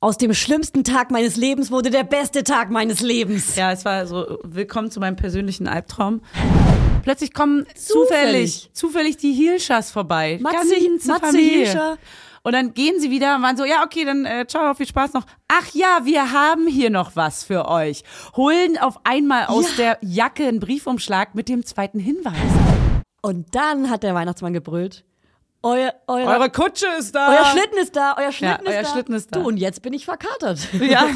Aus dem schlimmsten Tag meines Lebens wurde der beste Tag meines Lebens. Ja, es war so, willkommen zu meinem persönlichen Albtraum. Plötzlich kommen zufällig, zufällig, die Hilschers vorbei. Matze, Ganze Matze Familie. Hilscher. Und dann gehen sie wieder und waren so, ja, okay, dann äh, ciao, viel Spaß noch. Ach ja, wir haben hier noch was für euch. Holen auf einmal aus der Jacke einen Briefumschlag mit dem zweiten Hinweis. Und dann hat der Weihnachtsmann gebrüllt. Euer, eure, Eure Kutsche ist da. euer Schlitten ist da, euer Schlitten, euer ist, da. Schlitten ist da. Du, und jetzt bin ich verkatert. Ja.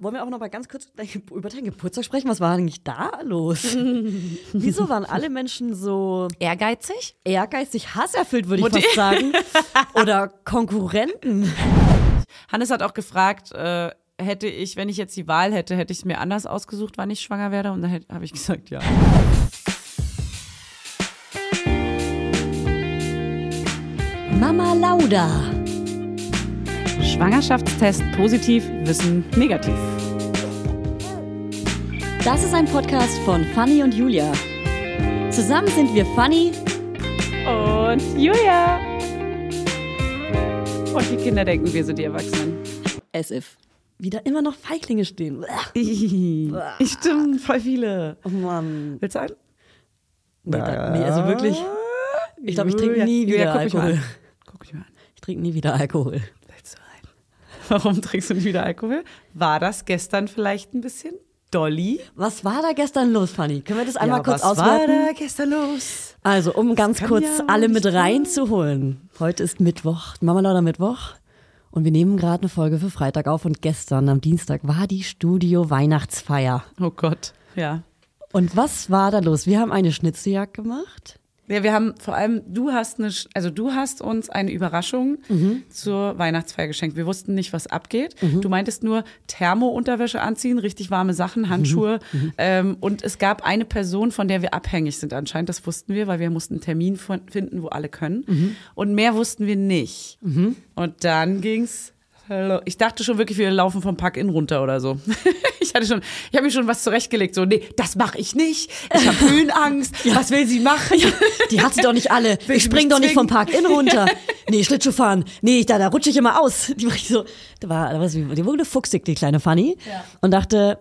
Wollen wir auch noch mal ganz kurz über deinen Geburtstag sprechen? Was war eigentlich da los? Wieso waren alle Menschen so Ehrgeizig? ehrgeizig, hasserfüllt, würde ich fast sagen? Oder Konkurrenten? Hannes hat auch gefragt, äh, hätte ich, wenn ich jetzt die Wahl hätte, hätte ich es mir anders ausgesucht, wann ich schwanger werde? Und dann habe ich gesagt, ja. Mama Lauda. Schwangerschaftstest positiv, Wissen negativ. Das ist ein Podcast von Fanny und Julia. Zusammen sind wir Fanny. Und Julia. Und die Kinder denken, wir sind die Erwachsenen. As if. Wieder immer noch Feiglinge stehen. Ach, Stimmt, voll viele. Oh Mann. Willst du einen? Ah, Nee, da, nee also wirklich. Ich glaube, ich trinke Julia, nie wieder Julia, guck mich mal Alkohol. an. Guck mich mal an. Ich trinke nie wieder Alkohol. Willst du einen? Warum trinkst du nicht wieder Alkohol? War das gestern vielleicht ein bisschen dolly? Was war da gestern los, Fanny? Können wir das einmal Ja, kurz was auswerten? war da gestern los? Also, um ganz kann kurz ja wohl alle mit nicht reinzuholen. Heute ist Mittwoch, Mama Lauda Mittwoch. Und wir nehmen gerade eine Folge für Freitag auf. Und gestern, am Dienstag, war die Studio-Weihnachtsfeier. Oh Gott, ja. Und was war da los? Wir haben eine Schnitzeljagd gemacht. Ja, wir haben vor allem, du hast eine, Sch- also du hast uns eine Überraschung zur Weihnachtsfeier geschenkt. Wir wussten nicht, was abgeht. Du meintest nur Thermounterwäsche anziehen, richtig warme Sachen, Handschuhe. Ähm, und es gab eine Person, von der wir abhängig sind anscheinend. Das wussten wir, weil wir mussten einen Termin von, finden, wo alle können. Und mehr wussten wir nicht. Und dann ging's. lo- Ich dachte schon wirklich, wir laufen vom Park-In runter oder so. Ich hatte schon, ich habe mir schon was zurechtgelegt. So, nee, das mache ich nicht. Ich habe Höhenangst. Was will sie machen? Die hat sie doch nicht alle. Will Ich sie spring mich doch nicht vom zwingen? Park in runter. Nee, Schlittschuh fahren. Nee, ich, da, da rutsche ich immer aus. Die war ich so, da war, da war sie, die wurde fuchsig, die kleine Fanny. Und dachte,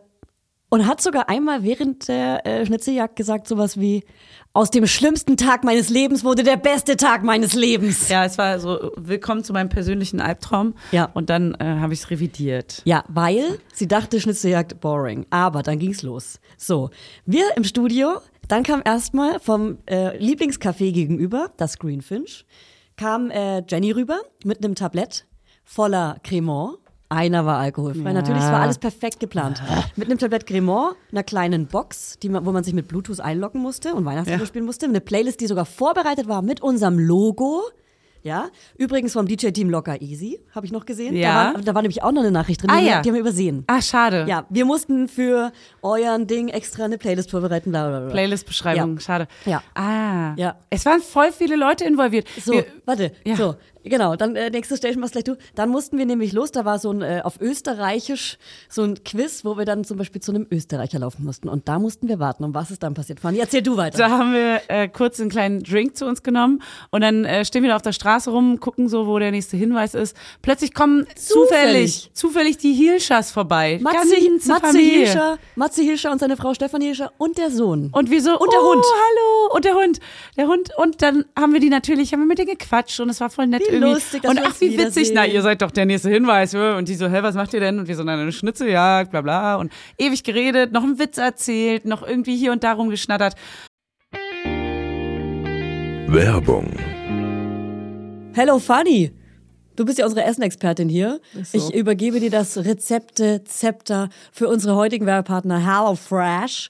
und hat sogar einmal während der äh, Schnitzeljagd gesagt sowas wie, aus dem schlimmsten Tag meines Lebens wurde der beste Tag meines Lebens. Ja, es war so, willkommen zu meinem persönlichen Albtraum. Ja. Und dann äh, habe ich es revidiert. Ja, weil sie dachte, Schnitzeljagd boring. Aber dann ging's los. So, wir im Studio, dann kam erstmal vom äh, Lieblingscafé gegenüber, das Greenfinch, kam äh, Jenny rüber mit einem Tablett voller Cremant. Einer war alkoholfrei. Natürlich, es war alles perfekt geplant. Mit einem Tablett Cremant, einer kleinen Box, die man, wo man sich mit Bluetooth einloggen musste und Weihnachtslieder Ja. spielen musste. Eine Playlist, die sogar vorbereitet war mit unserem Logo. Ja, übrigens vom DJ-Team Locker Easy, habe ich noch gesehen. Ja. Da, war, da war nämlich auch noch eine Nachricht drin, Ah, die, ja. die haben wir übersehen. Ah, schade. Ja, wir mussten für euren Ding extra eine Playlist vorbereiten. Bla, bla, bla. Playlist-Beschreibung, Ja. schade. Ja. Ah. Ja. Es waren voll viele Leute involviert. So, Wir, warte, Ja. so, genau, dann äh, nächste Station machst gleich du. Dann mussten wir nämlich los, da war so ein äh, auf Österreichisch so ein Quiz, wo wir dann zum Beispiel zu einem Österreicher laufen mussten und da mussten wir warten. Und was ist dann passiert? Fanny, erzähl du weiter. da haben wir äh, kurz einen kleinen Drink zu uns genommen und dann äh, stehen wir da auf der Straße rum, gucken so, wo der nächste Hinweis ist. Plötzlich kommen Zufällig. zufällig, zufällig die Hilschers vorbei. Matze, Ganze Matze Familie. Hilscher, Matze Hilscher und seine Frau Stefanie Hilscher und der Sohn. Und wir so, Und der oh, Hund. hallo. Und der Hund. Der Hund. Und dann haben wir die natürlich, haben wir mit denen gequatscht und es war voll nett Wie irgendwie. lustig, dass und wir ach, uns wie witzig. wiedersehen. Na, ihr seid doch der nächste Hinweis. ja. Und die so, hä, was macht ihr denn? Und wir so, na, eine Schnitzeljagd, bla, bla. Und ewig geredet, noch einen Witz erzählt, noch irgendwie hier und da rumgeschnattert. Werbung. Hello Fanny, du bist ja unsere Essenexpertin hier. Ich übergebe dir das Rezepte-Zepter für unsere heutigen Werbepartner HelloFresh.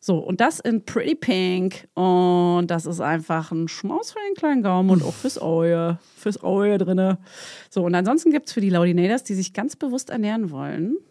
So, und das in Pretty Pink. Und das ist einfach ein Schmaus für den kleinen Gaumen und auch fürs Auge. Fürs Auge drinne. So, und ansonsten gibt es für die Laudinators, die sich ganz bewusst ernähren wollen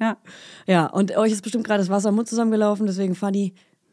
Ja. Ja, und euch ist bestimmt gerade das Wasser im Mund zusammengelaufen. Deswegen, Fanny,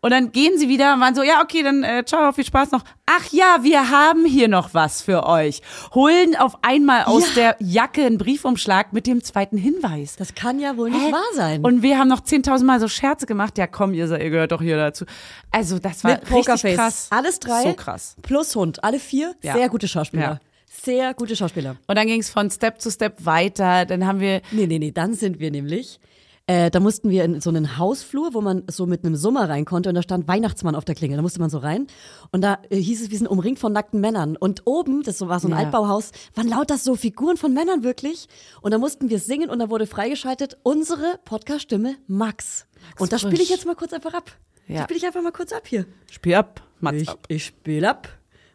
Und dann gehen sie wieder und waren so, ja, okay, dann äh, ciao, viel Spaß noch. Ach ja, wir haben hier noch was für euch. Holen auf einmal aus der Jacke einen Briefumschlag mit dem zweiten Hinweis. Das kann ja wohl nicht Hä? wahr sein. Und wir haben noch 10.000 Mal so Scherze gemacht. Ja, komm, ihr, seid- ihr gehört doch hier dazu. Also, das war mit richtig Pokerface. krass. Alles drei. So krass. Plus Hund. Alle vier. Ja. Sehr gute Schauspieler. Ja. Sehr gute Schauspieler. Und dann ging es von Step zu Step weiter. Dann haben wir Nee, nee, nee, dann sind wir nämlich. Äh, da mussten wir in so einen Hausflur, wo man so mit einem Summer rein konnte und da stand Weihnachtsmann auf der Klingel. Da musste man so rein und da äh, hieß es, wir sind umringt von nackten Männern. Und oben, das so- war so ein Ja. Altbauhaus, waren lauter so Figuren von Männern wirklich. Und da mussten wir singen und da wurde freigeschaltet unsere Podcast-Stimme Max. und das spiele ich Frisch. jetzt mal kurz einfach ab. Ja. Das spiele ich einfach mal kurz ab hier. Spiel ab, Mats Ich, ab. ich spiele ab.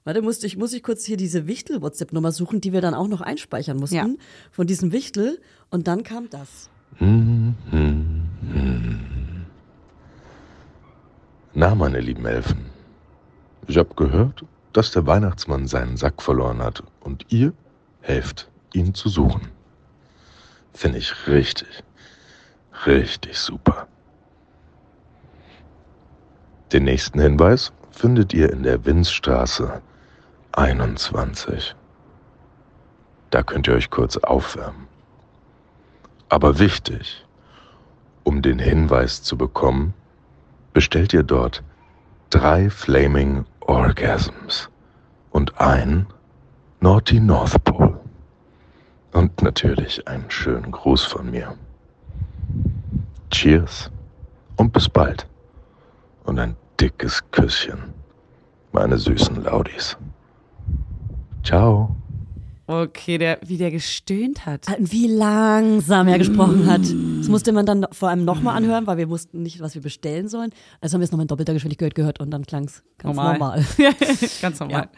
Warte, musste ich, muss ich kurz hier diese Wichtel-WhatsApp-Nummer suchen, die wir dann auch noch einspeichern mussten. Ja. Von diesem Wichtel. Und dann kam das. Na, meine lieben Elfen. Ich hab gehört, dass der Weihnachtsmann seinen Sack verloren hat und ihr helft, ihn zu suchen. Finde ich richtig, richtig super. Den nächsten Hinweis findet ihr in der Winzstraße 21. Da könnt ihr euch kurz aufwärmen. Aber wichtig, um den Hinweis zu bekommen, bestellt ihr dort drei Flaming Orgasms und ein Naughty North Pole. Und natürlich einen schönen Gruß von mir. Cheers und bis bald. Und ein dickes Küsschen, meine süßen Laudis. Ciao. Okay, der, wie der gestöhnt hat. Wie langsam er gesprochen hat. Das musste man dann vor allem nochmal anhören, weil wir wussten nicht, was wir bestellen sollen. Also haben wir es nochmal in doppelter Geschwindigkeit gehört und dann klang es ganz normal. Ganz normal.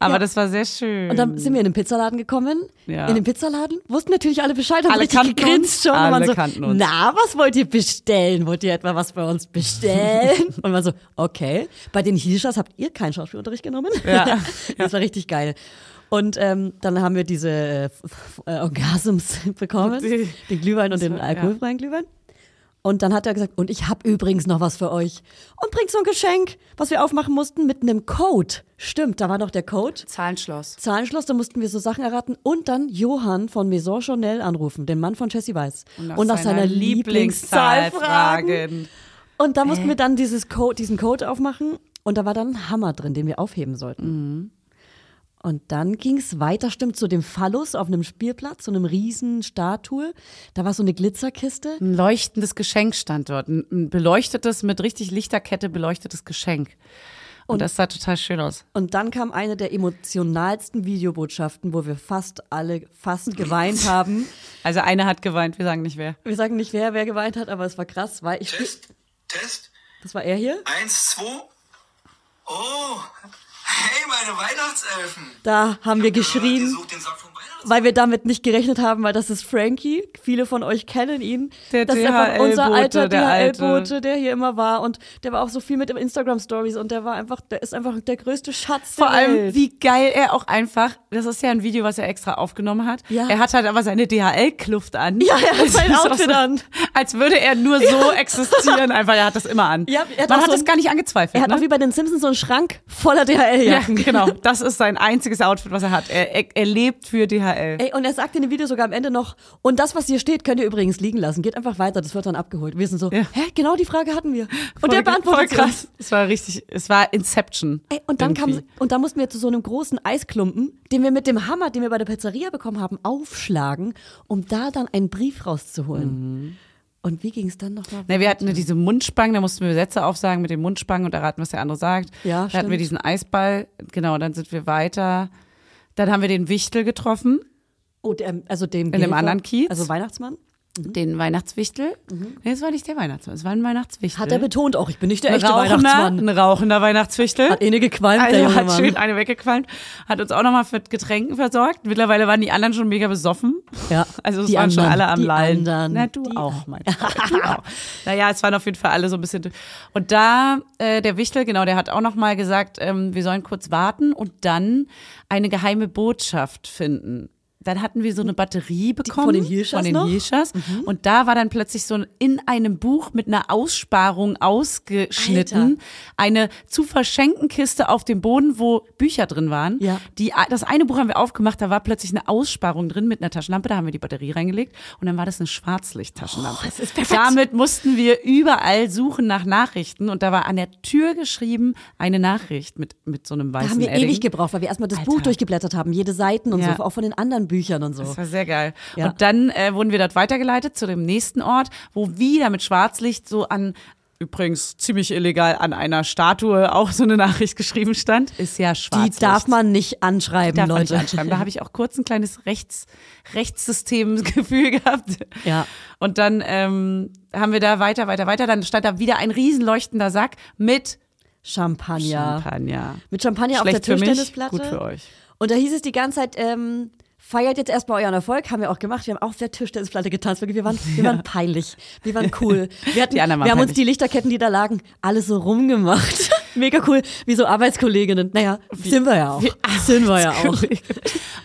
Aber Ja. das war sehr schön. Und dann sind wir in den Pizzaladen gekommen. Hm. Ja. In den Pizzaladen wussten natürlich alle Bescheid, haben Alle richtig kannten gegrinst uns. schon. und Alle waren so, kannten uns. Na, was wollt ihr bestellen? Wollt ihr etwa was bei uns bestellen? und man so, okay. Bei den Hilschers habt ihr keinen Schauspielunterricht genommen? Ja. das war richtig geil. Und ähm, dann haben wir diese äh, F- äh, Orgasms bekommen, Die- den Glühwein und Das den war- ja. alkoholfreien Glühwein. Und dann hat er gesagt, und ich habe übrigens noch was für euch. Und bringt so ein Geschenk, was wir aufmachen mussten mit einem Code. Stimmt, da war noch der Code. Zahlenschloss. Zahlenschloss, da mussten wir so Sachen erraten und dann Johann von Maison Chanel anrufen, den Mann von Jessie Weiss. Und nach seiner Lieblingszahl fragen. Und da mussten wir dann Mhm. dieses Code, diesen Code aufmachen und da war dann ein Hammer drin, den wir aufheben sollten. Und dann ging es weiter, stimmt, zu dem Phallus auf einem Spielplatz, so einem riesen Statue. Da war so eine Glitzerkiste. Ein leuchtendes Geschenk stand dort. Ein ein beleuchtetes, mit richtig Lichterkette beleuchtetes Geschenk. Und, das sah total schön aus. Und dann kam eine der emotionalsten Videobotschaften, wo wir fast alle fast geweint haben. Also eine hat geweint, wir sagen nicht wer. Wir sagen nicht, wer, wer geweint hat, aber es war krass, weil ich. Test, Test, Das war er hier. eins, zwei. Oh, hey, meine Weihnachtselfen. Da haben wir Ihr geschrien, sucht den Sack vom Weihnachtsmann. weil wir damit nicht gerechnet haben, weil das ist Frankie. Viele von euch kennen ihn. Der das ist einfach unser DHL-Bote, alter der alte. DHL-Bote, der hier immer war. Und der war auch so viel mit Instagram-Stories und der war einfach, der ist einfach der größte Schatz. Vor der allem, Welt. wie geil er auch einfach, das ist ja ein Video, was er extra aufgenommen hat. Ja. Er hat halt aber seine DHL-Kluft an. Ja, er hat Das sein ist auch Outfit an. Als würde er nur so existieren, einfach. Er hat das immer an. Ja, er hat Man auch hat so das ein- gar nicht angezweifelt. Er hat ne? auch wie bei den Simpsons so einen Schrank voller ja, DHL-Jacken. genau. Das ist sein einziges Outfit, was er hat. Er, er, er lebt für DHL. Ey, und er sagt in dem Video sogar am Ende noch, und das, was hier steht, könnt ihr übrigens liegen lassen. Geht einfach weiter, das wird dann abgeholt. Wir sind so, Ja. hä, genau die Frage hatten wir. Und Voll der ge- beantwortet voll sie uns. krass. Es war richtig, es war Inception. Ey, und dann kam, Irgendwie. und dann mussten wir zu so einem großen Eisklumpen, den wir mit dem Hammer, den wir bei der Pizzeria bekommen haben, aufschlagen, um da dann einen Brief rauszuholen. Mhm. Und wie ging es dann nochmal? Ne, wir hatten ja diese Mundspangen, da mussten wir Sätze aufsagen mit dem Mundspangen und erraten, was der andere sagt. Ja, Dann hatten wir stimmt. diesen Eisball, genau, dann sind wir weiter. Dann haben wir den Wichtel getroffen, Oh, der, also dem dem anderen Kiez? Also Weihnachtsmann. den Weihnachtswichtel. Nee, es war nicht der Weihnachtsmann, es war ein Weihnachtswichtel. Mhm. Hat er betont auch, ich bin nicht der ein echte rauchender, Weihnachtsmann. ein rauchender Weihnachtswichtel. Hat eh eine gequalmt, der also junge hat Mann. schön eine weggequalmt, hat uns auch nochmal mit Getränken versorgt. Mittlerweile waren die anderen schon mega besoffen. Ja, Also es die waren schon anderen, alle am die Lallen. anderen, Na, du die- auch, mein Freund, du auch. Naja, es waren auf jeden Fall alle so ein bisschen. Und da, äh, der Wichtel, genau, der hat auch nochmal gesagt, ähm, wir sollen kurz warten und dann eine geheime Botschaft finden. Dann hatten wir so eine Batterie bekommen den Hirschers von den noch? Mhm. Hirschers. Und da war dann plötzlich so ein- in einem Buch mit einer Aussparung ausgeschnitten Alter. eine zu verschenken Kiste auf dem Boden, wo Bücher drin waren. Ja. Die, das eine Buch haben wir aufgemacht, da war plötzlich eine Aussparung drin mit einer Taschenlampe, da haben wir die Batterie reingelegt und dann war das eine Schwarzlichttaschenlampe. Oh, das ist perfekt. Damit mussten wir überall suchen nach Nachrichten und da war an der Tür geschrieben eine Nachricht mit, mit so einem Da weißen haben wir Edding. ewig gebraucht, weil wir erstmal das Alter. Buch durchgeblättert haben, jede Seiten und Ja. so, auch von den anderen Büchern und so. Das war sehr geil. Ja. Und dann äh, wurden wir dort weitergeleitet zu dem nächsten Ort, wo wieder mit Schwarzlicht so an, übrigens ziemlich illegal, an einer Statue auch so eine Nachricht geschrieben stand. Ist ja Die Schwarzlicht. darf man nicht anschreiben, Darf man Leute. nicht anschreiben. Da habe ich auch kurz ein kleines Rechts, Rechtssystemgefühl gehabt. Ja. Und dann ähm, haben wir da weiter, weiter, weiter. Dann stand da wieder ein riesen leuchtender Sack mit Champagner. Champagner. Mit Champagner auf Schlecht der für mich, Tischtennisplatte. gut für euch. Und da hieß es die ganze Zeit, ähm, feiert jetzt erstmal euren Erfolg, haben wir auch gemacht. Wir haben auf der Tischtennisplatte getanzt. Wirklich, Wir waren, wir waren peinlich. Wir waren cool. Wir, hatten, Die anderen waren wir haben uns peinlich. die Lichterketten, die da lagen, alle so rumgemacht. Mega cool. Wie so Arbeitskolleginnen. Naja, sind wir ja auch. wie sind wir ja auch.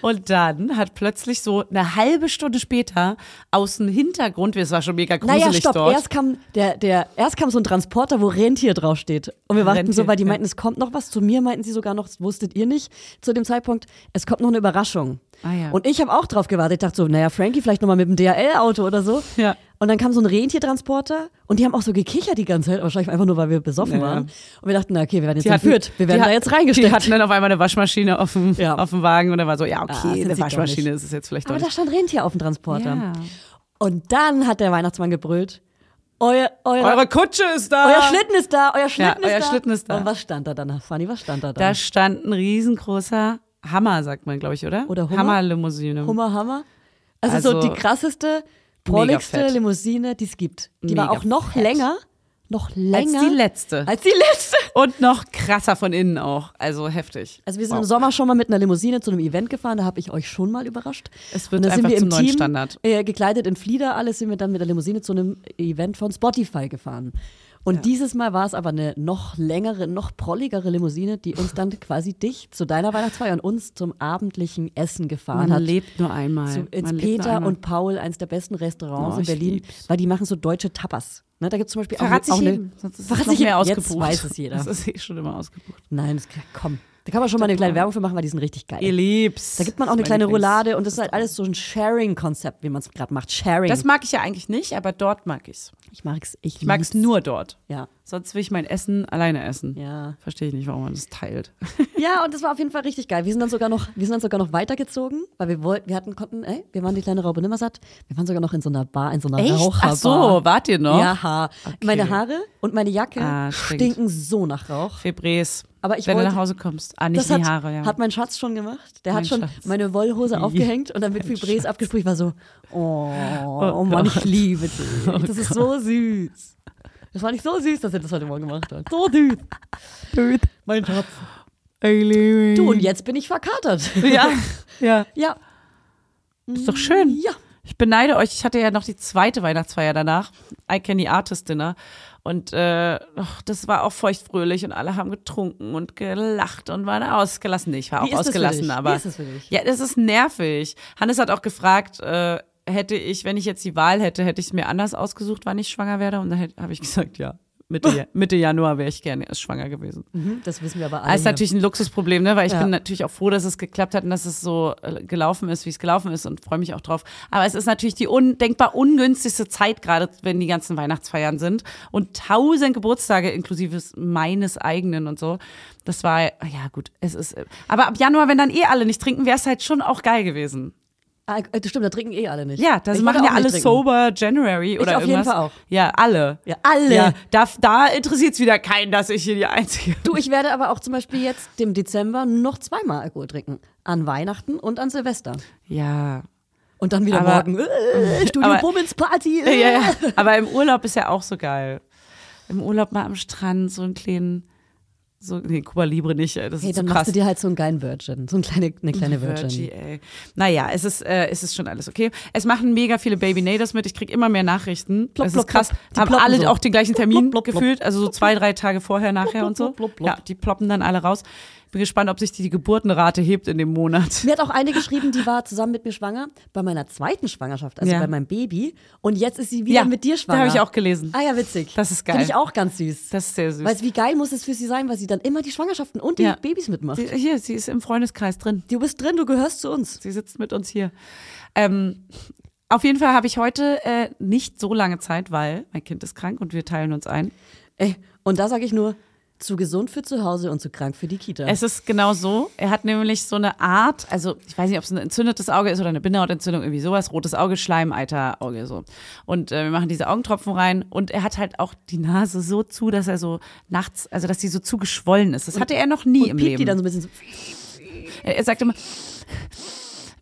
Und dann hat plötzlich so eine halbe Stunde später aus dem Hintergrund, es war schon mega gruselig Naja, stopp. dort. Erst kam, der, der, erst kam so ein Transporter, wo Rentier draufsteht. Und wir warten Rentier, so, weil die ja. meinten, es kommt noch was. Zu mir meinten sie sogar noch, das wusstet ihr nicht zu dem Zeitpunkt, es kommt noch eine Überraschung. Ah ja. Und ich habe auch drauf gewartet. Ich dachte so, naja, Frankie vielleicht nochmal mit dem DHL-Auto oder so. Ja. Und dann kam so ein Rentiertransporter und die haben auch so gekichert die ganze Zeit, wahrscheinlich einfach nur, weil wir besoffen Ja. waren. Und wir dachten, na okay, wir werden jetzt Die hatten- entführt. Wir werden die da hat- jetzt reingesteckt. Die hatten dann auf einmal eine Waschmaschine auf dem, Ja. auf dem Wagen und dann war so, ja, Ah, sind okay, sie eine doch Waschmaschine nicht. ist es jetzt vielleicht Aber doch da stand Rentier auf dem Transporter. Ja. Und dann hat der Weihnachtsmann gebrüllt, euer, euer, Eure Kutsche ist da. Euer Schlitten ist da, euer Schlitten ist euer da. Schlitten ist da. Und was stand da dann, Fanny? Was stand da dann? Da stand ein riesengroßer Hammer, sagt man, glaube ich, oder? Oder Hummer? Hammerlimousine. Hummer, Hammer. Also, so Also, die krasseste, prolligste fett. Limousine, die es gibt. Die war Mega auch noch fett. länger, noch länger. die letzte. Als die letzte. Und noch krasser von innen auch. Also heftig. Also wir sind im Sommer schon mal mit einer Limousine zu einem Event gefahren, da habe ich euch schon mal überrascht. Es wird Und da sind einfach wir im zum neuen Team, Standard. Äh, gekleidet in Flieder, alles sind wir dann mit der Limousine zu einem Event von Spotify gefahren. Und dieses Mal war es aber eine noch längere, noch prolligere Limousine, die uns dann quasi dich zu deiner Weihnachtsfeier und uns zum abendlichen Essen gefahren Man hat. lebt nur einmal. Zu, ins Man lebt nur Peter einmal. und Paul, eins der besten Restaurants Oh, in ich Berlin, lieb's. weil die machen so deutsche Tapas. Ne, da gibt es zum Beispiel auch, Verrat auch sich eine. jedem. Sonst ist es Verrat noch sich mehr jedem. ausgebucht. Jetzt weiß es jeder. Das ist eh schon immer ausgebucht. Nein, das, komm. Da kann man schon mal eine kleine Werbung für machen, weil die sind richtig geil. Ihr liebt's. Da gibt man auch Das eine ist kleine mein Lieblings- Roulade und das ist halt alles so ein Sharing-Konzept, wie man es gerade macht. Sharing. Das mag ich ja eigentlich nicht, aber dort mag ich's. ich mag's. Ich, Ich mag es nur dort. Ja. Sonst will ich mein Essen alleine essen. Ja. Verstehe ich nicht, warum man das teilt. Ja, und das war auf jeden Fall richtig geil. Wir sind dann sogar noch, wir sind dann sogar noch weitergezogen, weil wir wollten, wir hatten, konnten, ey, wir waren die kleine Raupe nimmersatt. Wir waren sogar noch in so einer Bar, in so einer Raucherbar. Ach so, wart ihr noch? Ja, meine Haare und meine Jacke Ah, stinkt. stinken so nach Rauch. Febres. Aber ich Wenn wollte- du nach Hause kommst. Ah, nicht das die hat, Haare, ja. hat mein Schatz schon gemacht. Der hat Mein schon Schatz. meine Wollhose aufgehängt und dann mit Fibres abgesprüht. Ich war so, oh, oh, Mann, ich liebe dich. Oh das ist so süß. Das war nicht so süß, dass er das heute Morgen gemacht hat. So süß. Mein Schatz. Du, und jetzt bin ich verkatert. Hm. Ja, ja. ja. Ist doch schön. Ja. Ich beneide euch. Ich hatte ja noch die zweite Weihnachtsfeier danach. I Candy Artist Dinner. Und äh, ach, das war auch feuchtfröhlich und alle haben getrunken und gelacht und waren ausgelassen. Nee, Ich war Wie auch ist das für ausgelassen, dich? aber. Wie ist das für dich? Ja, das ist nervig. Hannes hat auch gefragt, äh, hätte ich, wenn ich jetzt die Wahl hätte, hätte ich es mir anders ausgesucht, wann ich schwanger werde. Und dann habe ich gesagt, ja. Mitte, Ja- Mitte Januar wäre ich gerne erst schwanger gewesen. Das wissen wir aber alle. Das Ah, ist hier. natürlich ein Luxusproblem, ne? weil ich Ja. bin natürlich auch froh, dass es geklappt hat und dass es so äh, gelaufen ist, wie es gelaufen ist und freue mich auch drauf. Aber es ist natürlich die undenkbar ungünstigste Zeit, gerade wenn die ganzen Weihnachtsfeiern sind und tausend Geburtstage inklusive meines eigenen und so. Das war, ja gut, es ist, äh, aber ab Januar, wenn dann eh alle nicht trinken, wäre es halt schon auch geil gewesen. Ah, äh, stimmt, da trinken eh alle nicht. Ja, das Ich machen wollte ja auch nicht alle trinken. Sober January oder auf jeden irgendwas. Fall auch. Ja, alle. Ja, alle. Ja, da, da interessiert es wieder keinen, dass ich hier die Einzige Du, ich werde aber auch zum Beispiel jetzt dem Dezember noch zweimal Alkohol trinken. An Weihnachten und an Silvester. Ja, Und dann wieder Aber- morgen. Äh, Studio aber- Bummens Party. Äh. Ja, ja. Aber im Urlaub ist ja auch so geil. Im Urlaub mal am Strand so einen kleinen, so, nee, Cuba Libre nicht, ey, das Hey, ist so dann machst krass. du dir halt so einen geilen Virgin. So eine kleine, eine kleine Virgin. Virgie, ey. Naja, es ist, äh, es ist schon alles okay. Es machen mega viele Baby Naders mit. Ich krieg immer mehr Nachrichten. Plopp, es plopp, ist krass. plopp. Die Haben ploppen alle so. auch den gleichen Termin plopp, plopp, gefühlt. Also so zwei, drei Tage vorher, nachher plopp, und so. plopp, plopp, plopp. Ja, die ploppen dann alle raus. Bin gespannt, ob sich die, die Geburtenrate hebt in dem Monat. Mir hat auch eine geschrieben, die war zusammen mit mir schwanger bei meiner zweiten Schwangerschaft, also Ja. bei meinem Baby. Und jetzt ist sie wieder Ja, mit dir da schwanger. habe ich auch gelesen. Ah ja, witzig. Das ist geil. Finde ich auch ganz süß. Das ist sehr süß. Weil wie geil muss es für sie sein, weil sie dann immer die Schwangerschaften und die Ja. Babys mitmacht. Sie, hier, sie ist im Freundeskreis drin. Du bist drin, du gehörst zu uns. Sie sitzt mit uns hier. Ähm, auf jeden Fall habe ich heute äh, nicht so lange Zeit, weil mein Kind ist krank und wir teilen uns ein. Ey, und da sage ich nur, zu gesund für zu Hause und zu krank für die Kita. Es ist genau so. Er hat nämlich so eine Art, also ich weiß nicht, ob es ein entzündetes Auge ist oder eine Bindehautentzündung, irgendwie sowas, rotes Auge, Schleimeiterauge so. Und äh, wir machen diese Augentropfen rein und er hat halt auch die Nase so zu, dass er so nachts, also dass sie so zugeschwollen ist. Das hatte er noch nie und im piept Leben. die dann so ein bisschen so. Er, er sagt immer,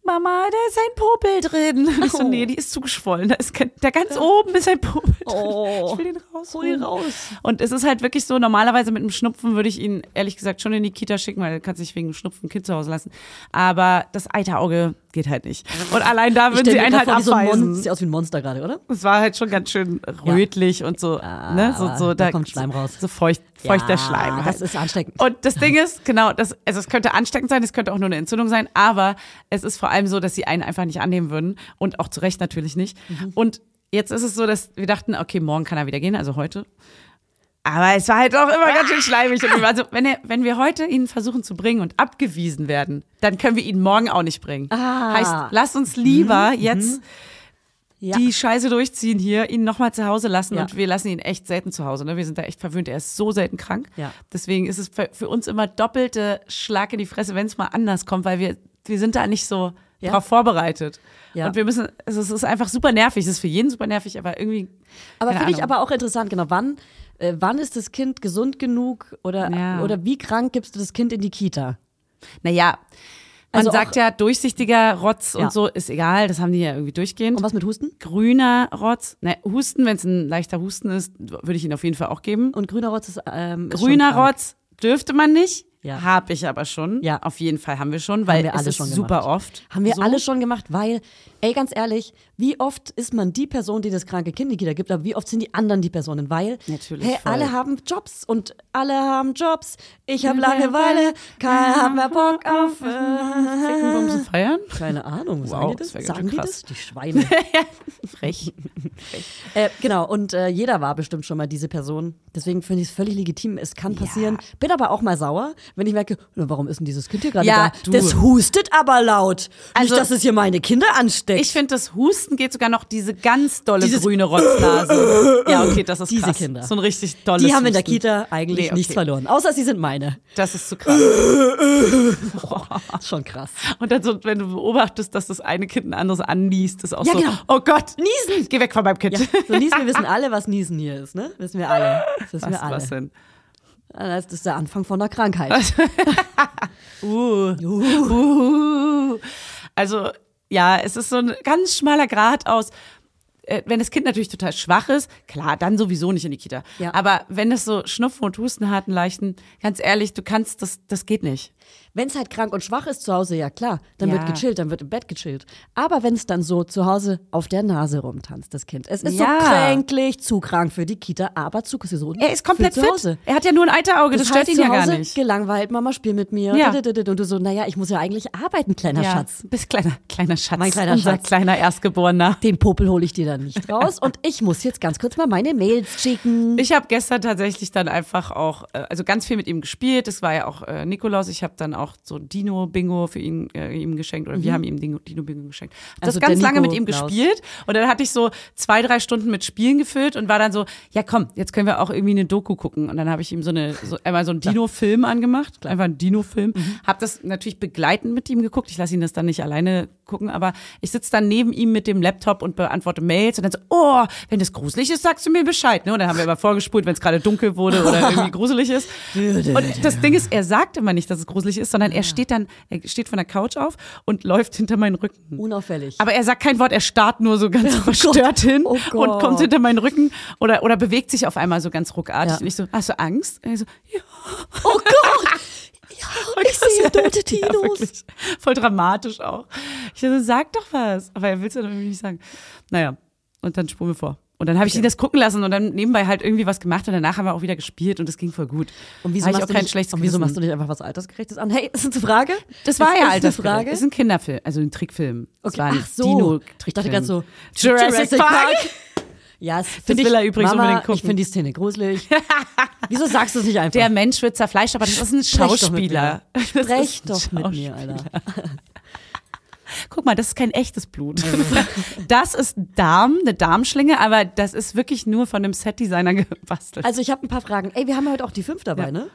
Mama, da ist ein Popel drin. Und ich so, nee, die ist zugeschwollen. Da, ist kein, da ganz oben ist ein Popel drin. Oh. ich will den raus. Hol ihn raus. Und es ist halt wirklich so, normalerweise mit einem Schnupfen würde ich ihn ehrlich gesagt schon in die Kita schicken, weil du kannst nicht wegen dem Schnupfen ein Kind zu Hause lassen. Aber das Eiterauge geht halt nicht. Und allein da würden Stell sie dir einen grad vor, wie halt so ein abweisen. Monster, sieht aus wie ein Monster gerade, oder? Es war halt schon ganz schön rötlich und so, ne, so, so Ah, da kommt Schleim raus. So feucht, feuchter Ja, Schleim. Halt. das ist ansteckend. Und das Ding ist, genau, das, also es könnte ansteckend sein, es könnte auch nur eine Entzündung sein, aber es ist vor allem so, dass sie einen einfach nicht annehmen würden und auch zu Recht natürlich nicht. Mhm. Und jetzt ist es so, dass wir dachten, okay, morgen kann er wieder gehen, also heute. Aber es war halt auch immer ganz schön schleimig. Und wir waren so, wenn, er, wenn wir heute ihn versuchen zu bringen und abgewiesen werden, dann können wir ihn morgen auch nicht bringen. Ah. Mhm. Heißt, lasst uns lieber jetzt Ja. die Scheiße durchziehen hier, ihn nochmal zu Hause lassen Ja. und wir lassen ihn echt selten zu Hause. Ne? Wir sind da echt verwöhnt. Er ist so selten krank. Ja. Deswegen ist es für, für uns immer doppelte Schlag in die Fresse, wenn es mal anders kommt, weil wir, wir sind da nicht so Ja. drauf vorbereitet. Ja. Und wir müssen, also es ist einfach super nervig. Es ist für jeden super nervig, aber irgendwie. Aber keine finde ich Ahnung. aber auch interessant, genau, wann, äh, wann ist das Kind gesund genug oder, Ja. oder wie krank gibst du das Kind in die Kita? Naja. Man Also auch- sagt ja, durchsichtiger Rotz Ja. und so ist egal, das haben die ja irgendwie durchgehend. Und was mit Husten? Grüner Rotz, ne, Husten, wenn es ein leichter Husten ist, würde ich ihn auf jeden Fall auch geben. Und grüner Rotz ist, ähm, ist schon Grüner krank. Rotz dürfte man nicht. Ja. Ja. Habe ich aber schon. Ja. Auf jeden Fall haben wir schon, weil Haben wir äh, es alle ist schon gemacht. super oft. Haben wir so. alle schon gemacht, weil, ey, ganz ehrlich, wie oft ist man die Person, die das kranke Kind in die Kita gibt, aber wie oft sind die anderen die Personen? Weil, Natürlich, hey, voll. alle haben Jobs und alle haben Jobs. Ich habe Langeweile, keiner hat mehr Bock auf. Äh, Ficken, Bumsen, feiern? keine Ahnung, sagen Wow, die das? das wär ganz sagen schön die krass. das? Die Schweine. Frech. Äh, genau, und äh, jeder war bestimmt schon mal diese Person. Deswegen finde ich es völlig legitim. Es kann passieren. Bin aber auch mal sauer, wenn ich merke, na, warum ist denn dieses Kind hier gerade Ja, da? du. Das hustet aber laut. Also- Nicht, dass es hier meine Kinder ansteckt. Ich finde, das Husten geht sogar noch diese ganz dolle Dieses- grüne Rotznase. ja, okay, das ist Diese krass. Kinder. So ein richtig dolles die haben in der Husten. Kita eigentlich Nee, okay. nichts verloren. Außer sie sind meine. Das ist zu krass. Das ist schon krass. Und dann so, wenn du beobachtest, dass das eine Kind ein anderes anliest, ist auch Ja, so, genau. oh Gott, niesen, geh weg von meinem Kind. Ja, so Niesen, wir wissen alle, was Niesen hier ist, ne? Wissen wir alle. Das wissen was, wir alle. was denn? Das ist der Anfang von einer Krankheit. Uh. Uh. Also, ja, es ist so ein ganz schmaler Grat aus. äh, Wenn das Kind natürlich total schwach ist, klar, dann sowieso nicht in die Kita. Ja. Aber wenn es so Schnupfen und Husten hat, einen leichten, ganz ehrlich, du kannst, das, das geht nicht. Wenn es halt krank und schwach ist zu Hause, ja klar, dann Ja. wird gechillt, dann wird im Bett gechillt. Aber wenn es dann so zu Hause auf der Nase rumtanzt, das Kind. Es ist Ja. so kränklich, zu krank für die Kita, aber zu gesund. Er ist komplett für fit. zu Hause. Er hat ja nur ein Eiterauge, das, heißt, stört ihn zu ja Hause gar nicht. Gelangweilt, Mama, spiel mit mir. Ja. Und du so, naja, ich muss ja eigentlich arbeiten, kleiner ja, Schatz. Bist kleiner, kleiner Schatz. Mein kleiner unser Schatz. kleiner Erstgeborener. Den Popel hole ich dir dann nicht raus. und ich muss jetzt ganz kurz mal meine Mails schicken. Ich habe gestern tatsächlich dann einfach auch, äh, also ganz viel mit ihm gespielt. Es war ja auch äh, Nikolaus. Ich habe dann auch so Dino-Bingo für ihn äh, ihm geschenkt oder wir haben ihm Dingo- Dino-Bingo geschenkt. Hab Mhm. Also das ganz der lange mit ihm Nikolaus. gespielt und dann hatte ich so zwei, drei Stunden mit Spielen gefüllt und war dann so, ja komm, jetzt können wir auch irgendwie eine Doku gucken. Und dann habe ich ihm so eine, so, einmal so einen Dino-Film angemacht, einfach einen Dino-Film. Habe das natürlich begleitend mit ihm geguckt. Ich lasse ihn das dann nicht alleine gucken, aber ich sitze dann neben ihm mit dem Laptop und beantworte Mails und dann so, oh, wenn das gruselig ist, sagst du mir Bescheid. Ne? Und dann haben wir immer vorgespult, wenn es gerade dunkel wurde oder irgendwie gruselig ist. Und das Ding ist, er sagt immer nicht, dass es gruselig ist, sondern er steht dann, er steht von der Couch auf und läuft hinter meinen Rücken. Unauffällig. Aber er sagt kein Wort, er starrt nur so ganz verstört hin Oh Gott. und kommt hinter meinen Rücken oder, oder bewegt sich auf einmal so ganz ruckartig. Ja. Und ich so, hast du Angst? Und er so, ja. oh Gott! Ja, ich sehe tote Ja, Tinos. wirklich. Voll dramatisch auch. Ich so, sag doch was. Aber er will es dann irgendwie nicht sagen. Naja, und dann spulen wir vor. Und dann habe ich ihn das gucken lassen und dann nebenbei halt irgendwie was gemacht und danach haben wir auch wieder gespielt und es ging voll gut. Und wieso, Habe ich machst auch du, kein nicht, schlechtes und wieso Gewissen. machst du nicht einfach was Altersgerechtes an? Hey, ist das eine Frage? Das war ist, ja ist eine Altersfilm. Frage. Das ist ein Kinderfilm, also ein Trickfilm. Das Okay, war ein Ach so. Dino-Trickfilm. Ich dachte gerade so, Jurassic, Park. Ja, das find Das ich, will er übrigens Mama, unbedingt gucken. Ich finde die Szene gruselig. Wieso sagst du es nicht einfach? Der Mensch wird zerfleischt, aber das ist ein Sprech doch mit Schauspieler. mir. Das ist ein Sprech doch mit mir, Alter. Guck mal, das ist kein echtes Blut. Das ist Darm, eine Darmschlinge, aber das ist wirklich nur von einem Setdesigner gebastelt. Also ich habe ein paar Fragen. Ey, wir haben ja heute auch die fünf dabei, ne?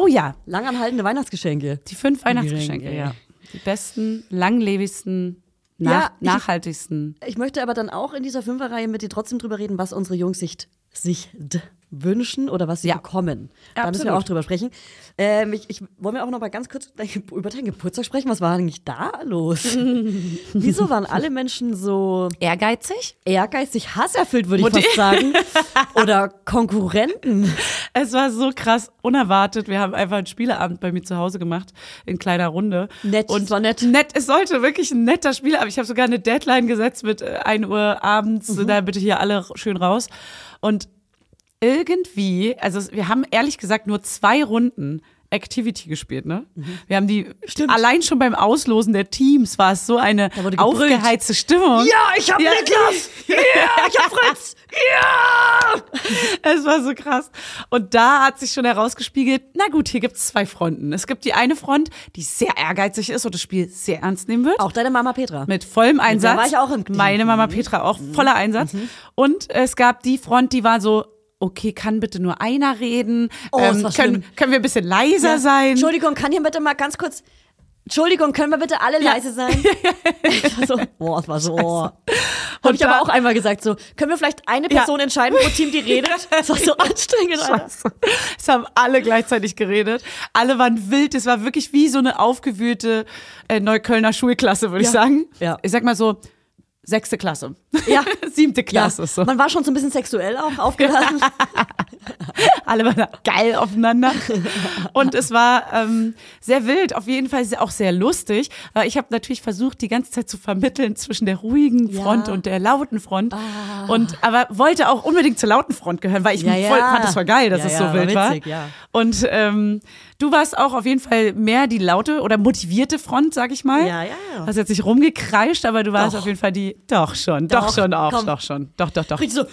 oh ja, Langanhaltende Weihnachtsgeschenke. die fünf Weihnachtsgeschenke, Geschenke. ja. Die besten, langlebigsten, nach, Ja, ich- nachhaltigsten. Ich möchte aber dann auch in dieser Fünferreihe mit dir trotzdem drüber reden, was unsere Jungs sich, sich d- wünschen oder was sie Ja. bekommen. Da müssen wir Absolut. auch drüber sprechen. Ähm, ich ich wollen wir auch noch mal ganz kurz dein- über deinen Geburtstag sprechen. Was war eigentlich da los? Wieso waren alle Menschen so Ehrgeizig? ehrgeizig, hasserfüllt, würde ich Motiv- fast sagen. Oder Konkurrenten. Es war so krass unerwartet. Wir haben einfach einen Spieleabend bei mir zu Hause gemacht, in kleiner Runde. Nett, Und es war nett. nett, es sollte wirklich ein netter Spieleabend. Ich habe sogar eine Deadline gesetzt mit äh, 1 Uhr abends, Mhm. da bitte hier alle schön raus. Und irgendwie, also es- wir haben ehrlich gesagt nur zwei Runden Activity gespielt, ne? Wir haben die, Mhm. Stimmt. allein schon beim Auslosen der Teams war es so eine Da wurde gebrüllt. aufgeheizte Stimmung. Ja, ich hab Ja. Niklas! Ja, ich hab Fritz! Ja! Es war so krass. Und da hat sich schon herausgespiegelt, na gut, hier gibt es zwei Fronten. Es gibt die eine Front, die sehr ehrgeizig ist und das Spiel sehr ernst nehmen wird. Auch deine Mama Petra. Mit vollem Einsatz. war ich auch im- Mhm. Meine Mama Petra auch voller Einsatz. Und es gab die Front, die war so, okay, kann bitte nur einer reden? Ähm, Oh, es war können, schlimm. können wir ein bisschen leiser sein? Entschuldigung, kann hier bitte mal ganz kurz. Entschuldigung, können wir bitte alle leise sein? Ich war so, boah, das war so, oh. Hab ich Und da- aber auch einmal gesagt, so, können wir vielleicht eine Ja. Person entscheiden, pro Team die redet? Das war so anstrengend, Alter. Scheiße. Es haben alle gleichzeitig geredet. Alle waren wild. Es war wirklich wie so eine aufgewühlte äh, Neuköllner Schulklasse, würde ich sagen. Ja. Ich sag mal so, sechste Klasse. Ja. Siebte Ja, Klasse. So. man war schon so ein bisschen sexuell auch aufgeladen. Alle waren da geil aufeinander. Und es war ähm, sehr wild, auf jeden Fall auch sehr lustig. Aber ich habe natürlich versucht, die ganze Zeit zu vermitteln zwischen der ruhigen Ja. Ah. Front und der lauten Front. Und aber wollte auch unbedingt zur lauten Front gehören, weil ich Ja, ja. Voll, fand es voll geil, dass Ja, es ja, so wild war war. witzig, ja. Und ähm, du warst auch auf jeden Fall mehr die laute oder motivierte Front, sag ich mal. Ja, ja, ja. Hast jetzt nicht rumgekreischt, aber du warst Doch. auf jeden Fall die. Doch schon, doch, Doch, schon auch, komm. doch schon. Doch, doch, doch. Richtig so,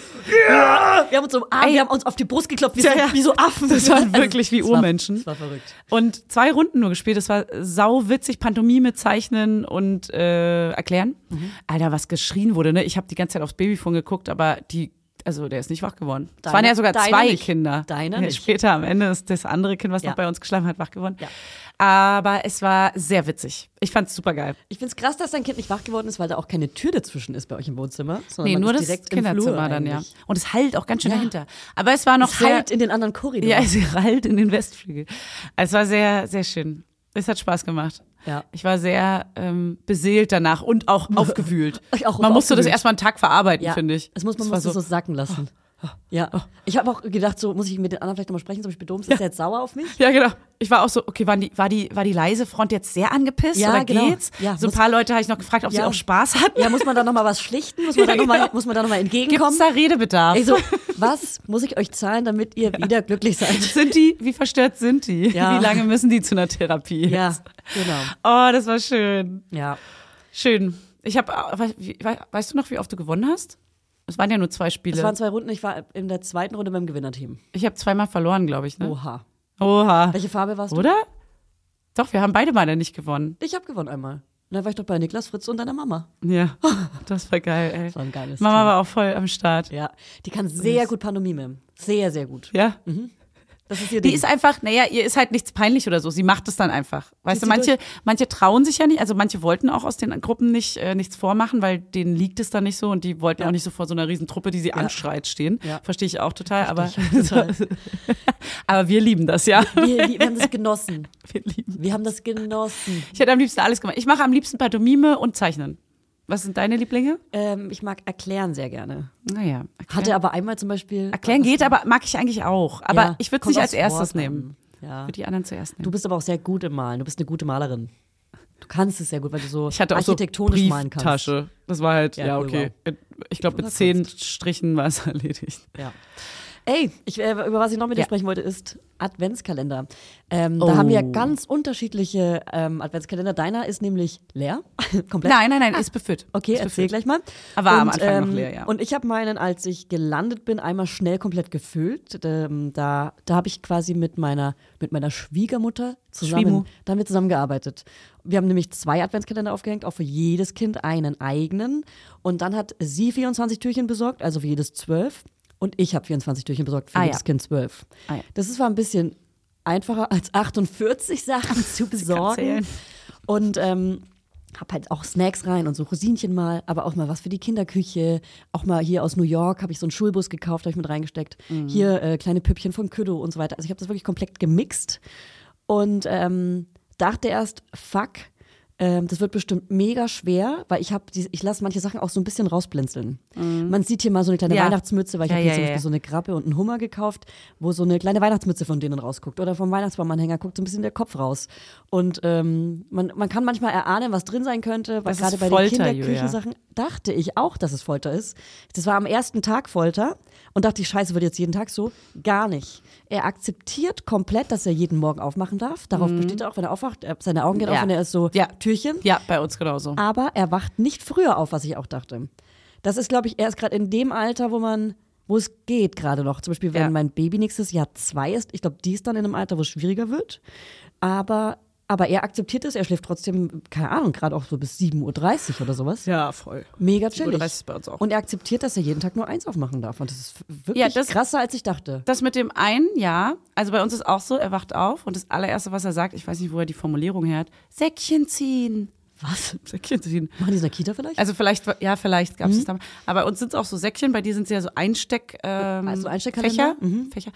ja! wir haben uns umarmt, Ey. wir haben uns auf die Brust geklopft, wir Ja, sind ja. wie so Affen. Das waren wirklich wie Es war- Urmenschen. Das war verrückt. Und zwei Runden nur gespielt. Das war sau witzig, Pantomime zeichnen und äh, erklären. Mhm. Alter, was geschrien wurde, ne? Ich habe die ganze Zeit aufs Babyfon geguckt, aber die, also der ist nicht wach geworden. es Deine- waren ja sogar deine zwei nicht. Kinder. Deine ja, nicht. Später am Ende ist das andere Kind, was Ja. noch bei uns geschlafen hat, wach geworden. Ja. Aber es war sehr witzig. Ich fand's super geil. Ich find's krass, dass dein Kind nicht wach geworden ist, weil da auch keine Tür dazwischen ist bei euch im Wohnzimmer. Sondern Nee, man nur ist das direkt im Flur Kinderzimmer dann, ja. eigentlich. Und es halt auch ganz schön Ja. dahinter. Aber es war noch Es sehr. halt in den anderen Korridor. Ja, sie rallt in den Westflügel. Es war sehr, sehr schön. Es hat Spaß gemacht. Ja. Ich war sehr ähm, beseelt danach und auch aufgewühlt. Ich auch man musste das aufgewühlt. erstmal einen Tag verarbeiten, Ja, finde ich. Das muss man Es muss war Oh. das so sacken lassen. Ja. Ich habe auch gedacht, so muss ich mit den anderen vielleicht nochmal sprechen, zum Beispiel Doms, ist der jetzt sauer auf mich? Ja, genau. Ich war auch so, okay, waren die, war, die, war die leise Front jetzt sehr angepisst Ja, oder genau. geht's? Ja, so ein muss- paar Leute habe ich noch gefragt, ob sie Ja. auch Spaß hatten. Ja, muss man da nochmal was schlichten? Muss man da Ja, nochmal genau. muss man da noch mal Gibt's entgegenkommen? da Redebedarf? Also, was muss ich euch zahlen, damit ihr wieder glücklich seid? sind die, wie verstört sind die? Ja. Wie lange müssen die zu einer Therapie? Ja, jetzt? genau. Oh, das war schön. Ja. Schön. Ich habe, weißt du noch, wie oft du gewonnen hast? Es waren ja nur zwei Spiele. Es waren zwei Runden, ich war in der zweiten Runde beim Gewinnerteam. ich habe zweimal verloren, glaube ich. Ne? Oha. Oha. Welche Farbe warst du? Oder? Doch, wir haben beide Male nicht gewonnen. Ich habe gewonnen einmal. Und dann war ich doch bei Niklas Fritz und deiner Mama. Ja, das war geil, ey. war ein geiles Mama Team. war auch voll am Start. Ja, die kann sehr gut Pantomime. Sehr, sehr gut. Ja. Das ist ihr Die Ding. ist einfach, naja, ihr ist halt nichts peinlich oder so. Sie macht es dann einfach. Weißt du, Zieht sie manche, manche trauen sich ja nicht, also manche wollten auch aus den Gruppen nicht äh, nichts vormachen, weil denen liegt es dann nicht so und die wollten auch nicht so vor so einer riesen Truppe, die sie anschreit, stehen. Ja. Verstehe ich auch total, aber, Verstehe ich auch aber wir lieben das, ja. wir, die, wir haben das genossen. Wir lieben. Wir haben das genossen. Ich hätte am liebsten alles gemacht. Ich mache am liebsten Pantomime und Zeichnen. Was sind deine Lieblinge? Ähm, ich mag erklären sehr gerne. Naja, erklären. Hatte aber einmal zum Beispiel. erklären geht, aber mag ich eigentlich auch. Aber Ja, ich würde es kommt nicht als aufs erstes Wort an. nehmen. Ja. Für die anderen zuerst Du nehmen. bist aber auch sehr gut im Malen. Du bist eine gute Malerin. Du kannst es sehr gut, weil du so Ich hatte auch so architektonisch malen kannst. Brieftasche. Das war halt, ja, Ja, cool, okay. Ich glaube, mit zehn Strichen war es erledigt. Ja. Ey, ich, äh, über was ich noch mit dir Ja. sprechen wollte, ist Adventskalender. Ähm, Oh. Da haben wir ganz unterschiedliche ähm, Adventskalender. Deiner ist nämlich leer, komplett. Nein, nein, nein, ist befüllt. Ah, Okay, ist erzähl befüllt. gleich mal. Aber war am Anfang noch leer, ja. Und ich habe meinen, als ich gelandet bin, einmal schnell komplett gefüllt. Ähm, da da habe ich quasi mit meiner, mit meiner Schwiegermutter zusammen, Schwimu. da haben wir zusammengearbeitet. Wir haben nämlich zwei Adventskalender aufgehängt, auch für jedes Kind einen eigenen. Und dann hat sie 24 Türchen besorgt, also für jedes zwölf. Und ich habe 24 Türchen besorgt, für Ah, jedes ja. Kind zwölf. Ah, ja. Das ist zwar ein bisschen einfacher als 48 Sachen zu besorgen. zählen. Und ähm, hab halt auch Snacks rein und so Rosinchen mal, aber auch mal was für die Kinderküche. Auch mal hier aus New York habe ich so einen Schulbus gekauft, habe ich mit reingesteckt. Mhm. Hier äh, kleine Püppchen von Kiddo und so weiter. Also ich habe das wirklich komplett gemixt und ähm, dachte erst, fuck, ähm, das wird bestimmt mega schwer, weil ich habe, ich lasse manche Sachen auch so ein bisschen rausblinzeln. Man sieht hier mal so eine kleine Mhm. Ja. Weihnachtsmütze, weil ich Ja, habe hier ja, zum ja, Beispiel ja. so eine Krabbe und einen Hummer gekauft, wo so eine kleine Weihnachtsmütze von denen rausguckt. Oder vom Weihnachtsbaumanhänger guckt so ein bisschen der Kopf raus. Und ähm, man, man kann manchmal erahnen, was drin sein könnte, weil Das gerade ist bei Folter, den Julia. Kinderküchensachen dachte ich auch, dass es Folter ist. Das war am ersten Tag Folter und dachte ich, scheiße, wird jetzt jeden Tag so. Gar nicht. Er akzeptiert komplett, dass er jeden Morgen aufmachen darf. Darauf besteht er auch, wenn er aufwacht. Er- Seine Augen gehen Mhm. Ja. auf, wenn er ist so Ja. Türchen Ah. Ja, bei uns genauso. aber er wacht nicht früher auf, was ich auch dachte. Das ist, glaube ich, er ist gerade in dem Alter, wo man, wo es geht gerade noch. Zum Beispiel, wenn Ja. mein Baby nächstes Jahr zwei ist, ich glaube, die ist dann in einem Alter, wo es schwieriger wird. Aber, aber er akzeptiert es, er schläft trotzdem, keine Ahnung, gerade auch so bis 7.30 Uhr oder sowas. Ja, voll. Mega chillig. 7:30 ist bei uns auch. Und er akzeptiert, dass er jeden Tag nur eins aufmachen darf. Und das ist wirklich Ja, das- krasser, als ich dachte. Das mit dem einen, ja. Also bei uns ist auch so, er wacht auf und das allererste, was er sagt, ich weiß nicht, wo er die Formulierung her hat, Säckchen ziehen. Was? Säckchen ziehen. Machen die es in der Kita vielleicht? Also vielleicht, ja, vielleicht Mhm. gab es das damals. Aber bei uns sind es auch so Säckchen, bei dir sind es ja so Einsteck, ähm, Also Fächer, Einsteckkalender? Fächer.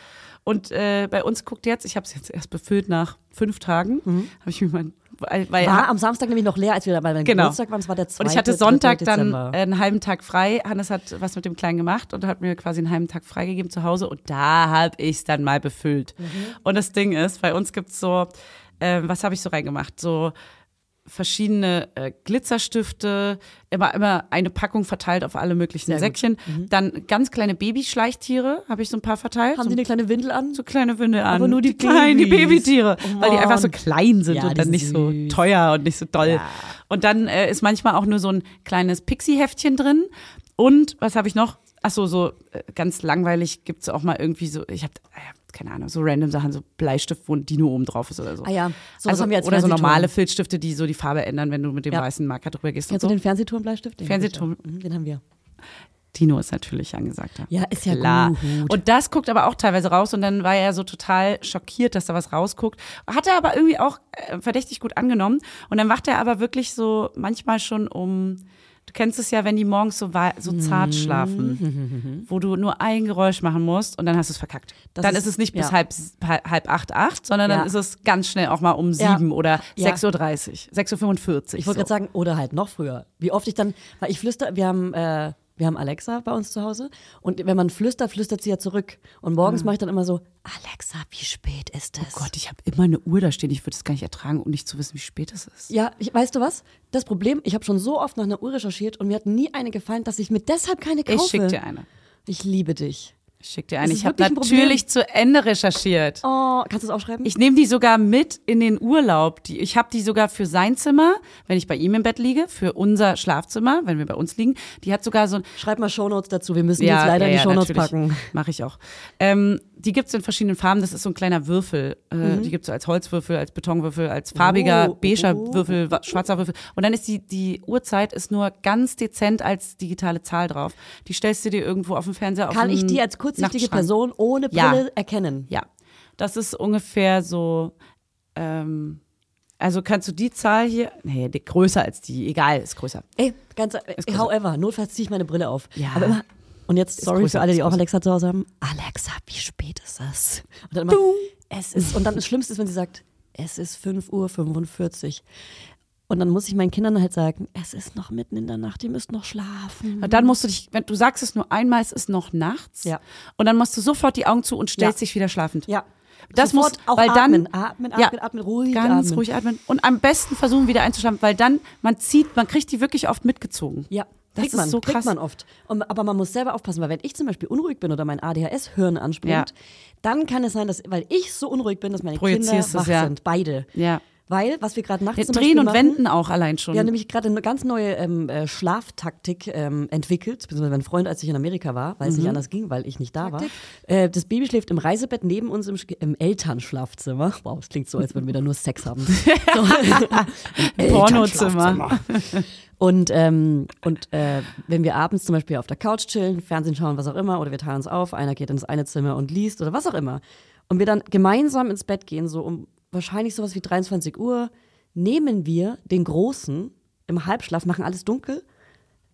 Und äh, bei uns guckt jetzt, ich habe es jetzt erst befüllt nach fünf Tagen, habe ich mir mal, weil, weil Mhm. war am Samstag nämlich noch leer, als wir bei meinem Genau. Geburtstag waren. Es war der zweite, und ich hatte dritte Sonntag dann Dezember. äh, einen halben Tag frei. Hannes hat was mit dem Kleinen gemacht und hat mir quasi einen halben Tag freigegeben zu Hause. Und da habe ich es dann mal Mhm. ähm, befüllt. Und das Ding ist, bei uns gibt es so, äh, was habe ich so reingemacht? So verschiedene äh, Glitzerstifte, immer, immer eine Packung verteilt auf alle möglichen Säckchen. Dann ganz kleine Babyschleichtiere habe ich so ein paar verteilt. Mhm. Haben so die eine kleine Windel an? so kleine Winde an. Aber nur die kleinen, die Babys. Babytiere, Oh weil die einfach so Mann. klein sind Ja, und die dann sind nicht so süß. teuer und nicht so doll. Und dann äh, ist manchmal auch nur so ein kleines Pixie-Heftchen drin. Und was habe ich noch? Ach so, so äh, ganz langweilig gibt's auch mal irgendwie so, ich habe keine Ahnung, so random Sachen, so Bleistift, wo ein Dino oben drauf ist oder so. Ah ja, sowas also, haben wir als Oder so Fernsehturm. normale Filzstifte, die so die Farbe ändern, wenn du mit dem Ja. weißen Marker drüber gehst. Und Kennst du so. Also den Fernsehturmbleistift? Den hab ich auch. Fernsehturm. Mhm, Den haben wir. Dino ist natürlich angesagt. Ja, ist ja klar. gut. Und das guckt aber auch teilweise raus und dann war er so total schockiert, dass da was rausguckt. Hat er aber irgendwie auch äh, verdächtig gut angenommen und dann wacht er aber wirklich so manchmal schon um Du kennst es ja, wenn die morgens so, wa- so Mhm. zart schlafen, wo du nur ein Geräusch machen musst und dann hast du es verkackt. Das dann ist- ist, es nicht bis ja. halb, halb acht, acht, sondern Ja. dann ist es ganz schnell auch mal um Ja. sieben oder Ja. 6.30 Uhr, 6.45 Uhr. Ich wollte gerade sagen, oder halt noch früher. Wie oft ich dann, weil ich flüster, wir haben, äh, wir haben Alexa bei uns zu Hause und wenn man flüstert, flüstert sie ja zurück. Und morgens mache ich dann immer so, Alexa, wie spät ist es? Ah. Oh Gott, ich habe immer eine Uhr da stehen. Ich würde es gar nicht ertragen, um nicht zu wissen, wie spät es ist. Ja, ich, weißt du was? Das Problem, ich habe schon so oft nach einer Uhr recherchiert und mir hat nie eine gefallen, dass ich mir deshalb keine kaufe. Ich schick dir eine. Ich liebe dich. Ich schick dir eine. Das ist Ich habe wirklich ein Problem. natürlich zu Ende recherchiert. Oh, kannst du es aufschreiben? Ich nehme die sogar mit in den Urlaub. Die, ich habe die sogar für sein Zimmer, wenn ich bei ihm im Bett liege, für unser Schlafzimmer, wenn wir bei uns liegen. Die hat sogar so ein Schreib mal Shownotes dazu. Wir müssen jetzt leider in die Shownotes packen. Mache ich auch. Ähm, die gibt's in verschiedenen Farben. Das ist so ein kleiner Würfel. Äh, Die gibt's als Holzwürfel, als Betonwürfel, als farbiger, Mhm. Oh, beiger oh. Würfel, wa- schwarzer Würfel. Und dann ist die, die Uhrzeit ist nur ganz dezent als digitale Zahl drauf. Die stellst du dir irgendwo auf dem Fernseher auf Kann ich den die als kurzsichtige Nachtschrank. Person ohne Hm, Ja. Brille erkennen? Ja. Das ist ungefähr so. Ähm, also kannst du die Zahl hier. Nee, die, größer als die. Egal, ist größer. Ey, ganz, äh, however, notfalls ziehe ich meine Brille auf. Ja. Aber immer, und jetzt, sorry größer, für alle, die ist auch größer. Alexa zu Hause haben. Alexa, wie spät ist es? Und dann immer, es ist, und dann das Schlimmste ist, wenn sie sagt, es ist 5.45 Uhr. Und dann muss ich meinen Kindern halt sagen, es ist noch mitten in der Nacht, ihr müsst noch schlafen. Und dann musst du dich, wenn du sagst es nur einmal, es ist noch nachts. Mhm. Ja. Und dann machst du sofort die Augen zu und stellst Ja. dich wieder schlafend. Ja. Das Sofort muss, auch weil atmen, dann atmen, atmen, atmen, ruhig ganz atmen. ruhig atmen und am besten versuchen wieder einzuschlafen, weil dann man zieht, man kriegt die wirklich oft mitgezogen. Ja, das kriegt ist man, so kriegt krass. man oft. Und, aber man muss selber aufpassen, weil wenn ich zum Beispiel unruhig bin oder mein ADHS-Hirn anspringt, Ja. dann kann es sein, dass, weil ich so unruhig bin, dass meine Kinder Projizierst es, wach ja. sind, beide. Ja. Weil, was wir gerade nachts Wir zum drehen Beispiel und machen, wenden auch allein schon. Wir haben nämlich gerade eine ganz neue ähm, äh, Schlaftaktik ähm, entwickelt, beziehungsweise mein Freund, als ich in Amerika war, weil es Mhm. nicht anders ging, weil ich nicht da war. Äh, das Baby schläft im Reisebett neben uns im, Sch- im Elternschlafzimmer. Wow, das klingt so, als würden wir da nur Sex haben. So. Im Pornozimmer. und ähm, und äh, wenn wir abends zum Beispiel auf der Couch chillen, Fernsehen schauen, was auch immer, oder wir teilen uns auf, einer geht ins eine Zimmer und liest oder was auch immer, und wir dann gemeinsam ins Bett gehen, so um wahrscheinlich sowas wie 23 Uhr, nehmen wir den Großen im Halbschlaf, machen alles dunkel,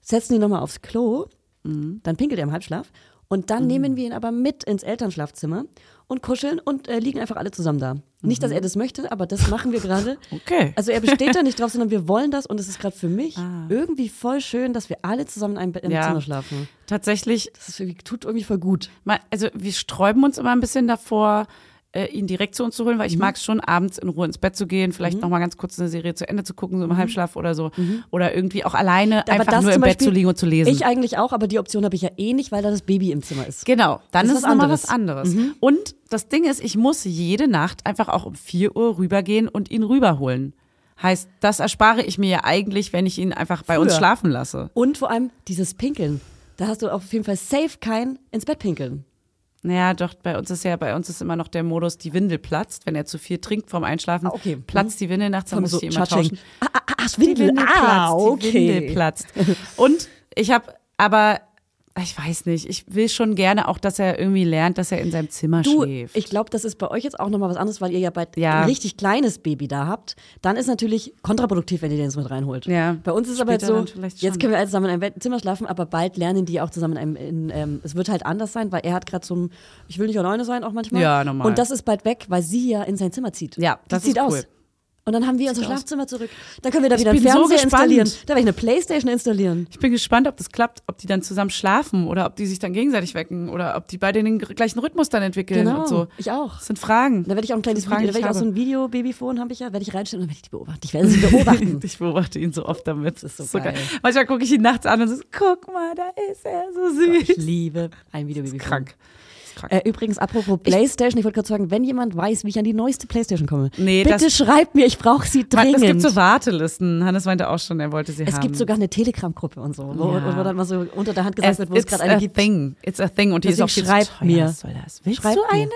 setzen ihn nochmal aufs Klo, dann pinkelt er im Halbschlaf. Und dann nehmen wir ihn aber mit ins Elternschlafzimmer und kuscheln und äh, liegen einfach alle zusammen da. Nicht, dass er das möchte, aber das machen wir gerade. Okay. Also er besteht da nicht drauf, sondern wir wollen das und es ist gerade für mich irgendwie voll schön, dass wir alle zusammen in einem Bett im Ah. Ja. Zimmer schlafen. Tatsächlich Das ist irgendwie, tut irgendwie voll gut. Mal- also wir sträuben uns immer ein bisschen davor, äh, ihn direkt zu uns zu holen, weil Mhm. ich mag es schon, abends in Ruhe ins Bett zu gehen, vielleicht noch nochmal ganz kurz eine Serie zu Ende zu gucken, so Mhm. im Halbschlaf oder so. Oder irgendwie auch alleine einfach nur im zum Bett zu liegen und zu lesen. Ich eigentlich auch, aber die Option habe ich ja eh nicht, weil da das Baby im Zimmer ist. Genau, Das dann ist, ist es was nochmal anderes. Mhm. was anderes. Und das Ding ist, ich muss jede Nacht einfach auch um 4 Uhr rübergehen und ihn rüberholen. Heißt, das erspare ich mir ja eigentlich, wenn ich ihn einfach bei uns Früher. schlafen lasse. Und vor allem dieses Pinkeln. Da hast du auf jeden Fall safe kein ins Bett pinkeln. Naja, doch, bei uns ist ja, bei uns ist immer noch der Modus, die Windel platzt. Wenn er zu viel trinkt vorm Einschlafen, Ah, okay. platzt die Windel nachts, dann muss ich die immer tschatsching. tauschen. Ah, ah, ah, Schwindel. Windel Ah, platzt, okay. Die Windel platzt. Und ich habe, aber ich weiß nicht, ich will schon gerne auch, dass er irgendwie lernt, dass er in seinem Zimmer Du, schläft. ich glaube, das ist bei euch jetzt auch nochmal was anderes, weil ihr ja bald Ja. ein richtig kleines Baby da habt. Dann ist natürlich kontraproduktiv, wenn ihr den so mit reinholt. Ja. Bei uns ist es aber jetzt Später so, dann vielleicht jetzt schon. können wir alle zusammen in einem Bett- Zimmer schlafen, aber bald lernen die auch zusammen in einem, in, ähm, es wird halt anders sein, weil er hat gerade so ein, ich will nicht alleine sein, auch manchmal. Ja, normal. Und das ist bald weg, weil sie ja in sein Zimmer zieht. Ja, die das zieht ist aus. cool. Und dann haben wir unser Sieht aus. Schlafzimmer zurück. Dann können wir da wieder einen bin so Fernseher gespannt. installieren. Da werde ich eine Playstation installieren. Ich bin gespannt, ob das klappt, ob die dann zusammen schlafen oder ob die sich dann gegenseitig wecken oder ob die beide den gr- gleichen Rhythmus dann entwickeln Genau, und so. ich auch. Das sind Fragen. Da werde ich auch ein kleines Das sind Fragen, Video, da die werde ich auch so habe. ein Video, Babyphone habe ich ja, werde ich reinstellen und dann werde ich die beobachten. Ich werde sie beobachten. Ich beobachte ihn so oft damit. Das ist so geil. Manchmal gucke ich ihn nachts an und so, guck mal, da ist er, so süß. ich liebe ein Video, Babyphone. krank. Das ist krank. Äh, übrigens, apropos Playstation, ich wollte gerade sagen, wenn jemand weiß, wie ich an die neueste Playstation komme, Nee, bitte das- schreibt mir, ich brauche sie Man- dringend. Es gibt so Wartelisten. Hannes meinte auch schon, er wollte sie Es haben. gibt sogar eine Telegram-Gruppe und so, wo, Ja. wo dann mal so unter der Hand gesagt es, wird, wo es it's gerade a eine gibt. thing. It's a thing. Und die ist Deswegen auch viel zu schreibt teuer. mir. Was soll das? Willst Schreibt du mir. eine?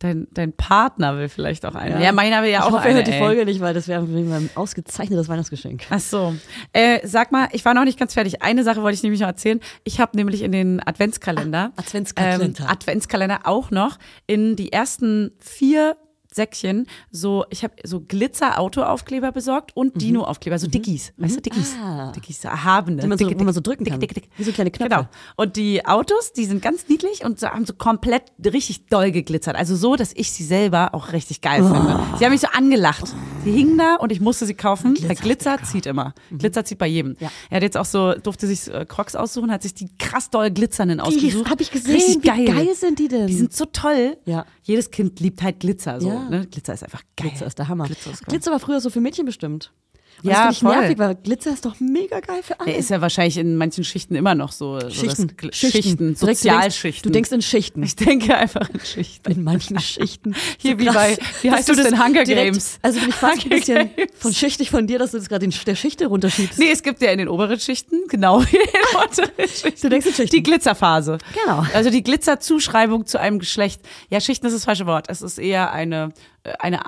Dein, dein Partner will vielleicht auch eine. Ja, meiner will ja ich auch hoffe, eine. er hört die ey. Folge nicht, weil das wäre ein ausgezeichnetes Weihnachtsgeschenk. Ach so. Äh, sag mal, ich war noch nicht ganz fertig. Eine Sache wollte ich nämlich noch erzählen. Ich habe nämlich in den Adventskalender, Ah, Adventskalender. Ähm, Adventskalender auch noch in die ersten vier Säckchen so, ich habe so Glitzer-Autoaufkleber besorgt und Dino-Aufkleber, so Dickies, weißt du, Dickies, Mhm. Ah. Dickies, erhabene. Die man so- dicke, wo man dicke, so drücken kann. Dick, dick, dick. Wie so kleine Knöpfe. Genau. Und die Autos, die sind ganz niedlich und so, haben so komplett richtig doll geglitzert. Also so, dass ich sie selber auch richtig geil finde. Oh. Sie haben mich so angelacht. Sie hingen da und ich musste sie kaufen. Glitzer, Glitzer zieht immer. Mhm. Glitzer zieht bei jedem. Er hat jetzt auch so, durfte sich äh, Crocs aussuchen, hat sich die krass doll glitzernden ausgesucht. hab ich gesehen. Richtig Wie geil sind die denn? Die sind so toll. Ja. Jedes Kind liebt halt Glitzer. So, Ja. ne? Glitzer ist einfach geil. Glitzer ist der Hammer. Glitzer ist geil. Glitzer war früher so für Mädchen bestimmt. Und Ja, das finde voll. ich nervig, weil Glitzer ist doch mega geil für alle. Der ist ja wahrscheinlich in manchen Schichten immer noch so. So das Gl- Schichten Direkt, Sozialschichten. Du denkst, du denkst in Schichten. Ich denke einfach in Schichten. in manchen Schichten. Hier, So wie krass, bei- wie dass heißt du es denn, Hunger Games? Also bin ich fast ein Hunger bisschen Games. von schichtig von dir, dass du das gerade in der Schichte runterschiebst. Nee, es gibt ja in den oberen Schichten, genau, in den unteren Schichten. Du denkst in Schichten. Die Glitzerphase. Genau. Also die Glitzerzuschreibung zu einem Geschlecht. Ja, Schichten ist das falsche Wort. Es ist eher eine, äh, eine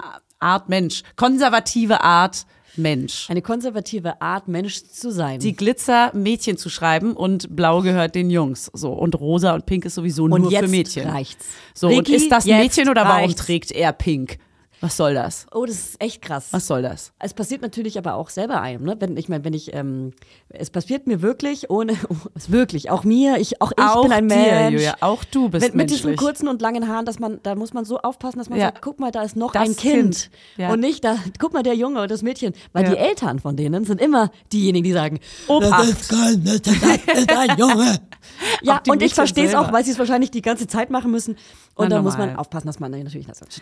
Art Mensch. Konservative Art Mensch. Eine konservative Art, Mensch zu sein. Die Glitzer Mädchen zu schreiben und blau gehört den Jungs. So. Und rosa und pink ist sowieso und nur jetzt für Mädchen. reicht's. So, und Ricky, ist das ein jetzt Mädchen oder warum reicht's. trägt er pink? Was soll das? Oh, das ist echt krass. Was soll das? Es passiert natürlich aber auch selber einem, ne? Wenn ich meine, wenn ich ähm, es passiert mir wirklich ohne es wirklich auch mir, ich auch ich Auch bin ein dir, Mensch. Julia, auch du bist mit, mit diesen menschlich. kurzen und langen Haaren, dass man da muss man so aufpassen, dass man Ja. sagt, guck mal, da ist noch Das ein Kind, Kind, ja. und nicht da guck mal der Junge oder das Mädchen, weil Ja. die Eltern von denen sind immer diejenigen, die sagen, Obacht. das ist kein Mädchen, das ist ein Junge. ja, Auch die und ich Mädchen verstehe es auch, selber. weil sie es wahrscheinlich die ganze Zeit machen müssen und Na, dann muss normal. man aufpassen, dass man natürlich nicht sagt,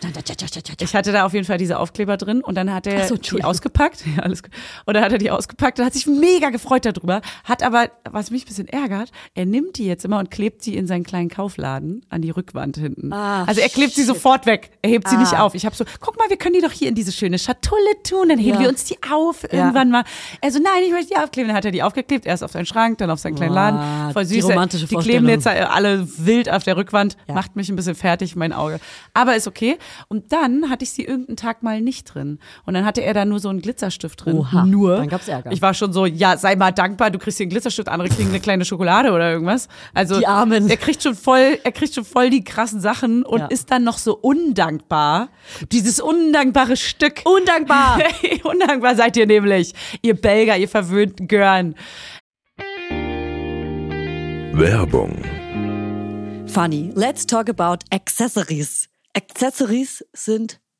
Ich hatte da auf jeden Fall diese Aufkleber drin und dann hat Ach er so, die Entschuldigung. ausgepackt. Ja, alles gut. Und dann hat er die ausgepackt und hat sich mega gefreut darüber. Hat aber, was mich ein bisschen ärgert, er nimmt die jetzt immer und klebt die in seinen kleinen Kaufladen an die Rückwand hinten. Ah, also er klebt sie shit. Ah. sofort weg. Er hebt sie nicht auf. Ich habe so, guck mal, wir können die doch hier in diese schöne Schatulle tun. Dann heben Ja. wir uns die auf irgendwann mal. Also nein, ich möchte die aufkleben. Dann hat er die aufgeklebt. Erst auf seinen Schrank, dann auf seinen kleinen Laden. Voll süß. Ah, die romantische die kleben Vorstellung. jetzt da alle wild auf der Rückwand, Ja. macht mich ein bisschen fertig, mein Auge. Aber ist okay. Und dann hatte ich sie irgendeinen Tag mal nicht drin. Und dann hatte er da nur so einen Glitzerstift drin. Oha, nur. dann gab's Ärger. Ich war schon so, ja, sei mal dankbar, du kriegst hier einen Glitzerstift, andere kriegen eine kleine Schokolade oder irgendwas. Also Die Armen. er kriegt schon voll, er kriegt schon voll die krassen Sachen und Ja. ist dann noch so undankbar. Dieses undankbare Stück. undankbar. Undankbar seid ihr nämlich, ihr Belger, ihr verwöhnten Görn. Werbung. Funny, let's talk about Accessories. Accessories sind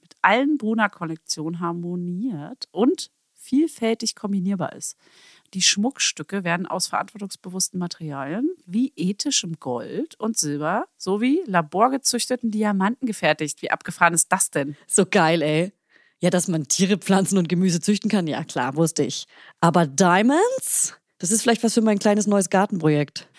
mit allen Bruna-Kollektionen harmoniert und vielfältig kombinierbar ist. Die Schmuckstücke werden aus verantwortungsbewussten Materialien wie ethischem Gold und Silber sowie laborgezüchteten Diamanten gefertigt. Wie abgefahren ist das denn? So geil, ey. Ja, dass man Tiere, Pflanzen und Gemüse züchten kann, ja klar, wusste ich. Aber Diamonds? Das ist vielleicht was für mein kleines neues Gartenprojekt.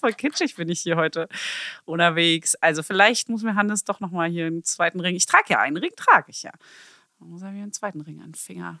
Voll kitschig bin ich hier heute unterwegs. Also vielleicht muss mir Hannes doch noch mal hier einen zweiten Ring. Ich trage ja einen Ring, trage ich ja. Dann muss er mir einen zweiten Ring an den Finger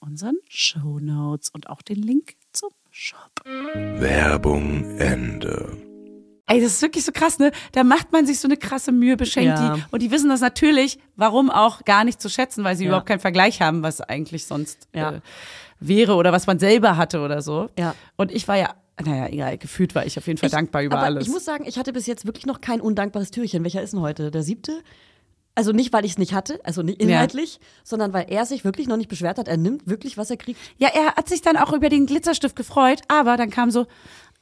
unseren Show Notes und auch den Link zum Shop. Werbung Ende. Ey, das ist wirklich so krass, ne? Da macht man sich so eine krasse Mühe, beschenkt Ja. die. Und die wissen das natürlich, warum auch gar nicht zu schätzen, weil sie Ja. überhaupt keinen Vergleich haben, was eigentlich sonst Ja. äh, wäre oder was man selber hatte oder so. Ja. Und ich war ja, naja, egal, gefühlt war ich auf jeden Fall dankbar über aber alles. Ich muss sagen, ich hatte bis jetzt wirklich noch kein undankbares Türchen. Welcher ist denn heute? Der siebte? Also nicht, weil ich es nicht hatte, also nicht inhaltlich, sondern weil er sich wirklich noch nicht beschwert hat. Er nimmt wirklich, was er kriegt. ja, er hat sich dann auch über den Glitzerstift gefreut, aber dann kam so,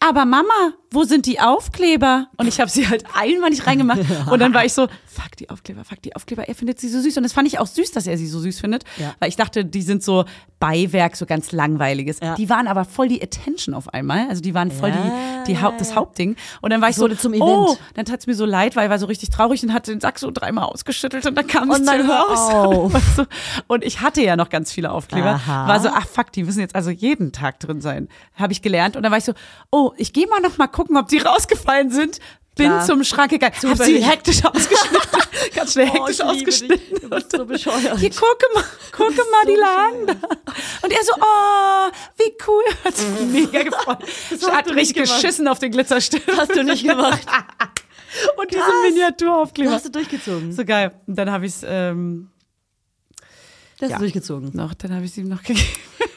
aber Mama, wo sind die Aufkleber? Und ich habe sie halt einmal nicht reingemacht. Und dann war ich so, fuck die Aufkleber, fuck die Aufkleber. Er findet sie so süß. Und das fand ich auch süß, dass er sie so süß findet. Ja. Weil ich dachte, die sind so Beiwerk, so ganz langweiliges. Ja. Die waren aber voll die Attention auf einmal. Also die waren voll die, die Haupt, das Hauptding. Und dann war ich so, Wurde zum oh, Event. dann tat es mir so leid, weil er war so richtig traurig und hat den Sack so dreimal ausgeschüttelt. Und dann kam Oh nichts nein, mehr hör raus. auf. Weißt du? Und ich hatte ja noch ganz viele Aufkleber. Aha. War so, ach fuck, die müssen jetzt also jeden Tag drin sein. Habe ich gelernt. Und dann war ich so, oh, ich gehe mal noch mal gucken, ob die rausgefallen sind. Bin Klar. zum Schrank gegangen. Hab sie überlegt. hektisch ausgeschnitten. ganz schnell hektisch Oh, ich liebe dich. ausgeschnitten. Du bist so bescheuert. Hier, gucke mal, gucke mal, die lagen da. Und er so, oh, wie cool. Hat sich mega gefreut. hast Hat du richtig nicht gemacht. geschissen auf den Glitzerstift. Hast du nicht gemacht. Und diese Miniaturaufkleber. Hast du durchgezogen. So geil. Und dann habe ich es ähm, Das Ja. ist durchgezogen. noch, dann habe ich ihm noch gegeben.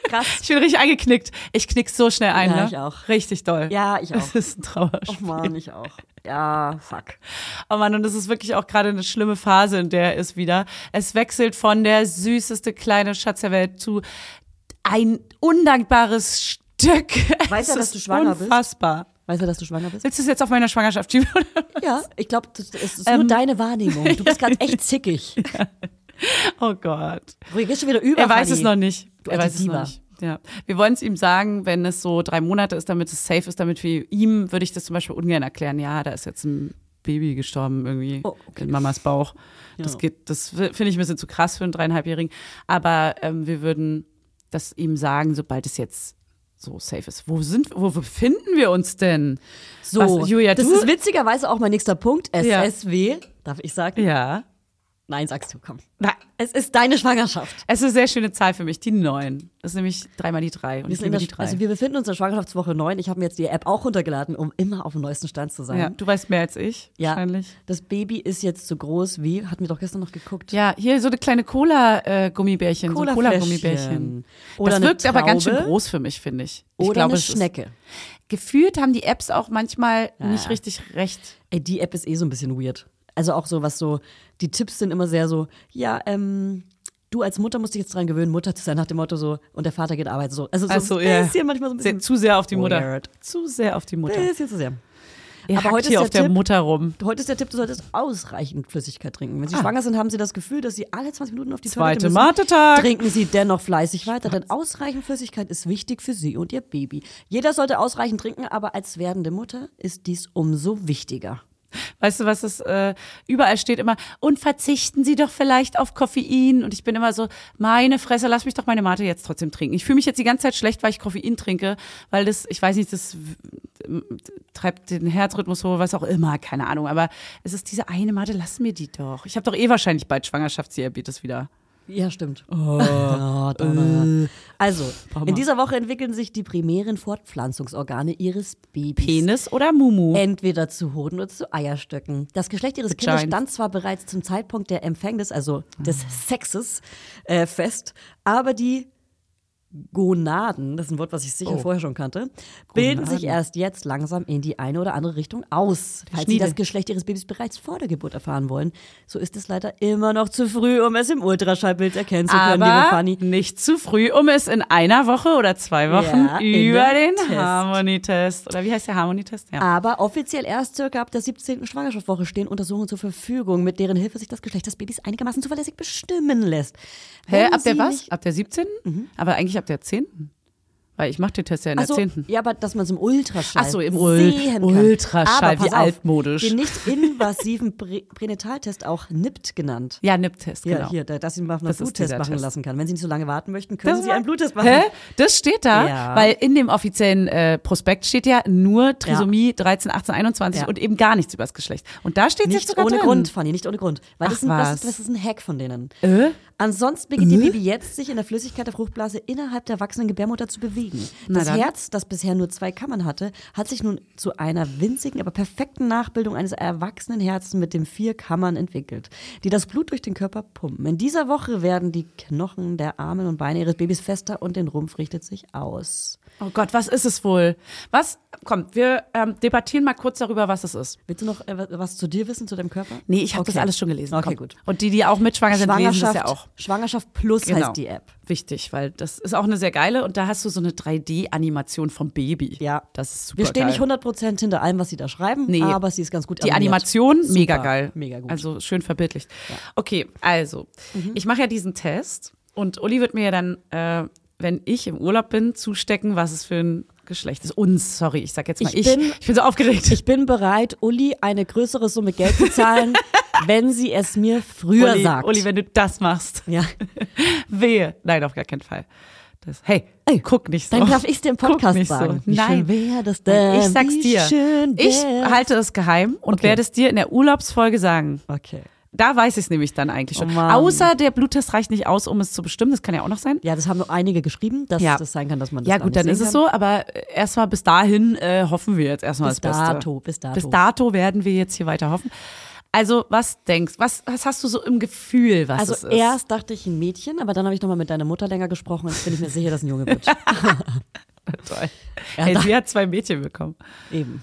Krass. Ich bin richtig eingeknickt. Ich knick so schnell ein, Ja, ne? ich auch. Richtig doll. Ja, ich auch. Das ist ein Trauerspiel. Oh Mann, ich auch. Ja, fuck. Oh Mann, und es ist wirklich auch gerade eine schlimme Phase, in der er ist wieder. Es wechselt von der süßeste kleine Schatz der Welt zu ein undankbares Stück. Weiß es er, dass ist du schwanger bist? unfassbar. bist? Weißt du, dass du schwanger bist? Willst du es jetzt auf meiner Schwangerschaft schieben? Ja, ich glaube, es ist nur deine Wahrnehmung. Du bist gerade echt zickig. oh Gott. Wo gehst schon wieder über? Er weiß Fanny? es noch nicht. Du er alte weiß es Diva. noch nicht. Ja. Wir wollen es ihm sagen, wenn es so drei Monate ist, damit es safe ist, damit wir ihm, würde ich das zum Beispiel ungern erklären, ja, da ist jetzt ein Baby gestorben irgendwie Oh, okay. in Mamas Bauch. Das geht, das fi- finde ich ein bisschen zu krass für einen dreieinhalbjährigen. Aber ähm, wir würden das ihm sagen, sobald es jetzt so safe ist. Wo sind, wo befinden wir uns denn? So, Was, Julia, das du? ist witzigerweise auch mein nächster Punkt. Ja. SSW. Darf ich sagen? ja. Nein, sagst du, komm. Na, Es ist deine Schwangerschaft. es ist eine sehr schöne Zahl für mich, die neun. Das ist nämlich dreimal die drei. Und Wir, ich sind liebe immer, die drei. also wir befinden uns in Schwangerschaftswoche 9. Ich habe mir jetzt die App auch runtergeladen, um immer auf dem neuesten Stand zu sein. ja, du weißt mehr als ich, Ja. wahrscheinlich. Das Baby ist jetzt so groß wie, hatten wir doch gestern noch geguckt. Ja, hier so eine kleine Cola-Gummibärchen. so Cola-Gummibärchen. Cola-Gummibärchen. Oder das eine wirkt aber ganz schön Traube. groß für mich, finde ich. ich Oder glaube, eine es ist- Schnecke. Gefühlt haben die Apps auch manchmal nicht richtig recht. Ey, die App ist eh so ein bisschen weird. Also auch so, was so, die Tipps sind immer sehr so, ja, ähm, du als Mutter musst dich jetzt dran gewöhnen, Mutter zu sein, nach dem Motto so, und der Vater geht arbeiten, so. Also so, Ach so, ja. ist hier manchmal so ein Sehr, bisschen, zu sehr auf die Mutter. Weird. Zu sehr auf die Mutter. bisschen zu sehr. Ihr Aber hackt heute hier ist auf der der Tipp- Mutter rum. Heute ist der Tipp, du solltest ausreichend Flüssigkeit trinken. Wenn sie schwanger sind, haben sie das Gefühl, dass sie alle 20 Minuten auf die Zweite Toilette müssen. Matetag. Trinken sie dennoch fleißig weiter, denn ausreichend Flüssigkeit ist wichtig für sie und ihr Baby. Jeder sollte ausreichend trinken, aber als werdende Mutter ist dies umso wichtiger. Weißt du, was es äh, überall steht immer? Und verzichten Sie doch vielleicht auf Koffein. Und ich bin immer so, meine Fresse, lass mich doch meine Mate jetzt trotzdem trinken. Ich fühle mich jetzt die ganze Zeit schlecht, weil ich Koffein trinke, weil das, ich weiß nicht, das w- treibt den Herzrhythmus hoch, was auch immer, keine Ahnung. Aber es ist diese eine Mate, lass mir die doch. Ich habe doch eh wahrscheinlich bald Schwangerschaftsdiabetes wieder. Ja, stimmt. Ja, Donner. Oh. also, in dieser Woche entwickeln sich die primären Fortpflanzungsorgane ihres Babys. Penis oder Mumu? Äh, Entweder zu Hoden oder zu Eierstöcken. Das Geschlecht ihres Kindes Vagina. stand zwar bereits zum Zeitpunkt der Empfängnis, also des Sexes, äh, fest, aber die Gonaden, das ist ein Wort, was ich sicher Oh. vorher schon kannte, bilden Gonaden. sich erst jetzt langsam in die eine oder andere Richtung aus. Falls Sie Schniedel. das Geschlecht Ihres Babys bereits vor der Geburt erfahren wollen, so ist es leider immer noch zu früh, um es im Ultraschallbild erkennen zu können, liebe Aber Fanny. nicht zu früh, um es in einer Woche oder zwei Wochen Ja, in über den den Test. Harmonietest oder wie heißt der Harmonietest? Ja. Aber offiziell erst circa ab der 17. Schwangerschaftswoche stehen Untersuchungen zur Verfügung, mit deren Hilfe sich das Geschlecht des Babys einigermaßen zuverlässig bestimmen lässt. Hä, Wenn Äh, ab der Sie was? nicht- Mhm. Ab der 17.? Aber eigentlich ab der 10. Weil ich mache den Test ja in Ach so, der 10. Also, Ja, aber dass man es im Ultraschall Ach so, im Ul- sehen kann. Ultraschall, aber pass wie altmodisch. Auf, den nicht-invasiven Prä Pränataltest, auch NIPT genannt. Ja, NIP-Test, Ja, genau. hier, da- dass sie mal einen Das ist Bluttest dieser machen Test. lassen kann. Wenn sie nicht so lange warten möchten, können sie einen Bluttest machen. Hä? Das steht da, Ja. weil in dem offiziellen äh, Prospekt steht ja nur Trisomie 13, 18, 21 Ja. und eben gar nichts über das Geschlecht. Und da steht jetzt Nicht sogar ohne drin. Grund, Fanny, nicht ohne Grund. Weil das Ach, ist, ein, das, was. ist, das ist ein Hack von denen. Äh? Mhm. Ansonsten beginnt ihr Baby jetzt, sich in der Flüssigkeit der Fruchtblase innerhalb der wachsenden Gebärmutter zu bewegen. Na das dann. Herz, das bisher nur zwei Kammern hatte, hat sich nun zu einer winzigen, aber perfekten Nachbildung eines erwachsenen Herzens mit den vier Kammern entwickelt, die das Blut durch den Körper pumpen. In dieser Woche werden die Knochen der Arme und Beine ihres Babys fester und den Rumpf richtet sich aus. Oh Gott, was ist es wohl? Was? Komm, wir ähm, debattieren mal kurz darüber, was es ist. Willst du noch äh, was zu dir wissen, zu deinem Körper? Nee, ich habe Okay. das alles schon gelesen. Okay, Komm. gut. Und die, die auch mit schwanger sind, lesen das ja auch. Genau. Schwangerschaft Plus heißt die App. Wichtig, weil das ist auch eine sehr geile und da hast du so eine 3D-Animation vom Baby. Ja. Das ist super Wir stehen geil. nicht 100% hinter allem, was sie da schreiben, Nee. aber sie ist ganz gut Die animiert. Animation, Super, mega geil. Mega gut. Mhm. Also schön verbildlicht. Okay, also, ich mache ja diesen Test und Uli wird mir ja dann, äh, wenn ich im Urlaub bin, zustecken, was es für ein Geschlecht ist. Uns, sorry, ich sag jetzt mal Ich ich. bin- ich bin so aufgeregt. ich bin bereit, Uli eine größere Summe Geld zu zahlen, wenn sie es mir früher Uli, sagt. Uli, wenn du das machst, ja. wehe. Nein, auf gar keinen Fall. Das, hey, Ey, guck nicht so. Dann darf ich es dir im Oh, Guck Podcast nicht so. sagen. Wie schön Nein. wäre das denn? Ich sag's Wie dir. Schön ich halt- wär's. halte es geheim und werde es dir in der Urlaubsfolge sagen. Okay. Da weiß ich es nämlich dann eigentlich schon. Oh Mann. Außer der Bluttest reicht nicht aus, um es zu bestimmen. Das kann ja auch noch sein. Ja, das haben noch einige geschrieben, dass Ja. das sein kann, dass man das Ja gar gut, nicht dann sehen ist es kann. so, aber äh, erstmal bis dahin äh, hoffen wir jetzt erstmal Bis das Beste. dato, bis dato. Bis dato werden wir jetzt hier weiter hoffen. Also, was denkst, was, was hast du so im Gefühl, was Also es ist? erst dachte ich ein Mädchen, aber dann habe ich nochmal mit deiner Mutter länger gesprochen und jetzt bin ich mir sicher, dass ein Junge wird. Toll. Hey, sie hat zwei Mädchen bekommen. Eben.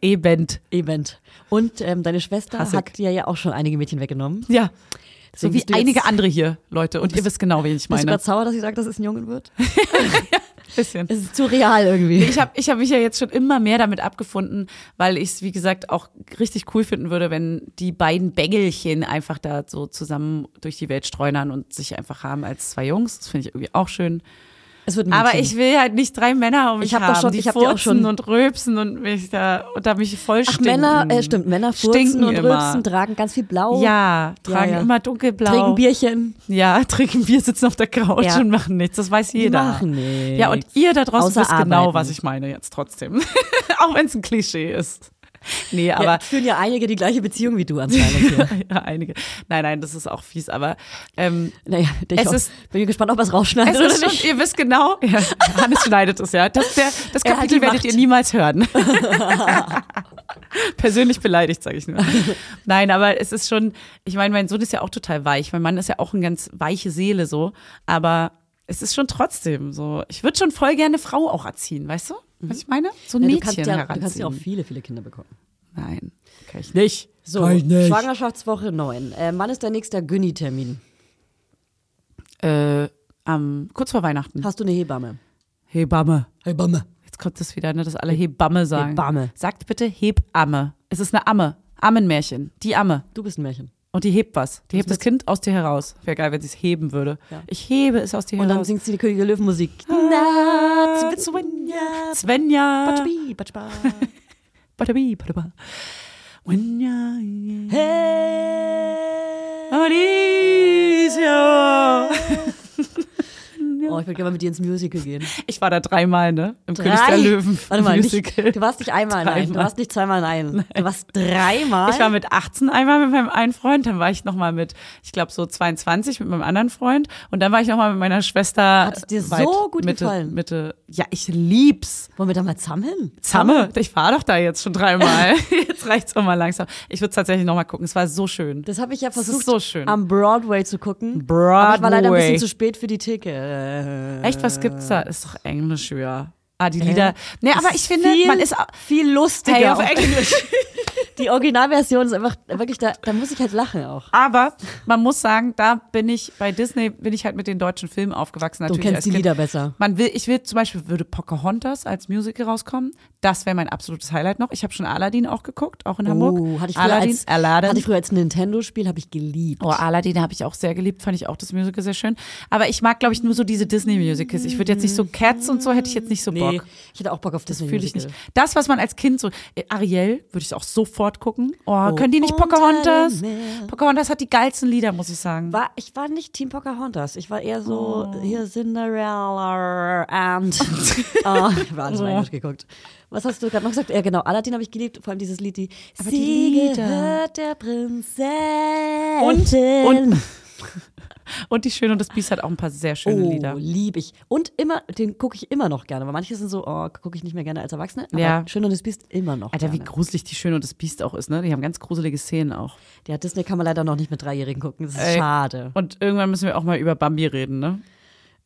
Eben. Event. Und ähm, deine Schwester Hassig. hat dir ja auch schon einige Mädchen weggenommen. Ja. So Deswegen wie bist du einige jetzt- andere hier, Leute. Und ihr wisst genau, wen ich Bist du meine. gerade sauer, dass ich sage, dass es ein Junge wird? Bisschen. Es ist zu real irgendwie. Ich habe ich hab mich ja jetzt schon immer mehr damit abgefunden, weil ich es, wie gesagt, auch richtig cool finden würde, wenn die beiden Bängelchen einfach da so zusammen durch die Welt streunern und sich einfach haben als zwei Jungs. Das finde ich irgendwie auch schön. Es wird ein Aber Mädchen. ich will halt nicht drei Männer um mich hab haben, doch schon- die ich hab die auch furzen schon- und rülpsen und mich da unter mich voll Ach, stinken. Männer, äh, stimmt, Männer furzen Stinken und immer. rülpsen, tragen ganz viel Blau, Ja, tragen ja. immer dunkelblau. trinken Bierchen. Ja, trinken Bier, sitzen auf der Couch Ja. und machen nichts. Das weiß jeder. machen nichts. Ja, und ihr da draußen Außer wisst genau, arbeiten. was ich meine jetzt trotzdem. Auch wenn es ein Klischee ist. Nee, Ja, aber führen ja einige die gleiche Beziehung wie du anscheinend. ja. Hier. einige. Nein, nein, das ist auch fies, aber ähm, naja, ich Es auch, ist- bin gespannt, ob er es es rausschneidet Also ist oder schon, nicht. ihr wisst genau, ja, Hannes schneidet es ja. Das, der, das Er hat Kapitel die Macht. werdet ihr niemals hören. Persönlich beleidigt, sage ich nur. Nein, aber es ist schon, ich meine, mein Sohn ist ja auch total weich. Mein Mann ist ja auch eine ganz weiche Seele so, aber es ist schon trotzdem so. Ich würde schon voll gerne Frau auch erziehen, weißt du? Was ich meine? So ein Mhm. Ja, du, kannst Mädchen ja, du kannst heranziehen. ja auch viele, viele Kinder bekommen. Nein, kann ich nicht. So, Schwangerschaftswoche 9. Äh, wann ist dein nächster Günni-Termin? Äh, am- kurz vor Weihnachten. Hast du eine Hebamme? Hebamme. Hebamme. Jetzt kommt das wieder, ne, dass alle Hebamme sagen. Hebamme. Sagt bitte Hebamme. Es ist eine Amme. Ammenmärchen. Die Amme. Du bist ein Märchen. Und die hebt was. Die hebt das Kind aus dir heraus. Wäre geil, wenn sie es heben würde. Ich hebe es aus dir Und dann heraus. singt sie die König der Löwen Musik. Ah. Na, Svenja. Svenja. Badabi, badaba. Svenja. Hey. Alicia. Oh, ich würde gerne mal mit dir ins Musical gehen. Ich war da dreimal, ne? Im Drei? König der Löwen. Warte mal, nicht, Musical. du warst nicht einmal nein. Du Dreimal. warst nicht zweimal nein. Du warst dreimal. Ich war mit 18 einmal mit meinem einen Freund, dann war ich nochmal mit, ich glaube so 22 mit meinem anderen Freund und dann war ich nochmal mit meiner Schwester. Hat es dir weit so gut Mitte, gefallen? Mitte, ja, ich lieb's. Wollen wir da mal zusammen hin? Zamme, ich war doch da jetzt schon dreimal. jetzt reicht's auch mal langsam. Ich würde tatsächlich nochmal gucken, es war so schön. Das habe ich ja ist versucht, so schön. am Broadway zu gucken. Aber ich war Broadway. Äh. leider ein bisschen zu spät für die Tickets. Echt, was gibt's da? Ist doch Englisch, ja. Ah, die Lieder. Nee, aber ich finde, viel, man ist. au- viel lustiger. Hey, auf auf- Englisch. Die Originalversion ist einfach wirklich da, da muss ich halt lachen auch. Aber man muss sagen, da bin ich bei Disney bin ich halt mit den deutschen Filmen aufgewachsen. Natürlich kennst als die Kind. Lieder besser. Man will, ich will zum Beispiel würde Pocahontas als Musical rauskommen. Das wäre mein absolutes Highlight noch. Ich habe schon Aladdin auch geguckt, auch in Hamburg. Oh, hatte ich früher Aladdin, als, Aladdin. hatte ich früher als Nintendo-Spiel, habe ich geliebt. Oh, Aladdin habe ich auch sehr geliebt, fand ich auch das Musical sehr schön. Aber ich mag, glaube ich, nur so diese Disney-Musicals. Ich würde jetzt nicht so Cats und so, hätte ich jetzt nicht so Bock. nee, ich hätte auch Bock auf das Fühle ich nicht. Das, was man als Kind so. äh, Ariel würde ich auch sofort gucken. Oh, können die nicht unter Pocahontas? dem Meer. Pocahontas hat die geilsten Lieder, muss ich sagen. War, ich war nicht Team Pocahontas. Ich war eher so Oh. hier Cinderella and. oh, ich war alles mal Englisch geguckt. Was hast du gerade noch gesagt? Ja, genau. Aladdin habe ich geliebt. Vor allem dieses Lied, die. Aber Sie die Lieder. gehört der Und, Prinzessin. und, und die Schöne und das Biest hat auch ein paar sehr schöne Oh, Lieder. lieb ich. Und immer, den gucke ich immer noch gerne, weil manche sind so, oh, gucke ich nicht mehr gerne als Erwachsene. Aber Ja. Schön und das Biest immer noch. Alter, wie gerne. gruselig die Schöne und das Biest auch ist, ne? Die haben ganz gruselige Szenen auch. Ja, Disney kann man leider noch nicht mit Dreijährigen gucken. Das ist Ey. schade. Und irgendwann müssen wir auch mal über Bambi reden, ne?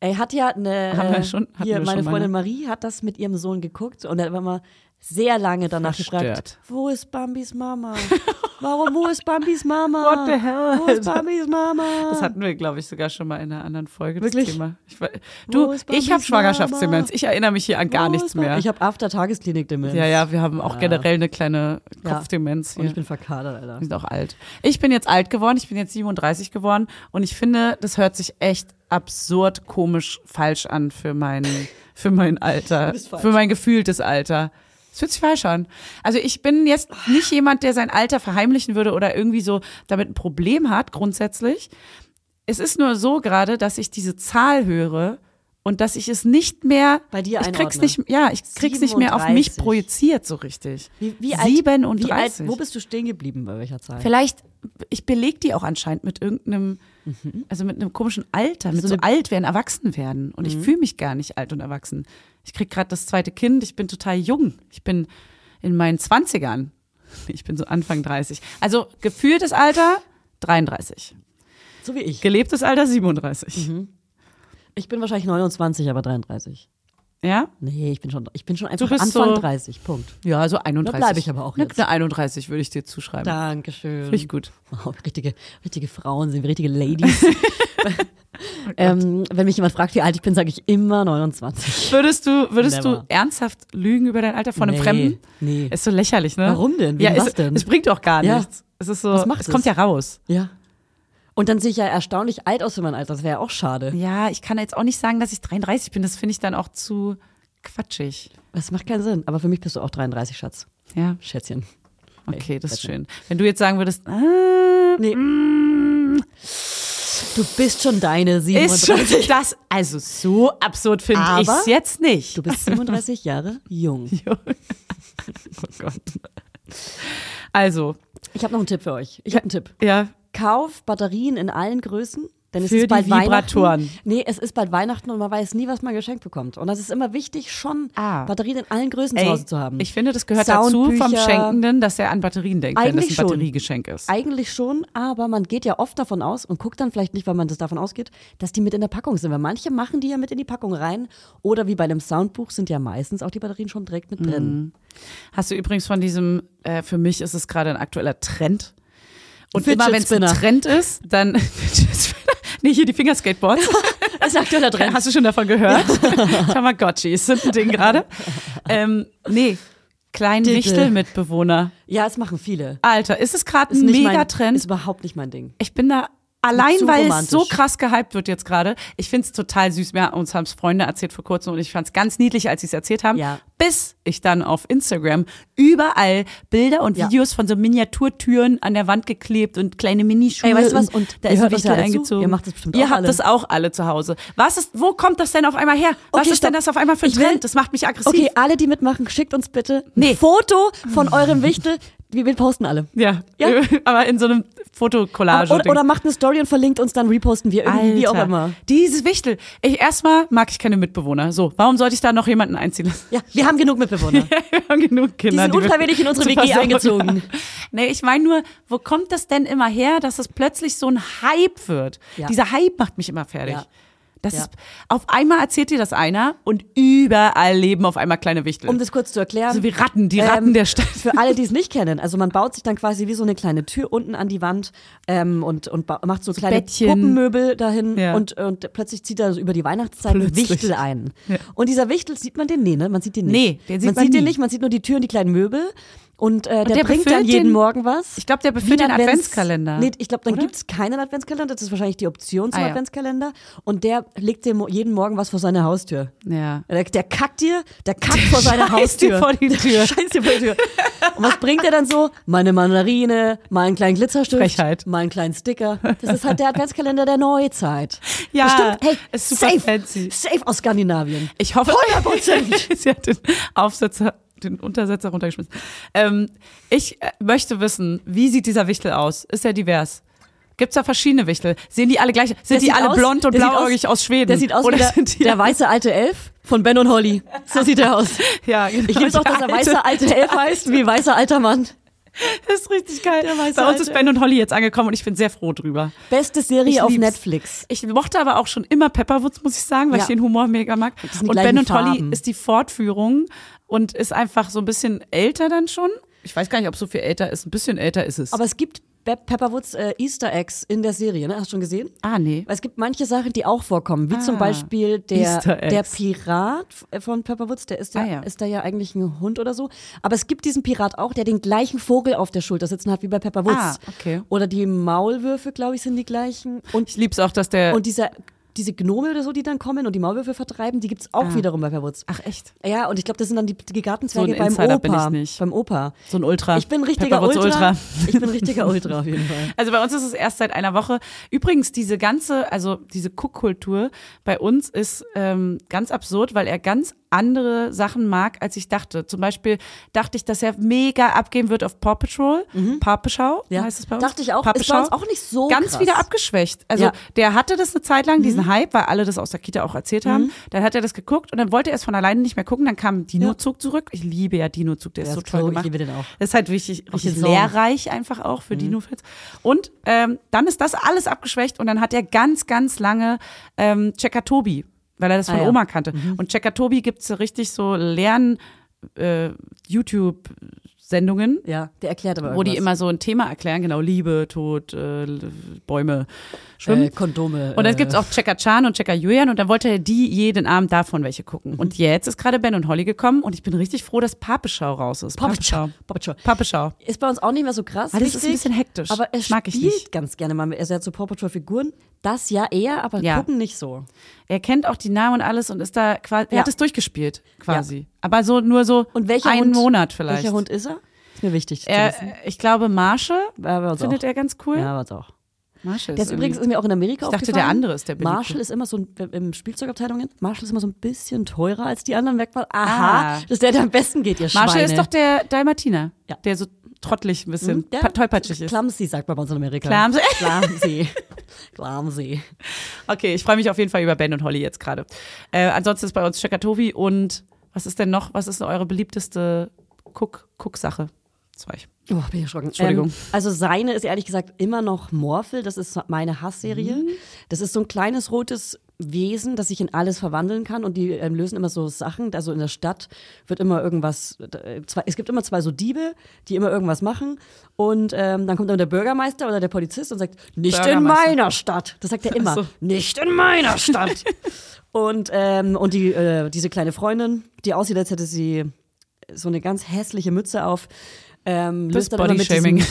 Ey, hat ja eine. Haben wir äh, schon- hatten hier, wir meine schon mal, Freundin ne? Marie hat das mit ihrem Sohn geguckt und er hat immer mal sehr lange danach gefragt: Verstört. Wo ist Bambis Mama? Warum, wo ist Bambis Mama? What the hell? Wo ist Bambis Mama? Das hatten wir, glaube ich, sogar schon mal in einer anderen Folge. Ah. Wirklich? Das Thema. Ich, war- Wo du, ist Bambis ich habe Mama? Schwangerschaftsdemenz. Ich erinnere mich hier an gar Wo nichts ist Bam- mehr. Ich habe After-Tagesklinik-Demenz. ja, ja, wir haben auch generell eine kleine Ja. Kopfdemenz. Hier. Und ich bin verkadert, Alter. Wir sind auch alt. Ich bin jetzt alt geworden, ich bin jetzt 37 geworden und ich finde, das hört sich echt absurd, komisch, falsch an für mein, für mein Alter, für mein gefühltes Alter. Es fühlt sich falsch an. Also ich bin jetzt nicht jemand, der sein Alter verheimlichen würde oder irgendwie so damit ein Problem hat, grundsätzlich. Es ist nur so gerade, dass ich diese Zahl höre und dass ich es nicht mehr Bei dir ich krieg's einordne. nicht ja ich krieg's nicht mehr auf mich 37. projiziert so richtig Wie, wie alt, 37 Wie alt, wo bist du stehen geblieben bei welcher Zahl? Vielleicht, ich beleg die auch anscheinend mit irgendeinem, Mhm. also mit einem komischen Alter, Also mit so, alt werden, erwachsen werden. Und ich Mhm. fühle mich gar nicht alt und erwachsen. Ich krieg gerade das zweite Kind, ich bin total jung. Ich bin in meinen Zwanzigern. Ich bin so Anfang 30. Also gefühltes Alter 33. So wie ich. Gelebtes Alter 37. Mhm. Ich bin wahrscheinlich 29, aber 33. Ja? Nee, ich bin schon, ich bin schon einfach bist Anfang so- 30. Punkt. Ja, also 31. bleib ich aber auch Ne, jetzt. Eine 31 würde ich dir zuschreiben. Dankeschön. Finde ich gut. Wow, richtige, richtige Frauen sind wir, richtige Ladies. Oh ähm, wenn mich jemand fragt, wie alt ich bin, sage ich immer 29. Würdest du, würdest Never. du ernsthaft lügen über dein Alter von einem Nee, Fremden? nee. Ist so lächerlich, ne? Warum denn? Wem ja, was es, denn? es bringt auch gar Ja. nichts. Es ist so, Was macht es es? kommt ja raus. Ja. Und dann sehe ich ja erstaunlich alt aus für mein Alter. Das wäre ja auch schade. Ja, ich kann jetzt auch nicht sagen, dass ich 33 bin. Das finde ich dann auch zu quatschig. Das macht keinen Sinn. Aber für mich bist du auch 33, Schatz. Ja, Schätzchen. okay, das ist schön. Wenn du jetzt sagen würdest, ah, Nee. Du bist schon deine ist schon 37. das, also so absurd finde Aber ich es jetzt nicht. Du bist 37 Jahre jung. oh Gott. Also, Ich habe noch einen Tipp für euch. Ich habe einen Tipp. ja, Kauf Batterien in allen Größen. Denn es Für ist die bald Vibratoren. Weihnachten. Nee, es ist bald Weihnachten und man weiß nie, was man geschenkt bekommt. Und das ist immer wichtig, schon Ah. Batterien in allen Größen zu Hause zu haben. ich finde, das gehört dazu Soundbücher. vom Schenkenden, dass er an Batterien denkt, Eigentlich wenn das ein schon. Batteriegeschenk ist. Eigentlich schon, aber man geht ja oft davon aus und guckt dann vielleicht nicht, weil man das davon ausgeht, dass die mit in der Packung sind. Weil manche machen die ja mit in die Packung rein. Oder wie bei einem Soundbuch sind ja meistens auch die Batterien schon direkt mit drin. Mhm. Hast du übrigens von diesem, äh, für mich ist es gerade ein aktueller Trend. Und Fidget immer wenn es ein Spinner. Trend ist, dann. Fidget Spinner. nee, hier die Fingerskateboards. Das ist aktueller Trend. Hast du schon davon gehört? Tamagotchis sind ein Ding gerade. Ähm, nee, kleinen Dicke. Wichtelmitbewohner. Ja, es machen viele. Alter, ist es gerade Ist ein nicht mein- Ist Megatrend? überhaupt nicht mein Ding. Ich bin da allein, Zu weil romantisch. es so krass gehypt wird jetzt gerade. Ich find's total süß. Wir, uns haben's Freunde erzählt vor kurzem und ich fand's ganz niedlich, als sie's erzählt haben. Ja. Bis ich dann auf Instagram überall Bilder und Ja. Videos von so Miniaturtüren an der Wand geklebt und kleine Minischuhe. Ey, weißt du was? Und Und da ihr ist ein hört uns Wichtel ja alle zu. eingezogen. Ihr macht das bestimmt Ihr auch habt alle. das auch alle zu Hause. Was ist, wo kommt das denn auf einmal her? Was Okay, ist stopp. denn das auf einmal für ein Ich will- Trend? Das macht mich aggressiv. Okay, alle, die mitmachen, schickt uns bitte ein Nee. Foto von eurem Wichtel. Wir, wir posten alle. Ja. Ja. aber in so einem Fotokollage. oder, oder macht eine Story und verlinkt uns, dann reposten wir irgendwie, wie auch immer. Dieses Wichtel. Ich erstmal mag ich keine Mitbewohner. So, warum sollte ich da noch jemanden einziehen lassen? Ja, wir haben genug Mitbewohner. Wir haben genug Kinder. Die sind wir unfreiwillig in unsere zu WG versorgen. eingezogen. Nee, ich meine nur, wo kommt das denn immer her, dass es plötzlich so ein Hype wird? Ja. Dieser Hype macht mich immer fertig. Ja. Das Ja. ist, auf einmal erzählt dir das einer und überall leben auf einmal kleine Wichtel. Um das kurz zu erklären. Also wie Ratten, die Ähm, Ratten der Stadt. Für alle, die es nicht kennen. Also man baut sich dann quasi wie so eine kleine Tür unten an die Wand ähm, und, und ba- macht so, kleine Bettchen. Puppenmöbel dahin Ja. und, und plötzlich zieht er so über die Weihnachtszeit Plötzlich. einen Wichtel ein. Und dieser Wichtel sieht man den, nee, ne? Man sieht den nicht. Nee, den sieht man man sieht den nie. nicht, man sieht nur die Tür und die kleinen Möbel. Und, äh, der, der bringt befüllt dann jeden den- Morgen was. Ich glaube, der Wie befüllt ein den Adventskalender, Nee, ich glaube, dann oder? gibt es keinen Adventskalender. Das ist wahrscheinlich die Option zum Ah, ja. Adventskalender. Und der legt dir mo- jeden Morgen was vor seine Haustür. Ja. Der, der kackt dir, der kackt vor seiner scheißt Haustür. dir vor die Tür. Der scheißt dir vor die Tür. Und was bringt er dann so? Meine Mandarine, meinen kleinen Glitzerstift, Frechheit. meinen kleinen Sticker. Das ist halt der Adventskalender der Neuzeit. Ja, Bestimmt, hey, ist super safe, fancy. safe aus Skandinavien. Ich hoffe, 100%. sie hat den Aufsetzer, den Untersetzer runtergeschmissen. Ähm, ich äh, möchte wissen, wie sieht dieser Wichtel aus? Ist er divers? Gibt es da verschiedene Wichtel? Sehen die alle gleich? Sind Der die sieht alle aus- blond und der sieht blauäugig aus, Schweden? Der sieht aus Hm. Oder wie der, sind die der weiße alte Elf von Ben und Holly. So sieht er aus. Ja, genau. Ich liebe es auch, dass er Der weißer alte- alter Elf heißt, wie weißer alter Mann. Das ist richtig geil. Der weiße Bei uns Alte. ist Ben und Holly jetzt angekommen und ich bin sehr froh drüber. Beste Serie Ich auf lieb's. Netflix. Ich mochte aber auch schon immer Pepperwoods, muss ich sagen, weil Ja. ich den Humor mega mag. sind die Und Ben gleichen und Holly Farben. ist die Fortführung und ist einfach so ein bisschen älter dann schon. Ich weiß gar nicht, ob so viel älter ist. Ein bisschen älter ist es. Aber es gibt Be Pepperwoods äh, Easter Eggs in der Serie, ne? Hast du schon gesehen? ah, nee. Weil es gibt manche Sachen, die auch vorkommen, wie Ah, zum Beispiel der, Easter der Eggs. Pirat äh, von Pepperwoods, der ist, ja, Ah, ja. ist da ja eigentlich ein Hund oder so. Aber es gibt diesen Pirat auch, der den gleichen Vogel auf der Schulter sitzen hat wie bei Pepperwoods. Ah, okay. Oder die Maulwürfe, glaube ich, sind die gleichen. Und ich lieb's auch, dass der. Und dieser, diese Gnome oder so, die dann kommen und die Maulwürfe vertreiben, die gibt es auch wiederum bei Pepperwoods. Ah. ach echt? Ja, und ich glaube, das sind dann die, die Gartenzwerge So ein beim Insider Opa. bin ich nicht. Beim Opa. So ein Ultra. Ich bin richtiger Pepperwoods Ultra. Ultra. Ich bin richtiger Ultra auf jeden Fall. Also bei uns ist es erst seit einer Woche. Übrigens, diese ganze, also diese Cook-Kultur bei uns ist ähm, ganz absurd, weil er ganz andere Sachen mag, als ich dachte. Zum Beispiel dachte ich, dass er mega abgehen wird auf Paw Patrol. Papeschau Mhm. Ja. heißt es bei uns. Dachte ich auch. Paw Ist bei uns Patrol. auch nicht so Ganz krass. wieder abgeschwächt. Also Ja. Mhm. der hatte das eine Zeit lang, diesen Hype, weil alle das aus der Kita auch erzählt haben. Dann hat er das geguckt und dann wollte er es von alleine nicht mehr gucken. Dann kam Dino-Zug zurück. Ich liebe ja Dino-Zug, der Ja, ist so ist toll cool. Ich gemacht. liebe den auch. Das ist halt richtig, richtig den Song. Mhm. lehrreich einfach auch für Dino-Fans. Und ähm, dann ist das alles abgeschwächt und dann hat er ganz, ganz lange ähm, Checker Tobi, weil er das von Ah, ja. Oma kannte. Und Checker Tobi gibt's so richtig so äh, Lern-YouTube-Sendungen. Ja, der erklärt aber wo die irgendwas. immer so ein Thema erklären, genau, Liebe, Tod, äh, Bäume, Schwimmen. äh, Kondome. Und dann äh, gibt's auch Checker Chan und Checker Julian und dann wollte er die jeden Abend davon welche gucken. Mhm. Und jetzt ist gerade Ben und Holly gekommen und ich bin richtig froh, dass Papeschau raus ist. Papeschau. Papeschau. Papeschau. Ist bei uns auch nicht mehr so krass. Ah, das ist richtig, ein bisschen hektisch. Aber er Mag ich spielt nicht. ganz gerne mal. mit- Also er hat so Paw Patrol Figuren. Das ja eher, aber Ja. gucken nicht so. Er kennt auch die Namen und alles und ist da quasi, er Ja. hat es durchgespielt quasi. Aber so nur so Und welcher einen Hund? Monat vielleicht. Welcher Hund ist er? Ist mir wichtig. zu Er, wissen. ich glaube, Marsche Ja, bei uns findet auch. er ganz cool. Ja, aber auch. Marsche Der ist irgendwie- übrigens ist mir auch in Amerika Ich dachte, aufgefallen. der andere ist der beliebte. Marshall ist immer so ein, im Spielzeugabteilungen. Marshall ist immer so ein bisschen teurer als die anderen weg, weil aha, Ah. das ist der, der am besten geht, ihr Marsche Schweine. ist doch der Dalmatiner, Ja. Mhm. der so trottelig ein bisschen, der pa- tollpatschig ist. Clumsy, sagt man bei uns in Amerika. Clumsy. Clumsy. Clumsy. Okay, ich freue mich auf jeden Fall über Ben und Holly jetzt gerade. Äh, ansonsten ist bei uns Checker Tobi und was ist denn noch, was ist denn eure beliebteste Cook- Cook-Sache? Zwei. Oh, bin ich erschrocken. Entschuldigung. Ähm, also seine ist ehrlich gesagt immer noch Morphel. Das ist meine Hassserie. Mhm. Das ist so ein kleines rotes Wesen, das sich in alles verwandeln kann und die ähm, lösen immer so Sachen. Also in der Stadt wird immer irgendwas. Äh, zwei, es gibt immer zwei so Diebe, die immer irgendwas machen und ähm, dann kommt dann der Bürgermeister oder der Polizist und sagt: Nicht in Bürgermeister. meiner Stadt. Das sagt er immer. so. Nicht in meiner Stadt. und ähm, und die äh, diese kleine Freundin, die aussieht, als hätte sie so eine ganz hässliche Mütze auf. Ähm, Das löst dann immer mit diesem- Bodyshaming.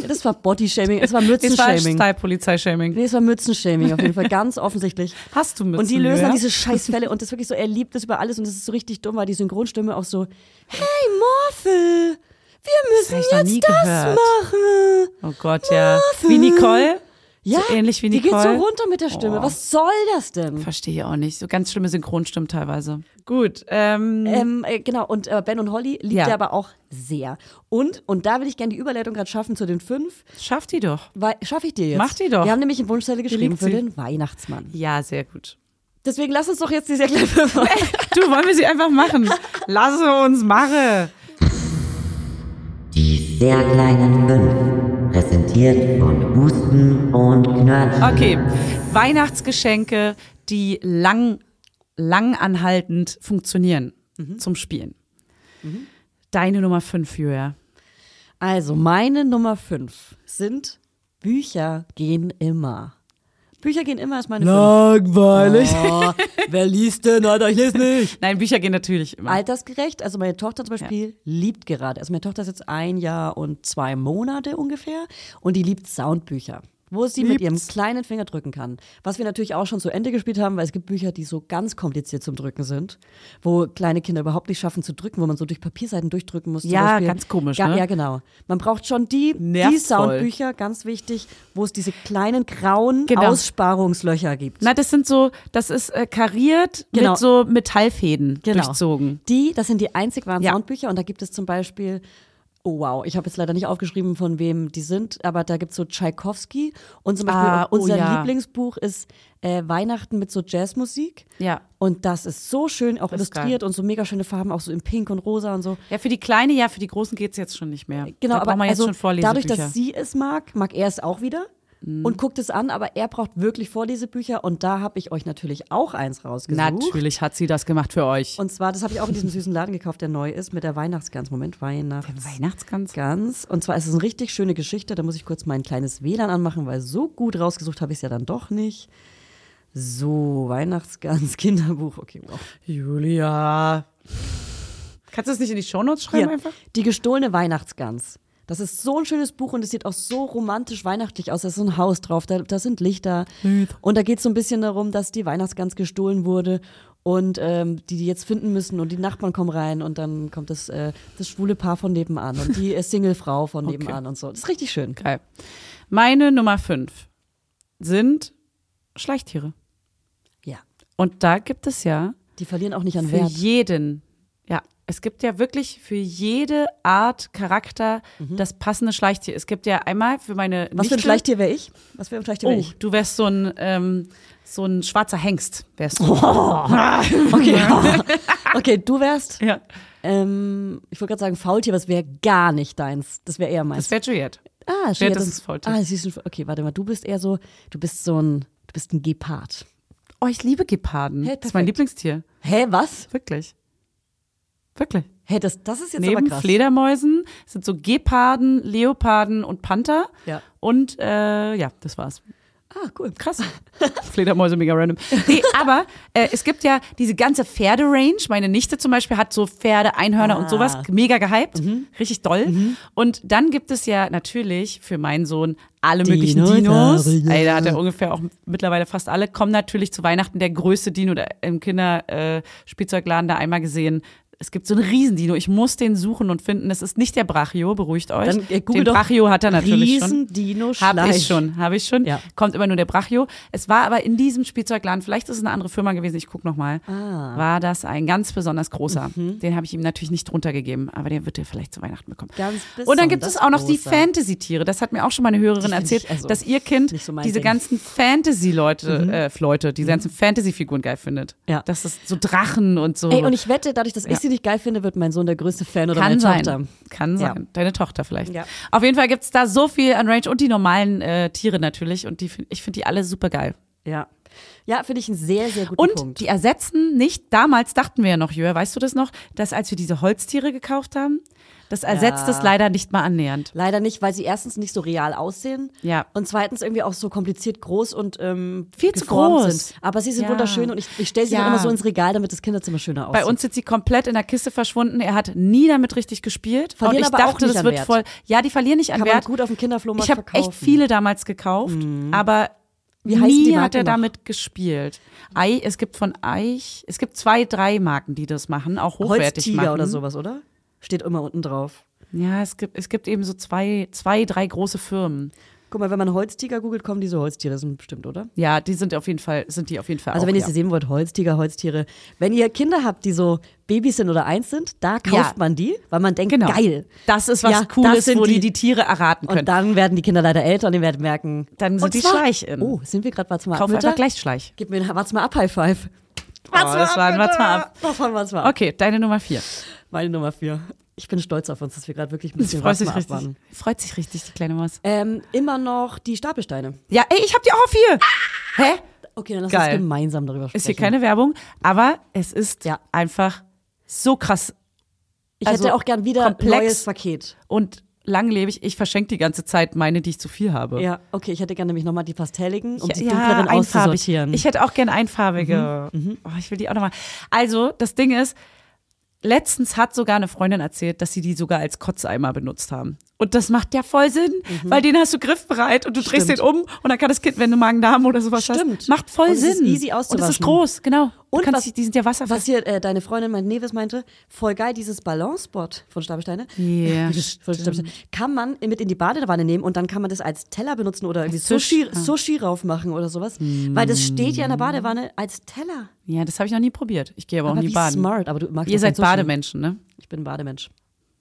Ja, das war Bodyshaming, das war Das war Mützenshaming. Style-Polizei-Shaming. Nee, es war Mützenshaming auf jeden Fall, ganz offensichtlich. Hast du Mützen? Und die lösen ja? dann diese Scheißfälle und das ist wirklich so, er liebt das über alles und das ist so richtig dumm, weil die Synchronstimme auch so, hey Morphe, wir müssen hab ich noch nie jetzt das gehört. machen. Oh Gott, ja. Marvin. Wie Nicole? Ja, So ähnlich wie die geht so Nicole? runter mit der Stimme. Oh. Was soll das denn? Verstehe ich auch nicht. So ganz schlimme Synchronstimmen teilweise. Gut, ähm, Ähm, äh, genau, und äh, Ben und Holly liebt Ja. er aber auch sehr. Und, und da will ich gerne die Überleitung gerade schaffen zu den fünf. schaff die doch. Weil- Schaffe ich dir jetzt. Mach die doch. Wir haben nämlich eine Wunschzettel geschrieben liegt für sie. den Weihnachtsmann. Ja, sehr gut. Deswegen lass uns doch jetzt diese kleine Fünf machen. Du, wollen wir sie einfach machen? Lasse uns machen. Die sehr kleinen fünf, präsentiert von Husten und Knörchen. Okay, Weihnachtsgeschenke, die lang, langanhaltend funktionieren zum Spielen. Mhm. Deine Nummer 5, Julia. Also, meine Nummer 5 sind Bücher gehen immer. Bücher gehen immer ist meine Langweilig. 5. Oh, wer liest denn? Alter, ich lese nicht. Nein, Bücher gehen natürlich immer. Altersgerecht, also meine Tochter zum Beispiel liebt gerade, also meine Tochter ist jetzt ein Jahr und zwei Monate ungefähr und die liebt Soundbücher, wo sie mit ihrem kleinen Finger drücken kann. Was wir natürlich auch schon zu Ende gespielt haben, weil es gibt Bücher, die so ganz kompliziert zum Drücken sind, wo kleine Kinder überhaupt nicht schaffen zu drücken, wo man so durch Papierseiten durchdrücken muss. zum Ja, Beispiel. ganz komisch, Ga- ne? Ja, genau. Man braucht schon die, die Nervvoll. Soundbücher, ganz wichtig, wo es diese kleinen grauen Genau. Aussparungslöcher gibt. Na, das sind so, das ist äh, kariert Genau. mit so Metallfäden durchzogen. Die, das sind die einzig wahren Ja. Soundbücher und da gibt es zum Beispiel, oh wow, ich habe jetzt leider nicht aufgeschrieben, von wem die sind, aber da gibt es so Tchaikovsky und zum Beispiel Ah, oh unser ja. Lieblingsbuch ist äh, Weihnachten mit so Jazzmusik. Ja. Und das ist so schön, auch Das ist illustriert und so mega schöne Farben, auch so in Pink und Rosa und so. Ja, für die Kleine, ja, für die Großen geht's jetzt schon nicht mehr. Genau, da aber braucht man jetzt also schon Vorlesebücher. Mhm. dadurch, dass sie es mag, mag er es auch wieder und guckt es an, aber er braucht wirklich Vorlesebücher und da habe ich euch natürlich auch eins rausgesucht. Natürlich hat sie das gemacht für euch. Und zwar, das habe ich auch in diesem süßen Laden gekauft, der neu ist, mit der Weihnachtsgans. Moment, Weihnachts. Weihnachtsgans? Gans. Und zwar ist es eine richtig schöne Geschichte. Da muss ich kurz mein kleines WLAN anmachen, weil so gut rausgesucht habe ich es ja dann doch nicht. So, Weihnachtsgans, Kinderbuch. Okay, wow. Julia. Kannst du das nicht in die Shownotes schreiben Hier, einfach? Die gestohlene Weihnachtsgans. Das ist so ein schönes Buch und es sieht auch so romantisch weihnachtlich aus. Da ist so ein Haus drauf, da, da sind Lichter. Und da geht es so ein bisschen darum, dass die Weihnachtsgans gestohlen wurde und ähm, die die jetzt finden müssen und die Nachbarn kommen rein und dann kommt das, äh, das schwule Paar von nebenan und die äh, Single-Frau von nebenan und so. Das ist richtig schön. Geil. Meine Nummer fünf sind Schleichtiere. Ja. Und da gibt es ja Die verlieren auch nicht an für Wert. jeden, ja, es gibt ja wirklich für jede Art Charakter das passende Schleichtier. Es gibt ja einmal Mhm. für meine Was für ein Nichte- Schleichtier wäre ich? Was für ein Schleichtier wäre Oh, ich? du wärst so ein, ähm, so ein schwarzer Hengst, wärst du. Oh. Okay. okay, du wärst, Ja. ähm, ich wollte gerade sagen, Faultier, aber das wäre gar nicht deins. Das wäre eher meins. Das wäre Juliette. Ah, Wer Schwert das ist Faultier. Ah, siehst du, okay, warte mal, du bist eher so, du bist so ein, du bist ein Gepard. Oh, ich liebe Geparden. Hey, das ist mein perfekt. Lieblingstier. Hä, was? Wirklich. Wirklich. Hä, das, das ist jetzt aber Neben krass. Fledermäusen sind so Geparden, Leoparden und Panther. Ja. Und äh, ja, das war's. ah, cool. Krass. Fledermäuse mega random. Nee, aber äh, es gibt ja diese ganze Pferderange. Meine Nichte zum Beispiel hat so Pferde, Einhörner und sowas mega gehypt. Richtig doll. Und dann gibt es ja natürlich für meinen Sohn alle möglichen Dinos. Dinosaurier. Ey, da hat er ungefähr auch mittlerweile fast alle. Kommen natürlich zu Weihnachten der größte Dino der, im Kinderspielzeugladen äh, Spielzeugladen da einmal gesehen. Es gibt so einen Riesendino. Ich muss den suchen und finden. Das ist nicht der Brachio, beruhigt euch. Dann, äh, google den doch Brachio hat er natürlich schon. Riesendino Habe Schleich. ich schon, habe ich schon. Ja. Kommt immer nur der Brachio. Es war aber in diesem Spielzeugladen, vielleicht ist es eine andere Firma gewesen, ich gucke nochmal, ah. war das ein ganz besonders großer. Mhm. Den habe ich ihm natürlich nicht drunter gegeben, aber den wird er vielleicht zu Weihnachten bekommen. Ganz Und dann gibt es besonders auch noch die großer. Fantasy-Tiere. Das hat mir auch schon mal eine Hörerin Die find erzählt, ich also dass ihr Kind nicht so mein diese Ding. Mhm. ganzen Fantasy-Leute, äh, Leute, diese ganzen Fantasy-Figuren geil findet. Ja. Das ist so Drachen und so. Ey, und ich wette, dadurch, dass ich sie nicht geil finde, wird mein Sohn der größte Fan oder Kann meine sein. Tochter. Kann Ja. sein. Deine Tochter vielleicht. Ja. Auf jeden Fall gibt's da so viel an Range und die normalen äh, Tiere natürlich. Und die, find- ich finde die alle super geil. Ja. Ja, finde ich einen sehr, sehr guten Und Punkt. die ersetzen nicht, damals dachten wir ja noch, Jürgen, weißt du das noch, dass als wir diese Holztiere gekauft haben, das ersetzt es leider nicht mal annähernd. Leider nicht, weil sie erstens nicht so real aussehen Ja. und zweitens irgendwie auch so kompliziert groß und ähm, Viel zu geformt groß. sind. Aber sie sind Ja. wunderschön und ich, ich stelle sie Ja. auch immer so ins Regal, damit das Kinderzimmer schöner aussieht. Bei uns sind sie komplett in der Kiste verschwunden. Er hat nie damit richtig gespielt. Verlieren und ich aber auch dachte, nicht das an wird Wert. voll. Ja, die verlieren nicht an kann man Wert. gut auf dem Kinderflohmarkt Ich habe echt verkaufen. Mhm. viele damals gekauft, aber Wie heißt nie die Marke hat er noch? damit gespielt. Ei, es gibt von Eich, es gibt zwei, drei Marken, die das machen, auch hochwertig Holztiger machen. oder sowas, oder? Steht immer unten drauf. Ja, es gibt, es gibt eben so zwei, zwei, drei große Firmen. Guck mal, wenn man Holztiger googelt, kommen diese Holztiere, sind bestimmt, oder? Ja, die sind auf jeden Fall, sind die auf jeden Fall Also auch, wenn ihr ja. sie sehen wollt, Holztiger, Holztiere. Wenn ihr Kinder habt, die so Babys sind oder eins sind, da kauft Ja. man die, weil man denkt, Genau. geil. Das ist was Ja, das Cooles, sind wo die die- die Tiere erraten können. Und dann werden die Kinder leider älter und die werden merken, Dann sind und die zwar- Schleichinnen. Oh, sind wir gerade, warte mal ab, Kauf Mütter? einfach gleich Schleich. Gib mir, warte mal ab, High Five. Oh, das waren- wart's mal ab. Davon war's mal ab. Okay, deine Nummer vier. Meine Nummer vier. Ich bin stolz auf uns, dass wir gerade wirklich ein bisschen Freut was sich mal richtig. ab waren. Freut sich richtig, die kleine Maus. Ähm, immer noch die Stapelsteine. Ah! Ja, ey, ich hab die auch auf vier. Hä? Okay, dann lass Geil. uns gemeinsam darüber sprechen. Ist hier keine Werbung, aber es ist Ja. einfach so krass ich also hätte auch gern wieder komplex. neues Paket. und langlebig. Ich verschenke die ganze Zeit meine, die ich zu viel habe. Ja, okay, ich hätte gerne nämlich nochmal die pastelligen, um die Ja, dunkleren einfarbig. auszusortieren. Ich hätte auch gern einfarbige. Oh, ich will die auch nochmal. Also, das Ding ist, letztens hat sogar eine Freundin erzählt, dass sie die sogar als Kotzeimer benutzt haben. Und das macht ja voll Sinn, weil den hast du griffbereit und du drehst Mhm. Stimmt. den um und dann kann das Kind, wenn du Magen-Darm oder sowas Stimmt. hast, macht voll Und es Sinn. ist easy Und es ist auszuwaschen. groß, genau. Und du kannst was- die, die sind ja Was wasserfest. hier äh, deine Freundin, mein Neves meinte, voll geil, dieses Balanceboard von Stabelsteine. Ja, Von Stabelsteine. Kann man mit in die Badewanne nehmen und dann kann man das als Teller benutzen oder irgendwie Tisch, Sushi, ah. Sushi raufmachen oder sowas. Weil das steht ja in der Badewanne als Teller. Ja, das habe ich Hm. noch nie probiert. Ich gehe aber, Aber auch nie wie baden. smart, aber du magst Ihr doch kein seid Sushi. Bademenschen, ne? Ich bin ein Bademensch.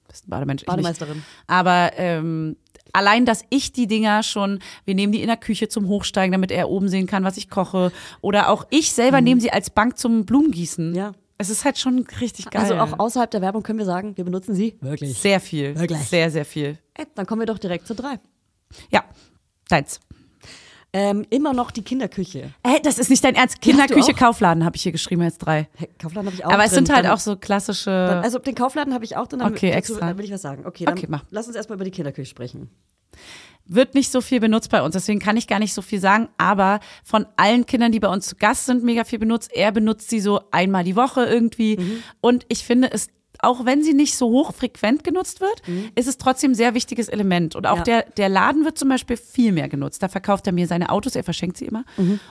bist ein Bademensch. ich Bademeisterin. nicht. Aber ähm, allein, dass ich die Dinger schon, wir nehmen die in der Küche zum Hochsteigen, damit er oben sehen kann, was ich koche. Oder auch ich selber nehme sie als Bank zum Blumengießen. Mhm. Ja. Es ist halt schon richtig geil. Also auch außerhalb der Werbung können wir sagen, wir benutzen sie wirklich. sehr viel. Wirklich. Sehr, sehr viel. Ey, dann kommen wir doch direkt zu drei. Ja. Deins. Ähm, immer noch die Kinderküche. Hey, das ist nicht dein Ernst. Die hast du Kinderküche, auch? Kaufladen habe ich hier geschrieben, jetzt drei. Hey, Kaufladen habe ich auch Aber es drin. sind halt Dann- auch so klassische. Dann, also den Kaufladen habe ich auch drin. dann- Okay, dazu, extra. Dann will ich was sagen. Okay, dann Okay, mach. lass uns erstmal über die Kinderküche sprechen. wird nicht so viel benutzt bei uns, deswegen kann ich gar nicht so viel sagen, aber von allen Kindern, die bei uns zu Gast sind, mega viel benutzt. Er benutzt sie so einmal die Woche irgendwie Mhm. und ich finde es auch wenn sie nicht so hochfrequent genutzt wird, ist es trotzdem ein sehr wichtiges Element. Und Mhm. auch Ja. der, der Laden wird zum Beispiel viel mehr genutzt. Da verkauft er mir seine Autos, er verschenkt sie immer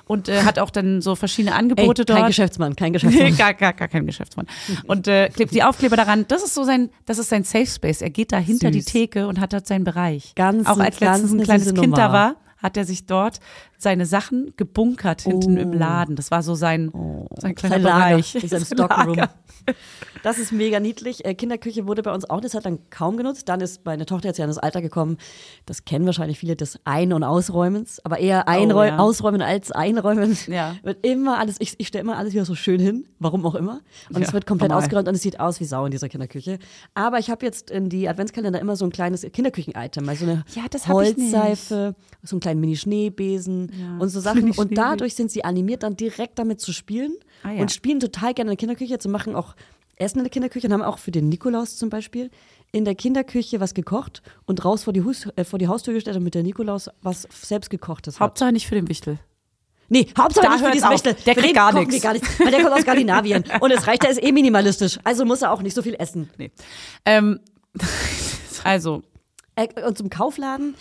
und äh, hat auch dann so verschiedene Mhm. Angebote Ey, kein dort. Geschäftsmann, kein Nee, Geschäftsmann. gar, gar, gar kein Geschäftsmann. Mhm. Und äh, klebt die Aufkleber daran. Das ist so sein, das ist sein Safe Space. Er geht da hinter die Theke und hat dort seinen Bereich. Ganz Auch ein- als letztens ganz ein eine kleines süße Kind da Nummer. war, hat er sich dort seine Sachen gebunkert hinten Oh. im Laden. Das war so sein, sein kleiner Sein Lager, Bereich. in seinem Sein Stockroom. Lager. Das ist mega niedlich. Äh, Kinderküche wurde bei uns auch eine Zeit lang kaum genutzt. Dann ist meine Tochter jetzt ja in das Alter gekommen. Das kennen wahrscheinlich viele des Ein- und Ausräumens, aber eher Einräu Oh, ja. Ausräumen als Einräumen. Ja. Wird immer alles, ich, ich stelle immer alles wieder so schön hin, warum auch immer. Und es Ja, wird komplett normal. ausgeräumt und es sieht aus wie Sau in dieser Kinderküche. Aber ich habe jetzt in die Adventskalender immer so ein kleines Kinderküchen-Item, also eine Ja, das hab ich nicht. Holzseife, so einen kleinen Mini-Schneebesen und so Sachen. Und dadurch sind sie animiert, dann direkt damit zu spielen Mhm. Ah, ja. und spielen total gerne in der Kinderküche, zu machen auch Essen in der Kinderküche und haben auch für den Nikolaus zum Beispiel in der Kinderküche was gekocht und raus vor die, Hus äh, vor die Haustür gestellt, damit der Nikolaus was selbst gekochtes hat. Hauptsache nicht für den Wichtel. Nee, Hauptsache Da nicht für hört's diesen auf. Wichtel. Für Der kriegt den gar kochen nix. wir gar nichts. Weil der kommt aus Skandinavien und es reicht, der ist eh minimalistisch. Also muss er auch nicht so viel essen. Nee. Ähm, also, Äh, Und zum Kaufladen,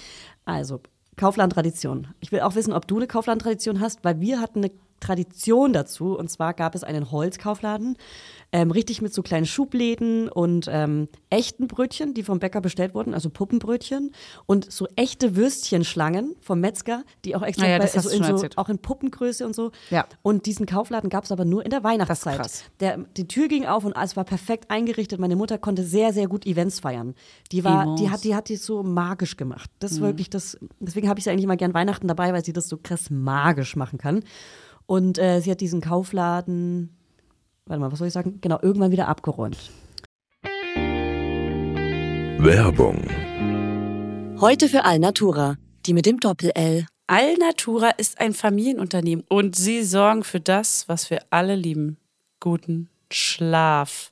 also Kauflandtradition. Ich will auch wissen, ob du eine Kauflandtradition hast, weil wir hatten eine Tradition dazu. Und zwar gab es einen Holzkaufladen, ähm, richtig mit so kleinen Schubläden und ähm, echten Brötchen, die vom Bäcker bestellt wurden, also Puppenbrötchen und so echte Würstchenschlangen vom Metzger, die auch extra Ah ja, bei, das hast also du in schon so, erzählt. auch in Puppengröße und so. Ja. Und diesen Kaufladen gab es aber nur in der Weihnachtszeit. krass. Der, die Tür ging auf und es war perfekt eingerichtet. Meine Mutter konnte sehr, sehr gut Events feiern. Die war, die Events. hat, die hat die so magisch gemacht. Das Mhm. ist wirklich das, deswegen habe ich sie eigentlich immer gern Weihnachten dabei, weil sie das so krass magisch machen kann. Und äh, sie hat diesen Kaufladen, warte mal, was soll ich sagen? Genau, irgendwann wieder abgeräumt. Werbung. Heute für Alnatura, die mit dem Doppel-L. Alnatura ist ein Familienunternehmen und sie sorgen für das, was wir alle lieben. Guten Schlaf.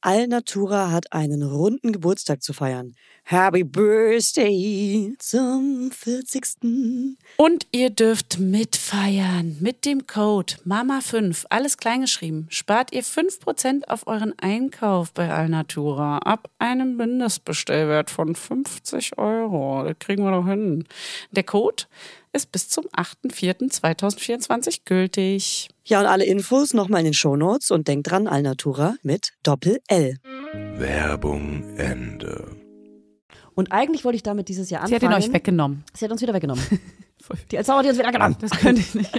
Alnatura hat einen runden Geburtstag zu feiern. Happy Birthday zum 40. Und ihr dürft mitfeiern mit dem Code MAMA5, alles kleingeschrieben, spart ihr 5% auf euren Einkauf bei Alnatura ab einem Mindestbestellwert von 50 Euro. Das kriegen wir doch hin. Der Code ist bis zum 8.4.2024 gültig. Ja, und alle Infos nochmal in den Shownotes und denkt dran, Alnatura mit Doppel-L. Werbung Ende. Und eigentlich wollte ich damit dieses Jahr Sie anfangen. Genau. hat ihn euch weggenommen. Sie hat uns wieder weggenommen. Die Zauber hat die uns wieder genommen. Das könnte ich nicht.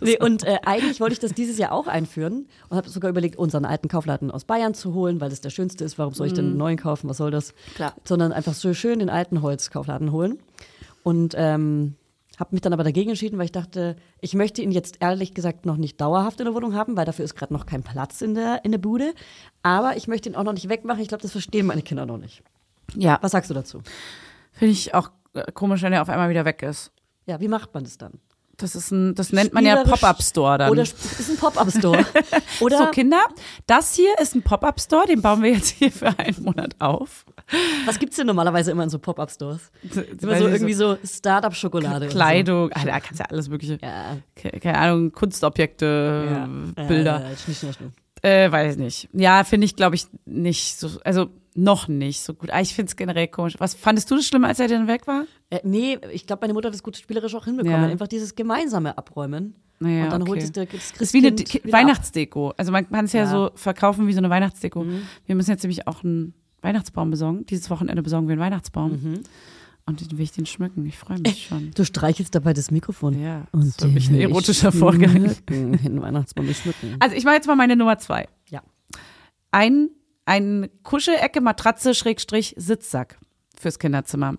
Nee, und äh, eigentlich wollte ich das dieses Jahr auch einführen und habe sogar überlegt, unseren alten Kaufladen aus Bayern zu holen, weil das der schönste ist. Warum soll ich denn einen neuen kaufen? Was soll das? Mhm. Klar. Sondern einfach so schön den alten Holzkaufladen holen. Und ähm, habe mich dann aber dagegen entschieden, weil ich dachte, ich möchte ihn jetzt ehrlich gesagt noch nicht dauerhaft in der Wohnung haben, weil dafür ist gerade noch kein Platz in der, in der Bude. Aber ich möchte ihn auch noch nicht wegmachen. Ich glaube, das verstehen meine Kinder noch nicht. Ja, Was sagst du dazu? finde ich auch äh, komisch, wenn er auf einmal wieder weg ist. Ja, wie macht man das dann? Das ist ein, das nennt man ja Spielerisch- Pop-Up-Store dann. Oder es ist ein Pop-Up-Store. Oder so, Kinder, das hier ist ein Pop-Up-Store, den bauen wir jetzt hier für einen Monat auf. Was gibt's denn normalerweise immer in so Pop-Up-Stores? Immer weiß so ich, irgendwie so Startup-Schokolade. oder Kleidung, ah, da kannst du ja alles mögliche. Ja. Ke- Keine Ahnung, So. Kunstobjekte, Ja. Bilder. Äh, schnisch, schnisch, schnisch. Äh, weiß nicht. Ja, finde ich, glaube ich, nicht so, also noch nicht so gut. Ah, ich finde es generell komisch. Was fandest du das schlimm, als er denn weg war? Äh, nee, ich glaube, meine Mutter hat das gut spielerisch auch hinbekommen. Ja. Einfach dieses gemeinsame Abräumen. Naja, und dann okay. holt sich der, das Das ist wie eine Christkind Di- wieder Weihnachtsdeko. Also man kann es ja, Ja. Mhm. so verkaufen wie so eine Weihnachtsdeko. Wir müssen jetzt nämlich auch einen Weihnachtsbaum besorgen. Dieses Wochenende besorgen wir einen Weihnachtsbaum. Mhm. Und den will ich den schmücken. Ich freue mich schon. Ab. Du streichst dabei das Mikrofon. Ja, das und ist wirklich ein den will ich erotischer Vorgang. schmücken, Den Weihnachtsbaum will ich schmücken. Also ich mache jetzt mal meine Nummer zwei. Ja. Ein, ein Kuschelecke, Matratze, Schrägstrich, Sitzsack fürs Kinderzimmer.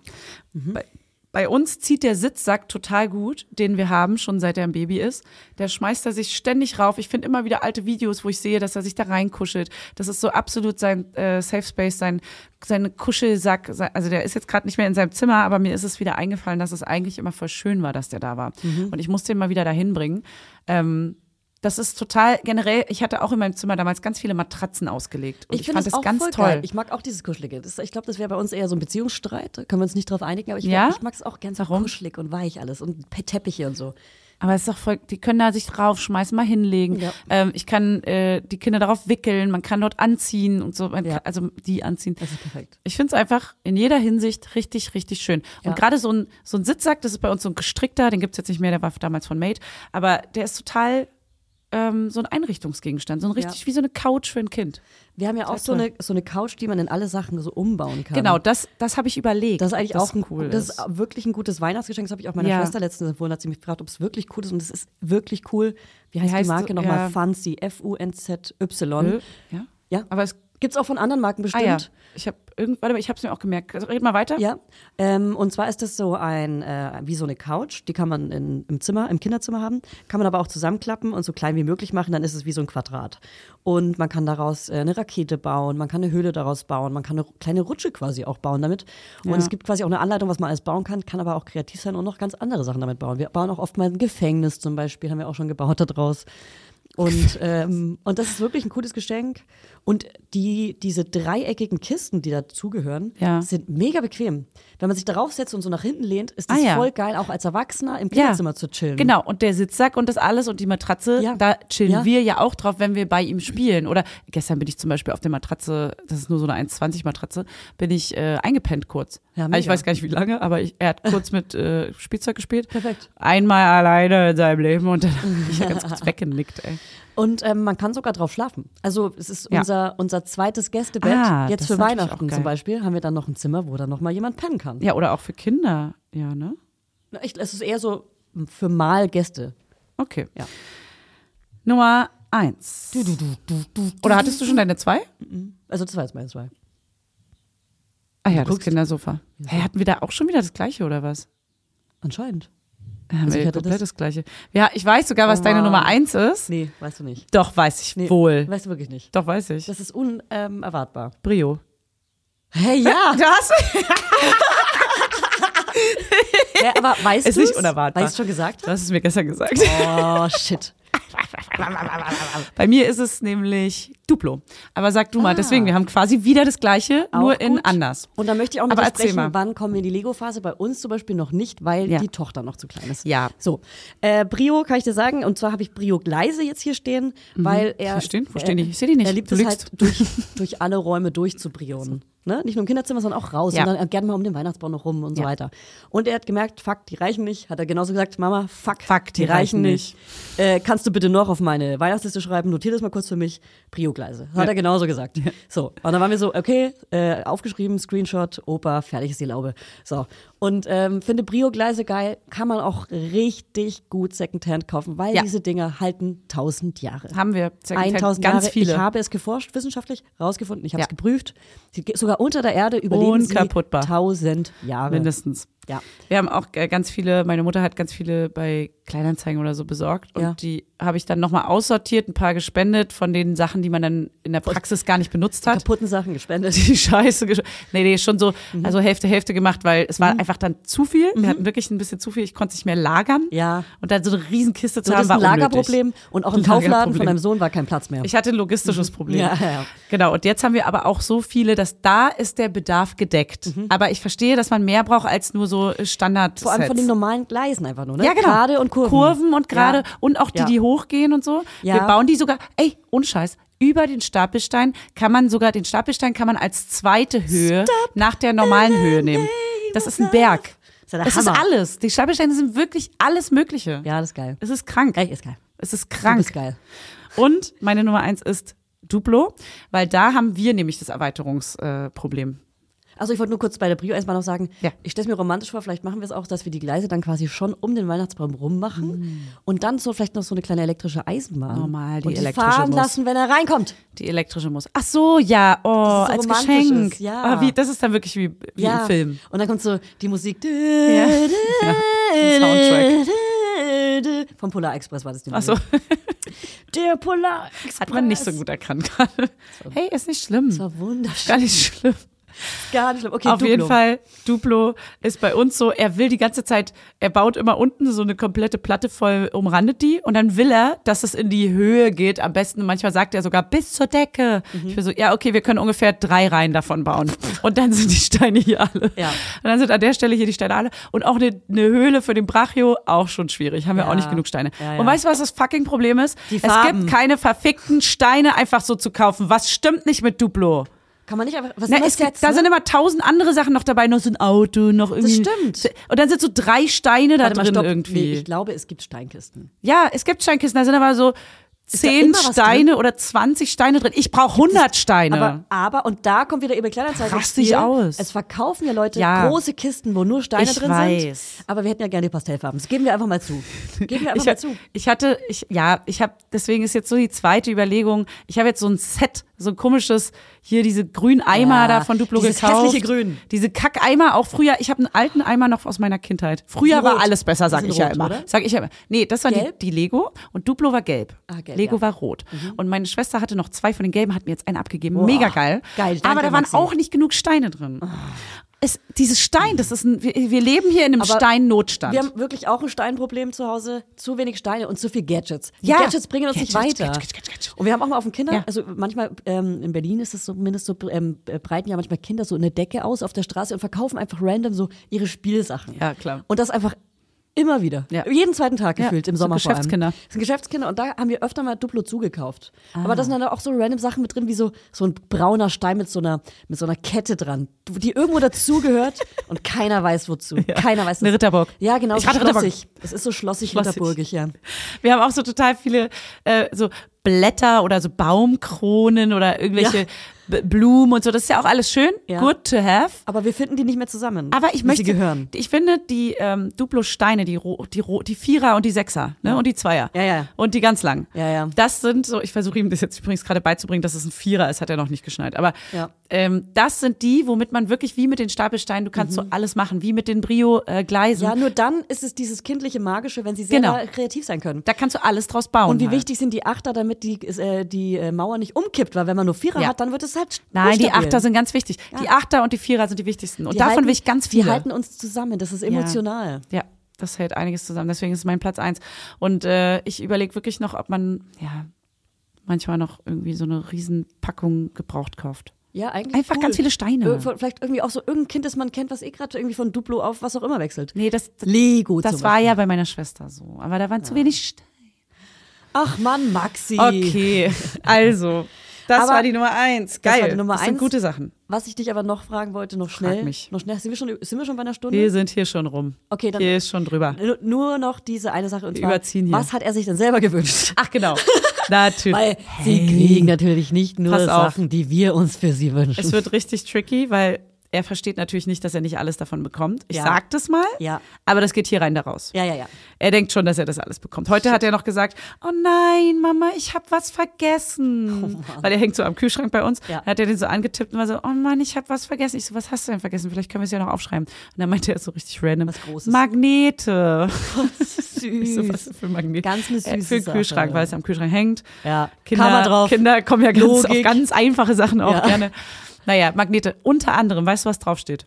Bei, bei uns zieht der Sitzsack total gut, den wir haben, schon seit er ein Baby ist. Der schmeißt er sich ständig rauf. Ich finde immer wieder alte Videos, wo ich sehe, dass er sich da reinkuschelt. Das ist so absolut sein äh, Safe Space, sein, sein Kuschelsack. Sein, also der ist jetzt gerade nicht mehr in seinem Zimmer, aber mir ist es wieder eingefallen, dass es eigentlich immer voll schön war, dass der da war. Und ich muss den mal wieder dahin bringen. Ähm, das ist total generell, ich hatte auch in meinem Zimmer damals ganz viele Matratzen ausgelegt. Und ich, find fand das auch ganz voll toll. Geil. Ich mag auch dieses Kuschelige. Das, ich glaube, das wäre bei uns eher so ein Beziehungsstreit. Da können wir uns nicht drauf einigen, aber ich, Ja? ich mag es auch gern so kuschelig und weich alles und Pe- Teppiche und so. Aber es ist doch voll, die können da sich draufschmeißen, mal hinlegen. Ja. Ähm, ich kann äh, die Kinder darauf wickeln, man kann dort anziehen und so, man Ja. kann, also die anziehen. Das ist perfekt. Ich finde es einfach in jeder Hinsicht richtig, richtig schön. Ja. Und gerade so ein, so ein Sitzsack, das ist bei uns so ein gestrickter, den gibt es jetzt nicht mehr, der war damals von Made, aber der ist total ähm, so ein Einrichtungsgegenstand, so ein richtig wie so eine Couch für ein Kind. Wir haben ja auch so toll. eine, so eine Couch, die man in alle Sachen so umbauen kann. Genau, das, das habe ich überlegt. Das ist eigentlich dass auch ein, cool. das ist ist. wirklich ein gutes Weihnachtsgeschenk. Das habe ich auch meiner Ja. Schwester letztens empfohlen. Hat sie mich gefragt, ob es wirklich cool ist. Und es ist wirklich cool. Wie heißt, heißt- die Marke nochmal? ja. Fancy. F-U-N-Z-Y. Ja? Hm? Ja. Aber es Gibt es auch von anderen Marken bestimmt. Ah ja, ich habe irgend, warte mal, ich habe es mir auch gemerkt. Also, red mal weiter. Ja, ähm, und zwar ist das so ein, äh, wie so eine Couch, die kann man in, im Zimmer, im Kinderzimmer haben, kann man aber auch zusammenklappen und so klein wie möglich machen, dann ist es wie so ein Quadrat. Und man kann daraus äh, eine Rakete bauen, man kann eine Höhle daraus bauen, man kann eine kleine Rutsche quasi auch bauen damit. Und es gibt quasi auch eine Anleitung, was man alles bauen kann, kann aber auch kreativ sein und noch ganz andere Sachen damit bauen. Wir bauen auch oft mal ein Gefängnis zum Beispiel, haben wir auch schon gebaut daraus. Und, ähm, und das ist wirklich ein cooles Geschenk. Und die, diese dreieckigen Kisten, die dazugehören, Ja. sind mega bequem. Wenn man sich darauf setzt und so nach hinten lehnt, ist das Ah, ja. voll geil, auch als Erwachsener im Ja. Kinderzimmer zu chillen. Genau, und der Sitzsack und das alles und die Matratze, Ja. da chillen Ja. wir ja auch drauf, wenn wir bei ihm spielen. Oder gestern bin ich zum Beispiel auf der Matratze, das ist nur so eine 1,20-Matratze, bin ich äh, eingepennt kurz. Ja, also ich mega. weiß gar nicht, wie lange, aber ich, er hat kurz mit äh, Spielzeug gespielt. Perfekt. Einmal alleine in seinem Leben und dann bin ich ja ganz kurz weggenickt, ey. Und ähm, man kann sogar drauf schlafen. Also es ist Ja. unser, unser zweites Gästebett. Ah, Jetzt das für ist natürlich auch Weihnachten geil. zum Beispiel haben wir dann noch ein Zimmer, wo dann noch mal jemand pennen kann. Ja, oder auch für Kinder, ja, ne? Na, Ich, es ist eher so für mal Gäste. Okay. Ja. Nummer eins. Oder hattest du schon deine zwei? Also das war jetzt meine zwei. Ah ja, das guckst. Ah Kindersofa. Hey, hatten wir da auch schon wieder das gleiche oder was? Anscheinend. haben wir ich hatte komplett das, das- Gleiche. Ja, ich weiß sogar, was deine Nummer eins ist. Nee, weißt du nicht. Doch, weiß ich Nee, wohl. Weißt du wirklich nicht. Doch, weiß ich. Das ist ähm, unerwartbar. Brio. Hey, ja. Du hast ja aber weißt Ist du's? nicht unerwartbar. Weißt du schon gesagt? Du hast es mir gestern gesagt. Oh, shit. Bei mir ist es nämlich Duplo. Aber sag du mal, deswegen, wir haben quasi wieder das Gleiche, nur Auch in gut. anders. Und dann möchte ich auch noch Aber erzähl sprechen, mal. wann kommen wir in die Lego-Phase? Bei uns zum Beispiel noch nicht, weil Ja. die Tochter noch zu klein ist. Ja. So, äh, Brio kann ich dir sagen, und zwar habe ich Brio Gleise jetzt hier stehen, weil er. äh, Hier stehen? Wo stehen die? Mhm. Ich seh die nicht. Er liebt Du es halt, lügst. durch, durch alle Räume durchzubrionen. Ne? Nicht nur im Kinderzimmer, sondern auch raus. Ja. Und dann gerne mal um den Weihnachtsbaum noch rum und so Ja. weiter. Und er hat gemerkt, fuck, die reichen nicht. Hat er genauso gesagt, Mama, fuck, Fuck, die reichen Äh, kannst du bitte noch auf meine Weihnachtsliste schreiben? Notier das mal kurz für mich. Brio-Gleise. Hat er genauso gesagt. So, und dann waren wir so, okay, äh, aufgeschrieben, Screenshot, Opa, fertig ist die Laube. So, und ähm, finde Brio-Gleise geil. Kann man auch richtig gut Secondhand kaufen, weil Ja. diese Dinger halten tausend Jahre. Haben wir. Secondhand 1000 ganz Jahre. viele. Ich habe es geforscht, wissenschaftlich rausgefunden. Ich habe es Ja. geprüft. Sie, ge- sogar unter der Erde überleben sie Unkaputtbar. 1000 Jahre. Mindestens. Ja. Wir haben auch äh, ganz viele, meine Mutter hat ganz viele bei Kleinanzeigen oder so besorgt und Ja. die habe ich dann nochmal aussortiert, ein paar gespendet von den Sachen, die man dann in der Praxis gar nicht benutzt hat. Kaputten Sachen gespendet. Die Scheiße. gesch- Nee, nee, schon so, Mhm. also Hälfte, Hälfte gemacht, weil es war einfach dann zu viel. Wir hatten wirklich ein bisschen zu viel. Ich konnte es nicht mehr lagern. Ja. Und dann so eine Riesenkiste zu So, das haben, ist ein war Lagerproblem unnötig. und auch im Ein Kaufladen von Lagerproblem. meinem Sohn war kein Platz mehr. Ich hatte ein logistisches Problem. Mhm. Ja, ja, ja. Genau, und jetzt haben wir aber auch so viele, dass da ist der Bedarf gedeckt. Aber ich verstehe, dass man mehr braucht als nur so Standard. Mhm. Vor allem von den normalen Gleisen einfach nur, ne? ja, genau. Gerade und Kurven. Kurven und gerade Ja. und auch die, Ja. die hochgehen und so. Ja. Wir bauen die sogar, ey, ohne Scheiß, über den Stapelstein kann man sogar, den Stapelstein kann man als zweite Höhe nach der normalen Höhe nehmen. Das ist ein Berg. Ist ja der Das ist Hammer. alles. Die Stapelsteine sind wirklich alles Mögliche. Ja, das ist geil. Es ist krank. Ey, ist geil. Es ist Du krank. bist geil. Und meine Nummer eins ist Duplo, weil da haben wir nämlich das Erweiterungsproblem. Äh, Problem. Also ich wollte nur kurz bei der Brio erstmal noch sagen, Ja. ich stelle es mir romantisch vor, vielleicht machen wir es auch, dass wir die Gleise dann quasi schon um den Weihnachtsbaum rummachen und dann so vielleicht noch so eine kleine elektrische Eisenbahn. Mm. Normal, die und die elektrische fahren muss. lassen, wenn er reinkommt. die elektrische muss. Ach so, ja, oh, Dass es als so romantisch Geschenk. ist, ja. Ah, wie, das ist dann wirklich wie, wie im Film. Und dann kommt so die Musik. Ja, ein Soundtrack. Vom Polar Express war das die Ach so, Musik. Der Polar Express. hat man nicht so gut erkannt gerade. Hey, ist nicht schlimm. Das war wunderschön. Gar nicht schlimm. Gar nicht schlimm. Okay, Auf Duplo. jeden Fall, Duplo ist bei uns so, er will die ganze Zeit, er baut immer unten so eine komplette Platte voll, umrandet die und dann will er, dass es in die Höhe geht. Am besten, manchmal sagt er sogar bis zur Decke. Mhm. Ich bin so, ja, okay, wir können ungefähr drei Reihen davon bauen. Und dann sind die Steine hier alle. Ja. Und dann sind an der Stelle hier die Steine alle. Und auch eine, eine Höhle für den Brachio, auch schon schwierig. Haben wir Ja. auch nicht genug Steine. Ja, ja. Und weißt du, was das fucking Problem ist? Die es Farben. gibt keine verfickten Steine einfach so zu kaufen. Was stimmt nicht mit Duplo? Kann man nicht einfach. Was Na, sind das es gibt, jetzt, da ne? sind immer tausend andere Sachen noch dabei, noch so ein Auto, noch irgendwie. stimmt. Und dann sind so drei Steine da Warte mal, drin stopp. Nee, irgendwie. ich glaube, es gibt Steinkisten. ja, es gibt Steinkisten, da sind aber so da zehn immer was Steine oder 20 Steine drin. Ich brauche 100 Steine. Aber, aber, und da kommt wieder eBay Kleinanzeigen ins Raste ich Spiel. aus. Es verkaufen ja Leute Ja. große Kisten, wo nur Steine Ich drin weiß. sind. Aber wir hätten ja gerne die Pastellfarben. Das geben wir einfach mal zu. Geben wir einfach ich, mal zu. ich hatte, ich, ja, ich habe, deswegen ist jetzt so die zweite Überlegung. Ich habe jetzt so ein Set, so ein komisches, hier diese grünen Eimer Ja, da von Duplo dieses gekauft. hässliche Grün. Diese Kackeimer, auch früher, ich habe einen alten Eimer noch aus meiner Kindheit. Früher sind war rot. alles besser, Die sag sind ich ja rot, immer. oder? Sag ich ja immer. Nee, das war die, Gelb? die Lego und Duplo war gelb. Ah, gelb, ja. Lego Mhm. war rot. Und meine Schwester hatte noch zwei von den gelben, hat mir jetzt einen abgegeben. Mega geil. Geil, danke, Aber da waren Maxi. Ah. auch nicht genug Steine drin. Es, dieses Stein, das ist ein, wir, wir leben hier in einem Aber Stein-Notstand. Wir haben wirklich auch ein Steinproblem zu Hause. Zu wenig Steine und zu viel Gadgets. Die Ja. Gadgets bringen uns nicht Gadgets, weiter. Gadgets, Gadgets, Gadgets. Und wir haben auch mal auf den Kindern, Ja. also manchmal ähm, in Berlin ist es zumindest so, ähm, breiten ja manchmal Kinder so eine Decke aus auf der Straße und verkaufen einfach random so ihre Spielsachen. Ja, klar. Und das einfach immer wieder. Ja. Jeden zweiten Tag Ja, gefühlt im sind Sommer Geschäftskinder. Vor allem. Das sind Geschäftskinder und da haben wir öfter mal Duplo zugekauft. Aber Ah. da sind dann auch so random Sachen mit drin, wie so, so ein brauner Stein mit so einer, mit so einer Kette dran, die irgendwo dazugehört und keiner weiß wozu. Keiner weiß Eine das- Ritterburg. Ja, genau. Ich so rate Ritterburg. schlossig. Es ist so schlossig, Schlossig. ritterburgig, ja. Wir haben auch so total viele äh, so Blätter oder so Baumkronen oder irgendwelche Ja. B- Blumen und so. Das ist ja auch alles schön. Ja. Good to have. Aber wir finden die nicht mehr zusammen. Aber ich wie möchte, Sie gehören. ich finde die ähm, Duplo-Steine, die, Ro- die, Ro- die Vierer und die Sechser ne? und die Zweier Ja, ja. und die ganz langen. Ja, ja. Das sind so, ich versuche ihm das jetzt übrigens gerade beizubringen, dass es ein Vierer ist, hat er noch nicht geschnallt. Aber Ja. ähm, das sind die, womit man wirklich wie mit den Stapelsteinen, du kannst so alles machen, wie mit den äh, Brio-Gleisen. Mhm. Ja, nur dann ist es dieses kindliche Magische, wenn sie selber Mhm. Genau. kreativ sein können. da kannst du alles draus bauen. Und wie halt. wichtig sind die Achter, damit die, äh, die äh, Mauer nicht umkippt? Weil wenn man nur Vierer Ja. hat, dann wird es halt Nein, die unstabil. Achter sind ganz wichtig. Die Achter und die Vierer sind die wichtigsten. Und Die davon halten- will ich ganz viele. Die halten uns zusammen, das ist emotional. Ja, das hält einiges zusammen. Deswegen ist es mein Platz eins. Und äh, ich überlege wirklich noch, ob man ja manchmal noch irgendwie so eine Riesenpackung gebraucht kauft. Ja, eigentlich Einfach cool. ganz viele Steine. Ir- Vielleicht irgendwie auch so irgendein Kind, das man kennt, was eh gerade irgendwie von Duplo auf was auch immer wechselt. Nee, das, das, Lego zum das war ja bei meiner Schwester so. Aber da waren zu wenig Steine. Ach Mann, Maxi. Okay, also. Das Aber war die Nummer eins. Geil. Das war die Nummer das sind eins. gute Sachen. Was ich dich aber noch fragen wollte, noch schnell. mich. Noch schnell. Sind wir schon, sind wir schon bei einer Stunde? Wir sind hier schon rum. Okay, dann- Hier ist schon drüber. Nur- Nur noch diese eine Sache und Wir zwar, überziehen hier. was hat er sich denn selber gewünscht? Ach, genau. Natürlich. Weil sie kriegen natürlich nicht nur Pass auf. Sachen, die wir uns für sie wünschen. Es wird richtig tricky, weil er versteht natürlich nicht, dass er nicht alles davon bekommt. Ich Ja. sag das mal, Ja. aber das geht hier rein, da raus. ja, ja, ja. Er denkt schon, dass er das alles bekommt. Heute hat er noch gesagt, oh nein, Mama, ich habe was vergessen. Weil er hängt so am Kühlschrank bei uns. Oh Ja. Hat er den so angetippt und war so, oh Mann, ich habe was vergessen. Ich so, was hast du denn vergessen? Vielleicht können wir es ja noch aufschreiben. Und dann meinte er so richtig random, Was Großes. Magnete. Ich so, was Süß. für Magnete? Ganz eine süße Äh, Für den Sache. Kühlschrank, weil es am Kühlschrank hängt. Ja, Kinder, kam er drauf. Kinder kommen ja ganz, auf Logik. ganz einfache Sachen auch Ja. gerne. Naja, Magnete. Unter anderem, weißt du, was draufsteht?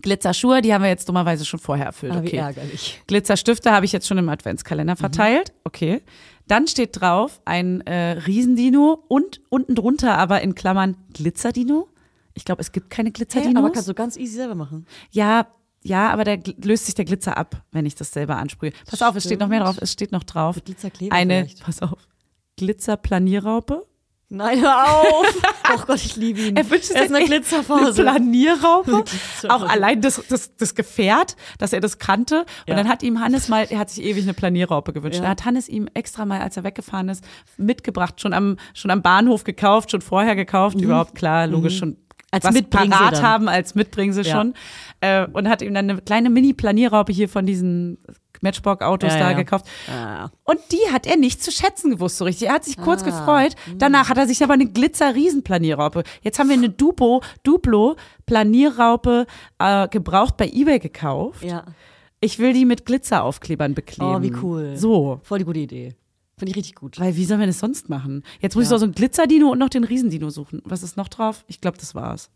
Glitzerschuhe, die haben wir jetzt dummerweise schon vorher erfüllt. Ah, wie okay. ärgerlich. Glitzerstifte habe ich jetzt schon im Mhm. Adventskalender verteilt. Okay. Dann steht drauf ein äh, Riesendino und unten drunter aber in Klammern Glitzerdino. Ich glaube, es gibt keine Hey, Glitzerdinos. aber kannst du ganz easy selber machen. ja, ja, aber da gl- löst sich der Glitzer ab, wenn ich das selber ansprühe. Pass auf, es steht noch mehr drauf. Es steht noch drauf. Glitzerkleber Eine, vielleicht. pass auf, Glitzerplanierraupe. Nein, hör auf! oh Gott, ich liebe ihn. Er wünscht sich er ist eine echt Glitzerphase. Eine Planierraupe. Glitzerphase. Auch allein das, das, das Gefährt, dass er das kannte. Und dann hat ihm Hannes mal, er hat sich ewig eine Planierraupe gewünscht. Da hat Hannes ihm extra mal, als er weggefahren ist, mitgebracht, schon am, schon am Bahnhof gekauft, schon vorher gekauft, überhaupt klar, logisch schon. Mhm. Als was Mitbringsel parat dann. haben, als Mitbringsel Ja. schon. Äh, und hat ihm dann eine kleine Mini-Planierraupe hier von diesen Matchbox-Autos Ja, da ja, ja. gekauft. Ah. Und die hat er nicht zu schätzen gewusst, so richtig. Er hat sich kurz gefreut. Mhm. Danach hat er sich aber eine Glitzer-Riesenplanierraupe. Jetzt haben wir eine Duplo, Duplo Planierraupe äh, gebraucht bei Ebay gekauft. Ja. Ich will die mit Glitzeraufklebern bekleben. Oh, wie cool. So. Voll die gute Idee. Finde ich richtig gut. Weil wie soll man das sonst machen? Jetzt muss ich noch so einen Glitzerdino und noch den Riesendino suchen. Was ist noch drauf? Ich glaube, das war's.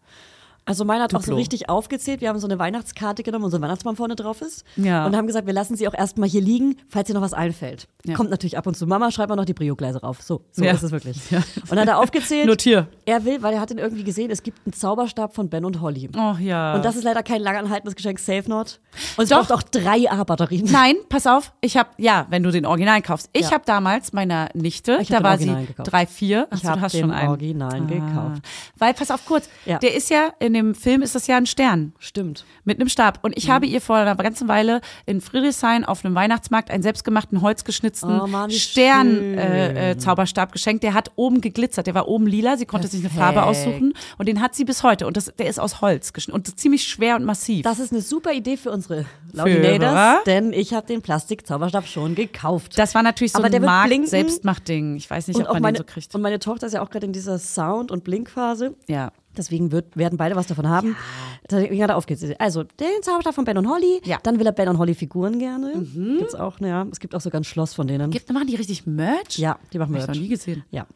Also meiner hat auch so Duplo. richtig aufgezählt. Wir haben so eine Weihnachtskarte genommen, wo so ein Weihnachtsbaum vorne drauf ist. Ja. Und haben gesagt, wir lassen sie auch erstmal hier liegen, falls ihr noch was einfällt. Ja. Kommt natürlich ab und zu. Mama, schreib mal noch die Brio-Gleise rauf. So, so Ja. ist es wirklich. Ja. Und dann hat er aufgezählt. Notier. Er will, weil er hat ihn irgendwie gesehen, es gibt einen Zauberstab von Ben und Holly. Oh ja. Und das ist leider kein langanhaltendes Geschenk, Safe Not. Und es braucht auch drei A-Batterien. Nein, pass auf, ich habe ja, wenn du den Original kaufst. Ich Ja. habe damals meiner Nichte, Ich hab da den war Original sie gekauft. drei, vier. Ich Ach so, hab du hast den schon einen. Ah. Original gekauft. Weil, pass auf kurz, Ja. der ist ja, in dem Film ist das ja ein Stern. Stimmt. Mit einem Stab. Und ich Mhm. habe ihr vor einer ganzen Weile in Friedrichshain auf einem Weihnachtsmarkt einen selbstgemachten, holzgeschnitzten Oh Mann, wie schön. Stern-Zauberstab geschenkt. Der hat oben geglitzert. Der war oben lila. Sie konnte sich eine Farbe aussuchen. Und den hat sie bis heute. Und das, der ist aus Holz geschnitten. Und ziemlich schwer und massiv. Das ist eine super Idee für unsere Laudinators, Hörer. denn ich habe den Plastikzauberstab schon gekauft. Das war natürlich so Aber der ein wird blinken. Markt-Selbstmacht-Ding. Ich weiß nicht, und ob auch man meine, den so kriegt. und meine Tochter ist ja auch gerade in dieser Sound- und Blinkphase. Ja. Deswegen wird, werden beide was davon haben. Deswegen hat er aufgezählt. Also den Zauberstab von Ben und Holly. Ja. Mhm. Dann will er Ben und Holly Figuren gerne. Gibt's auch, na ja. Es gibt auch sogar ein Schloss von denen. Gibt, machen die richtig Merch? ja, die machen Hab ich Merch. noch nie gesehen. Ja.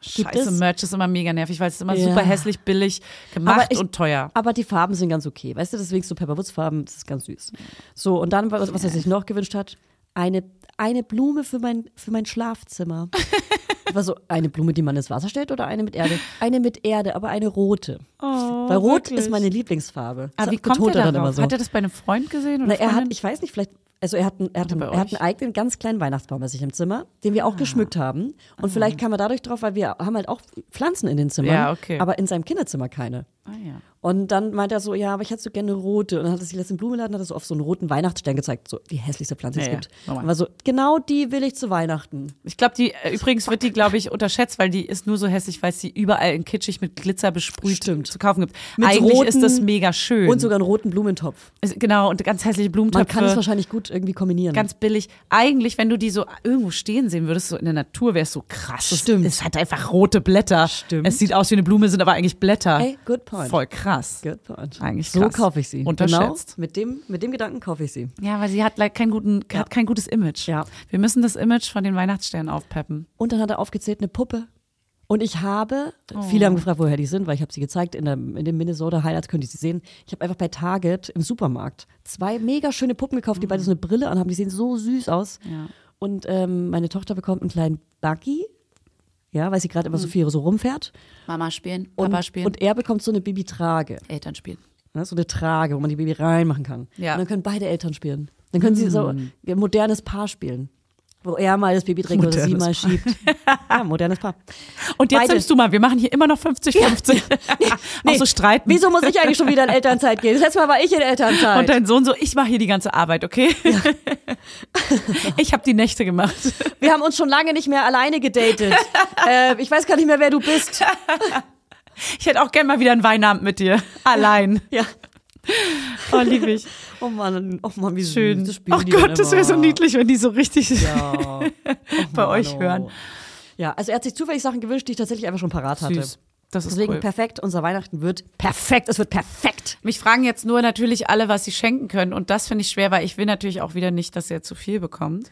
Gibt Scheiße, es? Merch ist immer mega nervig, weil es ist immer Ja. super hässlich, billig gemacht ich- Ah, und teuer. Aber die Farben sind ganz okay. Weißt du, deswegen so Pepperwoods-Farben, das ist ganz süß. So, und dann, was was er sich noch gewünscht hat, eine, eine Blume für mein, für mein Schlafzimmer. Das war so eine Blume, die man ins Wasser stellt oder eine mit Erde? Eine mit Erde, aber eine rote. Weil rot Oh, wirklich? ist meine Lieblingsfarbe. Aber Das wie kommt betont er da dann immer drauf? so. Hat er das bei einem Freund gesehen? Oder Na, er hat, Freundin? ich weiß nicht, vielleicht, also er hat einen, er hat einen, bei er hat euch? Ah. einen eigenen ganz kleinen Weihnachtsbaum bei sich im Zimmer, den wir auch geschmückt haben. Und vielleicht kam er dadurch drauf, weil wir haben halt auch Pflanzen in den Zimmern, Ja, okay. aber in seinem Kinderzimmer keine. Ah ja. Und dann meinte er so, ja, aber ich hätte so gerne rote. Und dann hat er sich letzten Blumenladen, hat er so auf so einen roten Weihnachtsstern gezeigt, so die hässlichste Pflanze, die Ja, es ja, gibt. normal. Und war so, genau die will ich zu Weihnachten. Ich glaube, die äh, übrigens wird die, glaube ich, unterschätzt, weil die ist nur so hässlich, weil es sie überall in kitschig mit Glitzer besprüht Stimmt. zu kaufen gibt. Mit Eigentlich roten- ist das mega schön. Und sogar einen roten Blumentopf. Es- genau und ganz hässliche Blumentöpfe. Man kann es wahrscheinlich gut irgendwie kombinieren. ganz billig. Eigentlich, wenn du die so irgendwo stehen sehen würdest, so in der Natur, wäre es so krass. Es- Stimmt. Es hat einfach rote Blätter. Stimmt. Es sieht aus wie eine Blume, sind aber eigentlich Blätter. Ey, good point. Voll krass. Good point. Eigentlich so krass. kaufe ich sie. Unterschätzt. Genau, mit dem, mit dem Gedanken kaufe ich sie. Ja, weil sie hat like, kein, guten, hat kein gutes Image. Ja. Wir müssen das Image von den Weihnachtssternen aufpeppen. Und dann hat er aufgezählt eine Puppe. Und ich habe, Oh. viele haben gefragt, woher die sind, weil ich habe sie gezeigt, in, der, in dem Minnesota Highlights können die sie sehen. Ich habe einfach bei Target im Supermarkt zwei mega schöne Puppen gekauft, die beide so eine Brille anhaben, die sehen so süß aus. Ja. Und ähm, meine Tochter bekommt einen kleinen Buggy, ja, weil sie gerade immer so viel so rumfährt. Mama spielen, Und, Hm. Papa spielen, und er bekommt so eine Babytrage, Eltern spielen. ne, so eine Trage, wo man die Baby reinmachen kann. Ja. Hm. Und dann können beide Eltern spielen. Dann können sie so ein modernes Paar spielen, wo er mal das Baby trägt oder sie mal Modernes schiebt. Ja, modernes Paar. Und jetzt Beide. nimmst du mal, wir machen hier immer noch 50-50. Auch so streiten. Wieso muss ich eigentlich schon wieder in Elternzeit gehen? Das letzte Mal war ich in Elternzeit. und dein Sohn so, ich mache hier die ganze Arbeit, okay? ich habe die Nächte gemacht. Wir haben uns schon lange nicht mehr alleine gedatet. äh, ich weiß gar nicht mehr, wer du bist. Ich hätte auch gern mal wieder einen Weinabend mit dir. Allein. Ja. Oh, lieb ich. Oh Mann, oh Mann, wie Schön. süß. Das spielen Ach die dann Gott, das wäre so immer. niedlich, wenn die so richtig Ja. Oh, bei euch Hallo. hören. Ja, also er hat sich zufällig Sachen gewünscht, die ich tatsächlich einfach schon parat hatte. Süß. Das ist Deswegen cool. perfekt. Unser Weihnachten wird perfekt. Es wird perfekt. Mich fragen jetzt nur natürlich alle, was sie schenken können. Und das finde ich schwer, weil ich will natürlich auch wieder nicht, dass ihr zu viel bekommt.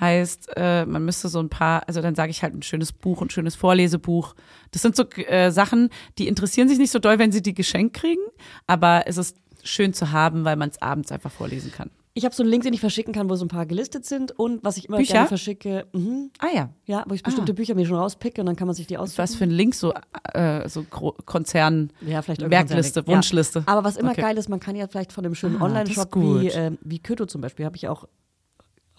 Heißt, äh, man müsste so ein paar, also dann sage ich halt ein schönes Buch, ein schönes Vorlesebuch. Das sind so äh, Sachen, die interessieren sich nicht so doll, wenn sie die geschenkt kriegen. Aber es ist schön zu haben, weil man es abends einfach vorlesen kann. Ich habe so einen Link, den ich verschicken kann, wo so ein paar gelistet sind und was ich immer Bücher? gerne verschicke. Mhm. Ah ja. Ja, wo ich bestimmte Bücher mir schon rauspicke und dann kann man sich die aussuchen. Was für ein Link, so, äh, so Gro- Konzern, Ja, vielleicht irgendwann Werkliste, sein Weg. Wunschliste. Ja. Aber was immer Okay. geil ist, man kann ja vielleicht von einem schönen Ah, Online-Shop das ist gut. wie, ähm, wie Köto zum Beispiel, habe ich auch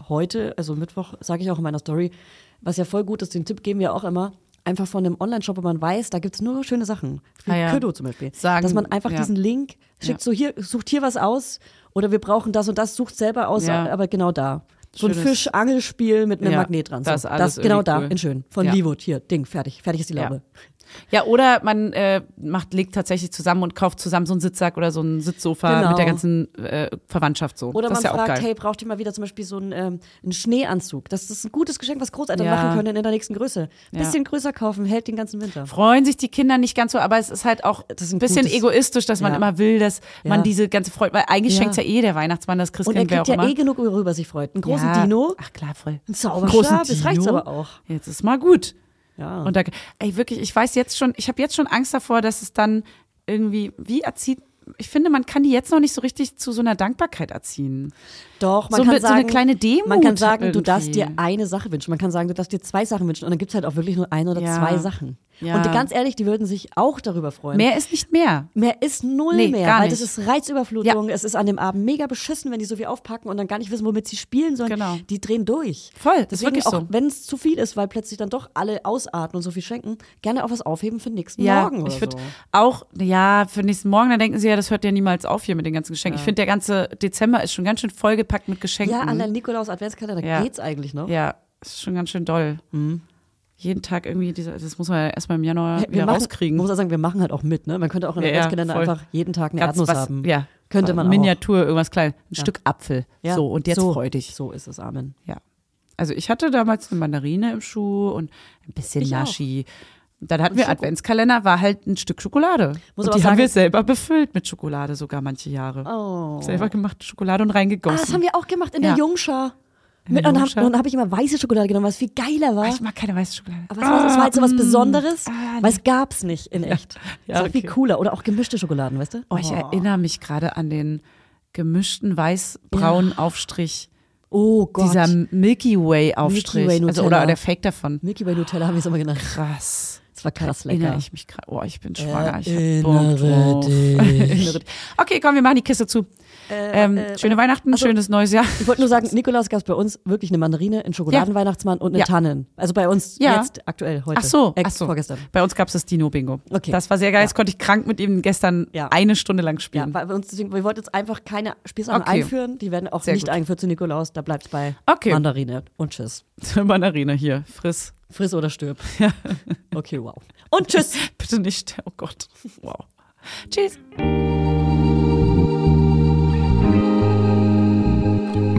heute, also Mittwoch, sage ich auch in meiner Story, was ja voll gut ist, den Tipp geben wir auch immer, einfach von einem Online-Shop, wo man weiß, da gibt es nur schöne Sachen. Wie Ah, ja. Köto zum Beispiel. Sagen- Dass man einfach ja. diesen Link schickt, so hier, sucht hier was aus oder wir brauchen das und das, sucht selber aus, Ja. aber genau da. So ein Schönes- Fisch-Angelspiel mit einem Ja, Magnet dran. So, das ist alles genau irgendwie da, cool. in schön. Von Ja. Livot. Hier, Ding, fertig. Fertig ist die Laube. Ja, oder man äh, macht, legt tatsächlich zusammen und kauft zusammen so einen Sitzsack oder so ein Sitzsofa Genau. mit der ganzen äh, Verwandtschaft so. Oder das man ist ja auch fragt, geil. hey, braucht ihr mal wieder zum Beispiel so einen, ähm, einen Schneeanzug? Das ist ein gutes Geschenk, was Großeltern Ja. machen können in der nächsten Größe. Ja. Bisschen größer kaufen, hält den ganzen Winter. Freuen sich die Kinder nicht ganz so, aber es ist halt auch Das ist ein ein bisschen gutes- egoisch, dass man Ja. immer will, dass man Ja. diese ganze Freude, weil eigentlich Ja. schenkt's ja eh der Weihnachtsmann, das Und er Christkind, wer auch kriegt ja immer. eh genug, worüber er sich freut. Einen großen Ja. Dino, Ach klar, voll. einen Einen großen Zauberstab, das reicht's Dino. aber auch. Jetzt ist mal gut. Ja. Und da, ey, wirklich, ich weiß jetzt schon, ich habe jetzt schon Angst davor, dass es dann irgendwie, wie erzieht, ich finde, man kann die jetzt noch nicht so richtig zu so einer Dankbarkeit erziehen. Doch, man So kann mit- so sagen, eine kleine Demut Man kann sagen, du darfst irgendwie. dir eine Sache wünschen. Man kann sagen, du darfst dir zwei Sachen wünschen. Und dann gibt's halt auch wirklich nur ein oder Ja. zwei Sachen. Ja. Und ganz ehrlich, die würden sich auch darüber freuen. Mehr ist nicht mehr. Mehr ist null Nee, mehr, gar weil nicht. das ist Reizüberflutung. Es ist an dem Abend mega beschissen, wenn die so viel aufpacken und dann gar nicht wissen, womit sie spielen sollen. Genau. Die drehen durch. Voll, ist Deswegen wirklich auch, so. wenn es zu viel ist, weil plötzlich dann doch alle ausatmen und so viel schenken, gerne auch was aufheben für den nächsten Morgen oder ich würde so. auch, ja, für nächsten Morgen, dann denken sie ja, das hört ja niemals auf hier mit den ganzen Geschenken. Ich finde, der ganze Dezember ist schon ganz schön vollgepackt mit Geschenken. Ja, an der Nikolaus Adventskalender ne? Ja. geht's eigentlich noch. Ja, ist schon ganz schön doll. Mhm. Jeden Tag irgendwie, diese, das muss man ja erstmal im Januar Hey, wieder machen, rauskriegen. Muss auch sagen, wir machen halt auch mit, ne? Man könnte auch in Ja, den ja, Adventskalender voll. einfach jeden Tag eine Ganz Erdnuss was- haben. Ja, Könnte man auch. Äh, Miniatur, irgendwas klein, ein Stück Apfel. Ja. So, und jetzt so, freu dich. So ist es, Amen. Ah, Ja. Also ich hatte damals eine Mandarine im Schuh und ein bisschen Ich auch. Naschi. Dann hatten wir Adventskalender, war halt ein Stück Schokolade. Muss und aber die haben sagen- wir selber befüllt mit Schokolade sogar manche Jahre. Oh. Selber gemacht Schokolade und Ah, reingegossen. das haben wir auch gemacht in Ja. der Jungschar. Mit, und Jungschar. Ah, dann habe ich immer weiße Schokolade genommen, was viel geiler war. ich mag keine weiße Schokolade. Aber es war, es war halt so was Besonderes, hm. ah, weil es gab's nicht in echt. Ja, Ja, ist auch okay. viel cooler. Oder auch gemischte Schokoladen, weißt du? Oh, ich erinnere mich gerade an den gemischten weiß-braunen Aufstrich. Oh Gott. Dieser Milky Way Aufstrich. Milky Way also, oder Nutella. der Fake davon. Milky Way Nutella haben wir es immer genannt. Krass. Das war krass Erinnere lecker. ich mich gerade. Oh, ich bin schwanger. Ich hab Erinnere Bock drauf. dich. Erinnere dich. okay, komm, wir machen die Kiste zu. ähm, schöne Weihnachten, Äh, also- schönes neues Jahr. Ich wollte nur sagen, Nikolaus gab es bei uns wirklich eine Mandarine, einen Schokoladenweihnachtsmann und eine Ja. Tannen. Also bei uns Ja. jetzt aktuell heute. Ach so, äh, ach so. vorgestern. Bei uns gab es das Dino-Bingo. Okay. Das war sehr geil. Das konnte ich krank mit ihm gestern Ja. eine Stunde lang Ja, spielen. weil wir uns deswegen, wir wollten jetzt einfach keine Spielsachen Mhm. Okay. einführen. Die werden auch Sehr nicht gut. eingeführt zu Nikolaus. Da bleibt bei Okay. Mandarine und Tschüss. Mandarine hier, friss. Friss oder stirb. Okay, wow. Und Tschüss. Bitte nicht. Oh Gott. Wow. Tschüss.